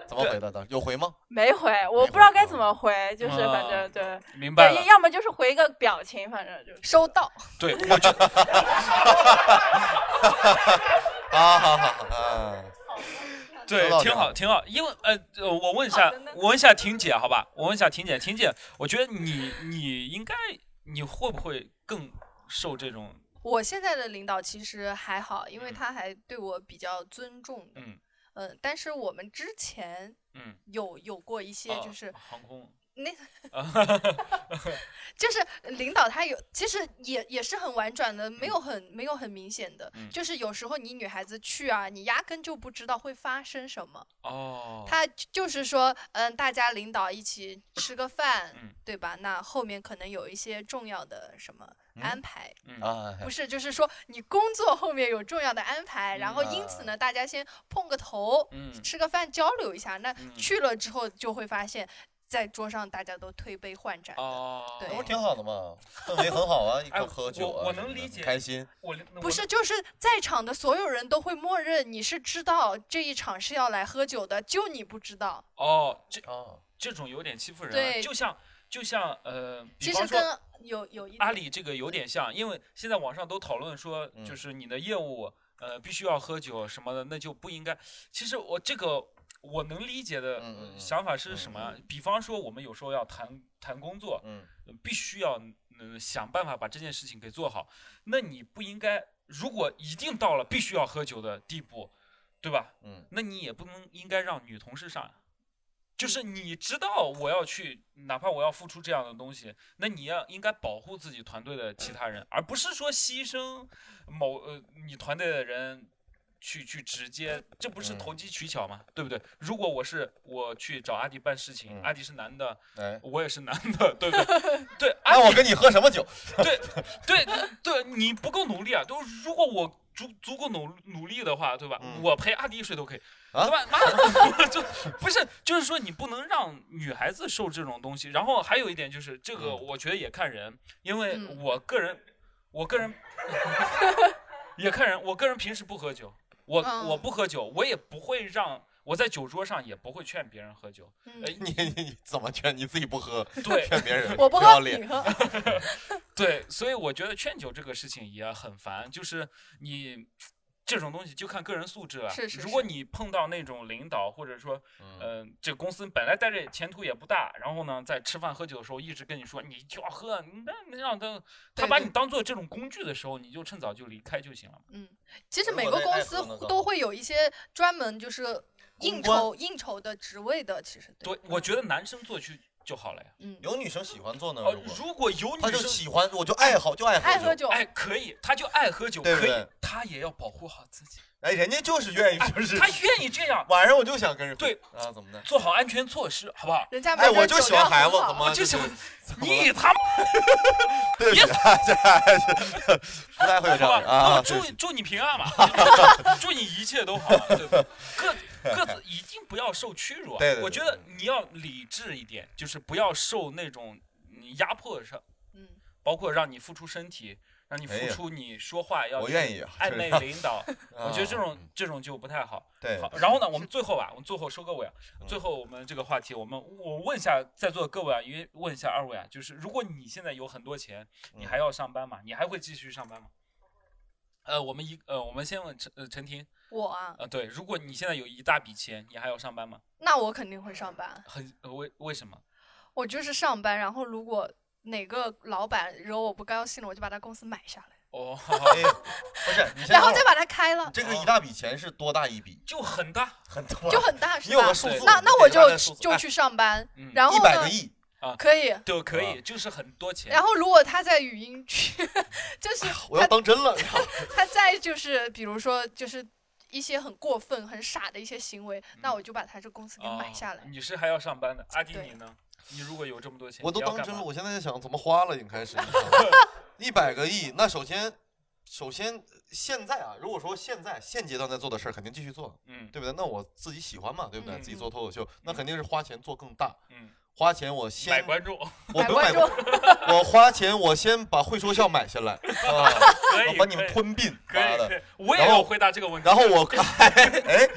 Speaker 2: 怎么回的？当时有回吗？
Speaker 10: [laughs] 没回，我不知道该怎么回，就是反正对，
Speaker 1: 哦明白了
Speaker 10: 对，要么就是回一个表情，反正就是
Speaker 3: 收到。
Speaker 2: [laughs]
Speaker 1: 对，我觉得
Speaker 2: 啊，好好好，嗯，
Speaker 1: 对
Speaker 2: 周道，
Speaker 1: 挺
Speaker 2: 长
Speaker 1: 好，挺好。因为呃，呃我问一下，我问一下婷姐，好吧？我问一下婷姐，婷姐，我觉得你你应该，你会不会更受这种？
Speaker 3: 我现在的领导其实还好，因为他还对我比较尊重的。
Speaker 1: 嗯
Speaker 3: 嗯，但是我们之前
Speaker 1: 嗯，
Speaker 3: 有有过一些
Speaker 1: 哦
Speaker 3: 就是
Speaker 1: 航空
Speaker 3: 那
Speaker 1: 啊
Speaker 3: 就是领导他有，其实也也是很婉转的，没有很没有很明显的，
Speaker 1: 嗯
Speaker 3: 就是有时候你女孩子去啊，你压根就不知道会发生什么。
Speaker 1: 哦，
Speaker 3: 他就是说，嗯，大家领导一起吃个饭，
Speaker 1: 嗯
Speaker 3: 对吧？那后面可能有一些重要的什么
Speaker 2: 嗯
Speaker 3: 安排，
Speaker 2: 嗯啊
Speaker 3: 不是，就是说你工作后面有重要的安排，然后因此呢，大家先碰个头，
Speaker 1: 呃嗯
Speaker 3: 吃个饭交流一下。那
Speaker 1: 嗯
Speaker 3: 去了之后就会发现，在桌上大家都推杯换盏，
Speaker 1: 哦，哎
Speaker 3: 对
Speaker 2: 那不是挺好的吗？氛围很好啊，一块喝酒啊，
Speaker 1: 我我
Speaker 2: 什么的
Speaker 1: 能理解
Speaker 2: 开心。
Speaker 1: 我
Speaker 3: 不是，就是在场的所有人都会默认你是知道这一场是要来喝酒的，就你不知道。
Speaker 1: 哦，这这种有点欺负人啊，
Speaker 3: 对
Speaker 1: 就像就像呃，比
Speaker 3: 其
Speaker 1: 方
Speaker 3: 实
Speaker 1: 说
Speaker 3: 跟有有
Speaker 2: 啊
Speaker 3: 一
Speaker 1: 阿里这个有点像，因为现在网上都讨论说，就是你的业务呃必须要喝酒什么的，那就不应该。其实我这个我能理解的呃想法是什么啊？比方说我们有时候要谈谈工作，呃必须要嗯想办法把这件事情给做好。那你不应该，如果一定到了必须要喝酒的地步，对吧？
Speaker 2: 嗯，
Speaker 1: 那你也不能应该让女同事上呀。
Speaker 2: 嗯
Speaker 1: 就是你知道我要去，哪怕我要付出这样的东西，那你要应该保护自己团队的
Speaker 2: 嗯
Speaker 1: 其他人，而不是说牺牲某呃你团队的人去去直接，这不是投
Speaker 2: 嗯
Speaker 1: 机取巧吗？对不对？如果我是我去找阿迪办事情，阿迪是男的，
Speaker 2: 嗯哎
Speaker 1: 我也是男的，对不 [laughs] 对？对，
Speaker 2: 那我跟你喝什么酒？ [laughs]
Speaker 1: 对 [laughs] 对对，你不够努力啊！都如果我足足够努努力的话，对吧？
Speaker 2: 嗯
Speaker 1: 我陪阿迪睡都可以，
Speaker 2: 啊
Speaker 1: 对吧？妈的，就不是，就是说你不能让女孩子受这种东西。然后还有一点就是，这
Speaker 2: 嗯
Speaker 1: 个我觉得也看人，因为我个人，我个人也看人，我个人平时不喝酒，我、
Speaker 2: 嗯
Speaker 1: 我不喝酒，我也不会让。我在酒桌上也不会劝别人喝酒，呃
Speaker 2: 你你你怎么劝？你自己不喝，
Speaker 1: 对
Speaker 2: 劝
Speaker 3: [laughs]
Speaker 2: 别人，
Speaker 1: 我不喝
Speaker 2: 要脸
Speaker 1: 你喝 [laughs] 对，所以我觉得劝酒这个事情也很烦，就是你这种东西就看个人素质了。
Speaker 2: 是是
Speaker 1: 如果你碰到那种领导，或者说，嗯、这公司本来待着前途也不大，然后呢，在吃饭喝酒的时候一直跟你说你就要喝，你那那让他他把你当做这种工具的时候，你就趁早就离开就行了嘛。
Speaker 3: 嗯，其实
Speaker 1: 如
Speaker 3: 每
Speaker 1: 果
Speaker 3: 个
Speaker 1: 在
Speaker 3: 公
Speaker 1: 爱
Speaker 3: 司
Speaker 1: 河能搞
Speaker 3: 都
Speaker 1: 好
Speaker 3: 会有一些专门就是应
Speaker 1: 关
Speaker 3: 酬应酬的职位的，其实
Speaker 1: 对，
Speaker 2: 嗯
Speaker 1: 我觉得男生做去就好了呀。
Speaker 3: 嗯，
Speaker 2: 有女生喜欢做呢。
Speaker 1: 哦，如果有女
Speaker 2: 他
Speaker 1: 生
Speaker 2: 就喜欢，我就爱好，就爱
Speaker 3: 爱
Speaker 2: 喝
Speaker 3: 喝
Speaker 2: 酒。
Speaker 3: 酒，
Speaker 1: 哎，可以，他就爱喝酒，
Speaker 2: 对不
Speaker 1: 可以
Speaker 2: 对，
Speaker 1: 他也要保护好自己。哎
Speaker 2: 哎，人家就是愿意，就是
Speaker 1: 他愿意这
Speaker 2: [laughs]
Speaker 1: 样。
Speaker 2: 晚上我就想跟人喝
Speaker 1: 对
Speaker 2: 啊，怎么的？
Speaker 1: 做好安全措施，好不好？
Speaker 3: 人家
Speaker 2: 哎，我就喜欢孩子，怎么
Speaker 1: 我就喜
Speaker 2: 是
Speaker 1: 欢你他妈
Speaker 2: 对不起，啊这还是不太会有这样的人
Speaker 1: 好吧
Speaker 2: 啊。对
Speaker 1: 祝
Speaker 2: 不起
Speaker 1: 祝你平
Speaker 2: [laughs]
Speaker 1: 安嘛，祝你一切都好，对不对？各各自一定不要受屈辱啊。
Speaker 2: 对对对
Speaker 1: 我觉得你要理智一点，就是不要受那种嗯压迫上，
Speaker 3: 嗯，
Speaker 1: 包括让你付出身体，让你
Speaker 2: 哎
Speaker 1: 付
Speaker 2: 呀
Speaker 1: 出你说话要
Speaker 2: 我
Speaker 1: 去
Speaker 2: 愿意啊
Speaker 1: 暧
Speaker 2: 这
Speaker 1: 昧
Speaker 2: 个，
Speaker 1: 领导
Speaker 2: [laughs]
Speaker 1: 我觉得这
Speaker 2: 啊
Speaker 1: 种这种就不太好。
Speaker 2: 对嗯
Speaker 1: 好，然后呢，我们最后吧，我们最后收个尾啊。最后我们这个话题，我们我问一下在座的各位啊，因为问一下二位啊，就是如果你现在有很多钱，
Speaker 2: 嗯
Speaker 1: 你还要上班吗？你还会继续上班吗？呃，我们一呃，我们先问陈呃陈婷，
Speaker 3: 我啊，
Speaker 1: 呃，对，如果你现在有一大笔钱，你还要上班吗？
Speaker 3: 那我肯定会上
Speaker 2: 啊
Speaker 3: 班。
Speaker 1: 很呃为为什么？
Speaker 3: 我就是上班，然后如果哪个老板惹我不高兴了，我就把他公司买下来，
Speaker 1: 哦， [laughs]
Speaker 2: 哎不是，你先
Speaker 3: 然后
Speaker 2: 等会
Speaker 3: 再
Speaker 2: 儿
Speaker 3: 把它开了，
Speaker 2: 这个一大笔钱是多大一笔？
Speaker 1: 就很大
Speaker 2: 很大，
Speaker 3: 就很大，是
Speaker 2: 你有
Speaker 3: 吧
Speaker 2: 个数字？，
Speaker 3: 那那
Speaker 2: 你
Speaker 3: 我
Speaker 2: 得看
Speaker 3: 就
Speaker 2: 看
Speaker 3: 去
Speaker 2: 数字
Speaker 3: 就
Speaker 2: 哎
Speaker 3: 去上班，然后
Speaker 2: 一百
Speaker 3: 呢
Speaker 2: 个？亿
Speaker 1: 嗯
Speaker 2: 啊
Speaker 1: 啊，
Speaker 3: 可以
Speaker 1: 对，可以，就是很多钱。
Speaker 3: 然后如果他在语音区， [laughs] 就是
Speaker 2: 我要当真
Speaker 3: [laughs]
Speaker 2: 了。
Speaker 3: 他再就是比如说就是一些很过分、很傻的一些行为，那我就把他这公司给买下来。
Speaker 1: 哦你是还要上班的，阿迪
Speaker 3: 对
Speaker 1: 你呢？你如果有这么多钱，
Speaker 2: 我都
Speaker 1: 你要
Speaker 2: 当
Speaker 1: 干
Speaker 2: 真
Speaker 1: 嘛
Speaker 2: 了，我现在在想怎么花了。已经开始，
Speaker 1: [laughs]
Speaker 2: 一百个亿，那首先，首先现在啊，如果说现在现阶段在做的事儿，肯定继续做，
Speaker 1: 嗯
Speaker 2: 对不对？那我自己喜欢嘛，对不对？
Speaker 1: 嗯
Speaker 2: 自己做脱口秀，那肯定是花钱做更大，
Speaker 1: 嗯，
Speaker 2: 花钱我先
Speaker 1: 买观 [laughs] 众，
Speaker 2: 我不用买观众，我花钱我先把会说笑买下来 [laughs] 啊，
Speaker 1: 可以
Speaker 2: 我把你们
Speaker 1: 可以
Speaker 2: 吞并，
Speaker 1: 可以
Speaker 2: 妈的
Speaker 1: 可以我也
Speaker 2: 然后
Speaker 1: 有回答这个问题
Speaker 2: 然后我哎 [laughs] 哎，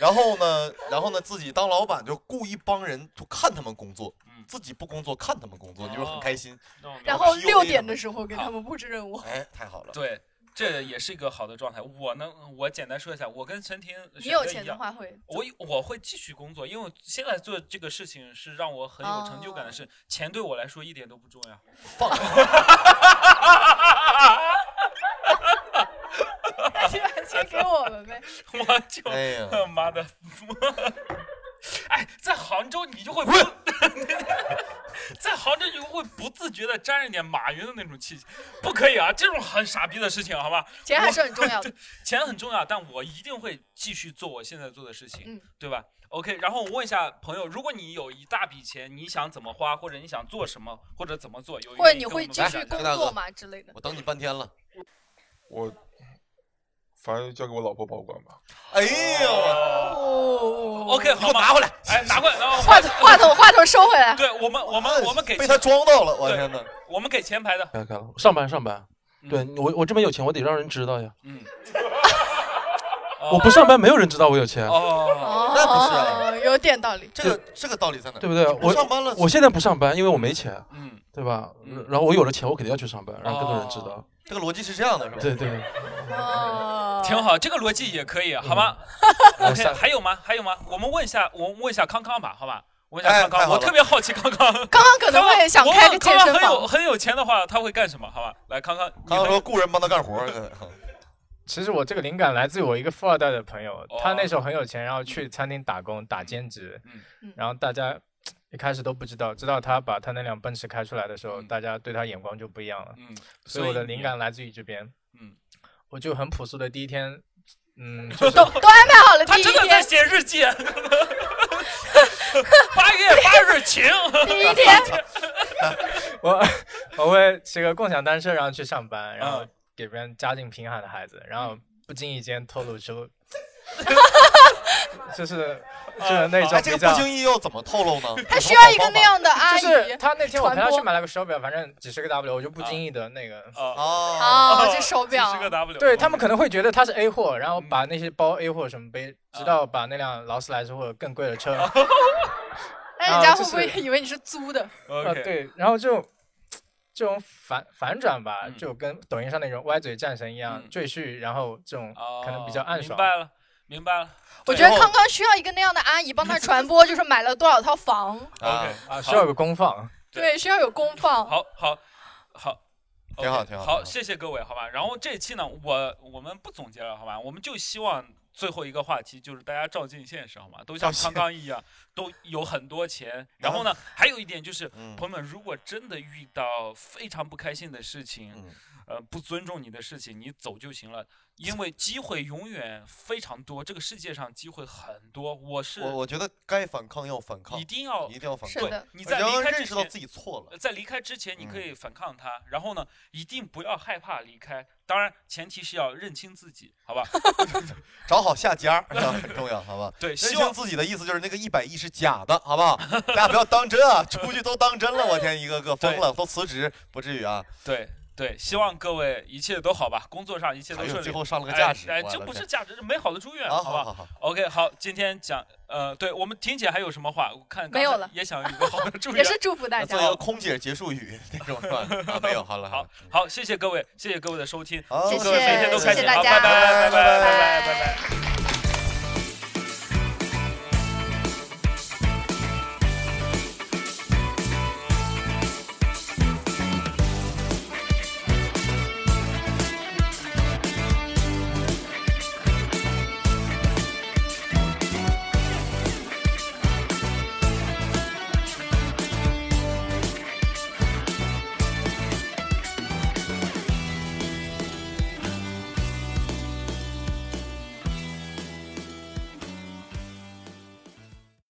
Speaker 2: 然后呢，然后呢，自己当老板就雇一帮人，就看他们工作，
Speaker 1: 嗯
Speaker 2: 自己不工作看
Speaker 1: 哦
Speaker 2: 他们工作，你就很开心。
Speaker 3: 然后
Speaker 2: PUA
Speaker 3: 六点
Speaker 2: 他们
Speaker 3: 的时候给他们布置任务。
Speaker 2: 哎，太好了。
Speaker 1: 对，这也是一个好的状态。我呢，我简单说一下，我跟陈婷
Speaker 3: 你
Speaker 1: 选
Speaker 3: 有
Speaker 1: 择一
Speaker 3: 钱的
Speaker 1: 样
Speaker 3: 话会
Speaker 1: 我我会继续工作，因为现在做这个事情是让我很有成就感的
Speaker 3: 哦
Speaker 1: 事，钱对我来说一点都不重要。
Speaker 2: 放
Speaker 3: [laughs] 那你把钱给我们呗。
Speaker 1: [laughs] 我就、
Speaker 2: 哎呀
Speaker 1: 妈的， [laughs] 哎，在杭州你就会不， [laughs] 在杭州你就会不自觉的沾着点马云的那种气息，不可以啊，这种很傻逼的事情，好吧？
Speaker 3: 钱还
Speaker 1: 我
Speaker 3: 是很重要的
Speaker 1: [laughs] 对钱很重要，但我一定会继续做我现在做的事情，
Speaker 3: 嗯
Speaker 1: 对吧？OK，然后我问一下朋友，如果你有一大笔钱，你想怎么花，或者你想做什么，或者怎么做，有
Speaker 3: 或者
Speaker 1: 愿意
Speaker 3: 你
Speaker 1: 跟
Speaker 3: 会
Speaker 1: 我们
Speaker 3: 继
Speaker 1: 分享
Speaker 3: 续工
Speaker 1: 一下吗
Speaker 3: 作嘛之类的？
Speaker 2: 我等你半天了。
Speaker 14: 我反正交给我老婆保管吧。
Speaker 2: 哎呦
Speaker 1: ，OK，好，拿
Speaker 2: 回来，
Speaker 1: 哎，拿过来，然后
Speaker 3: 话筒话筒话筒收回来。
Speaker 1: 对我们我们我们给
Speaker 2: 被他 [laughs] 装到了，我天哪！
Speaker 1: 我们给前排的，
Speaker 14: 看看了，上班上班，对我我这边有钱，我得让人知道呀。
Speaker 1: 嗯，
Speaker 14: [laughs] 我不上班，没有人知道我有钱，
Speaker 2: 哦那不是啊，
Speaker 3: 有点道
Speaker 14: [laughs]
Speaker 3: 理。
Speaker 2: 这个这个道理在哪？
Speaker 14: 对不对？
Speaker 2: 你
Speaker 14: 我
Speaker 2: 上班了，
Speaker 14: 我现在不上班，因为我没钱，
Speaker 1: 嗯，哦
Speaker 14: 对吧？然后我有了钱，我肯定要去上班，让更多人知道。
Speaker 2: 这个逻辑是这样的，是吧？
Speaker 14: 对对，
Speaker 1: 挺好，这个逻辑也可以，好吗
Speaker 14: 我
Speaker 1: ？OK，
Speaker 14: 下
Speaker 1: 还有吗？还有吗？我们问一下，我们问一下康康吧，好吧？问一
Speaker 2: 哎
Speaker 1: 下
Speaker 2: 太
Speaker 1: 康康，
Speaker 2: 好
Speaker 1: 我
Speaker 2: 了
Speaker 1: 特别好奇康康，康
Speaker 3: 康可能会想开个健身
Speaker 1: 很有
Speaker 3: 房
Speaker 1: 很有钱的话，他会干什么？好吧，来康康，
Speaker 2: 康康说雇人帮他干活儿，
Speaker 12: [laughs] 其实我这个灵感来自于我一个富二代的朋友，
Speaker 2: 哦
Speaker 12: 他那时候很有钱，然后
Speaker 2: 嗯
Speaker 12: 去餐厅打工打兼职，然后大家一开始都不知道，直到他把他那辆奔驰开出来的时候，
Speaker 2: 嗯
Speaker 12: 大家对他眼光就不一样了。
Speaker 1: 嗯，
Speaker 12: 所以我的灵感来自于这边。
Speaker 1: 嗯，
Speaker 12: 我就很朴素的第一天，
Speaker 2: [laughs]
Speaker 12: 嗯，就是
Speaker 3: 都安排好了，
Speaker 1: 他
Speaker 3: 第一
Speaker 1: 真的
Speaker 3: 天
Speaker 1: 在写日记。八月八日晴。
Speaker 3: 第一天
Speaker 12: [laughs] 我我会骑个共享单车，然后去上班，然
Speaker 2: 嗯
Speaker 12: 后给别人家境贫寒的孩子，然后不经意间透露
Speaker 2: [laughs]
Speaker 12: 出，就是就是那种
Speaker 2: 哎
Speaker 12: 比
Speaker 2: 这个
Speaker 12: 较
Speaker 2: 不经意又怎么透露呢？
Speaker 3: 他需要一个那样的阿姨。
Speaker 12: 就是他那天我陪他
Speaker 3: 传播
Speaker 12: 去买了个手表，反正几十个 W，我就不经意的那个
Speaker 2: 啊
Speaker 3: 哦哦这手表，
Speaker 1: 是个 W，
Speaker 12: 对他们可能会觉得它是 A 货，然后
Speaker 2: 嗯
Speaker 12: 把那些包 A 货什么背，直到把那辆劳斯莱斯或者更贵的
Speaker 2: [laughs]
Speaker 12: 车
Speaker 3: 那人家
Speaker 12: 啊
Speaker 3: 会
Speaker 12: 就
Speaker 3: 不会 [laughs]
Speaker 12: 是
Speaker 3: 以为哎你是租的？
Speaker 12: 啊，对，然后就这种反反转吧，
Speaker 1: 嗯
Speaker 12: 就跟抖音上那种歪嘴战神一样，赘婿，然后这种可能比较暗爽。
Speaker 1: 哦明白了，明白了。
Speaker 3: 我觉得康康需要一个那样的阿姨帮他传播，就是买了多少套房，
Speaker 12: 啊啊，
Speaker 1: 好
Speaker 12: 需要有个公放。
Speaker 3: 对，需要有公放。
Speaker 1: 好好好，
Speaker 12: 挺好
Speaker 1: OK，
Speaker 12: 挺好
Speaker 1: 好，谢谢各位，好吧。然后这一期呢，我我们不总结了，好吧，我们就希望最后一个话题就是大家照进现实，好吗？都像
Speaker 15: 照进
Speaker 1: 康康一样，都有很多钱。然后呢，还有一点就是，朋友们，如果真的遇到非常不开心的事情，呃，不尊重你的事情，你走就行了。因为机会永远非常多，这个世界上机会很多。我是
Speaker 2: 我我觉得该反抗要反抗，
Speaker 1: 一定要
Speaker 2: 一定要反抗。
Speaker 1: 对，你在
Speaker 2: 我
Speaker 1: 离
Speaker 2: 要
Speaker 1: 开之
Speaker 2: 认识到
Speaker 1: 前
Speaker 2: 自己错了。嗯
Speaker 1: 在离开之前，你可以反抗他，然后呢，一定不要害怕离开。当然，前提是要认清自己，
Speaker 2: [laughs]
Speaker 1: 好吧？
Speaker 2: 找好下家 [laughs] 是吧很重要，好吧？
Speaker 1: 对
Speaker 2: 认
Speaker 1: 希
Speaker 2: 清
Speaker 1: 望
Speaker 2: 自己的意思就是那个一百亿是假的，好不好？大家不要当真啊，出去都当真了，我天，一个个疯了，都辞职，不至于啊。
Speaker 1: 对对，希望各位一切都好吧，工作上一切
Speaker 2: 哎
Speaker 1: 都
Speaker 2: 呦
Speaker 1: 顺利。
Speaker 2: 最后上了个价值
Speaker 1: 哎，哎
Speaker 2: 我
Speaker 1: 这
Speaker 2: 的
Speaker 1: 不是
Speaker 2: 天
Speaker 1: 价值，是美好的祝愿，
Speaker 2: 啊
Speaker 1: 吧
Speaker 2: 好好好
Speaker 1: o k 好，今天讲，呃，对我们婷姐还有什么话？我看刚才
Speaker 3: 没有了
Speaker 1: 也想有一
Speaker 2: [laughs]
Speaker 1: 个好的
Speaker 3: [laughs]
Speaker 1: 祝
Speaker 3: 也
Speaker 1: 愿，
Speaker 3: 是祝福大家
Speaker 2: 做一个呃空姐结束语那种是吧？啊，没有，好了，好，
Speaker 1: 好，谢谢各位，谢谢各位的收听，
Speaker 2: 好
Speaker 1: 祝各
Speaker 2: 谢
Speaker 1: 位
Speaker 2: 谢
Speaker 1: 每天都
Speaker 2: 谢
Speaker 1: 开心，
Speaker 2: 谢大
Speaker 1: 好
Speaker 2: 家
Speaker 1: 拜拜
Speaker 2: 拜
Speaker 1: 拜拜
Speaker 2: 拜
Speaker 1: 拜拜拜拜。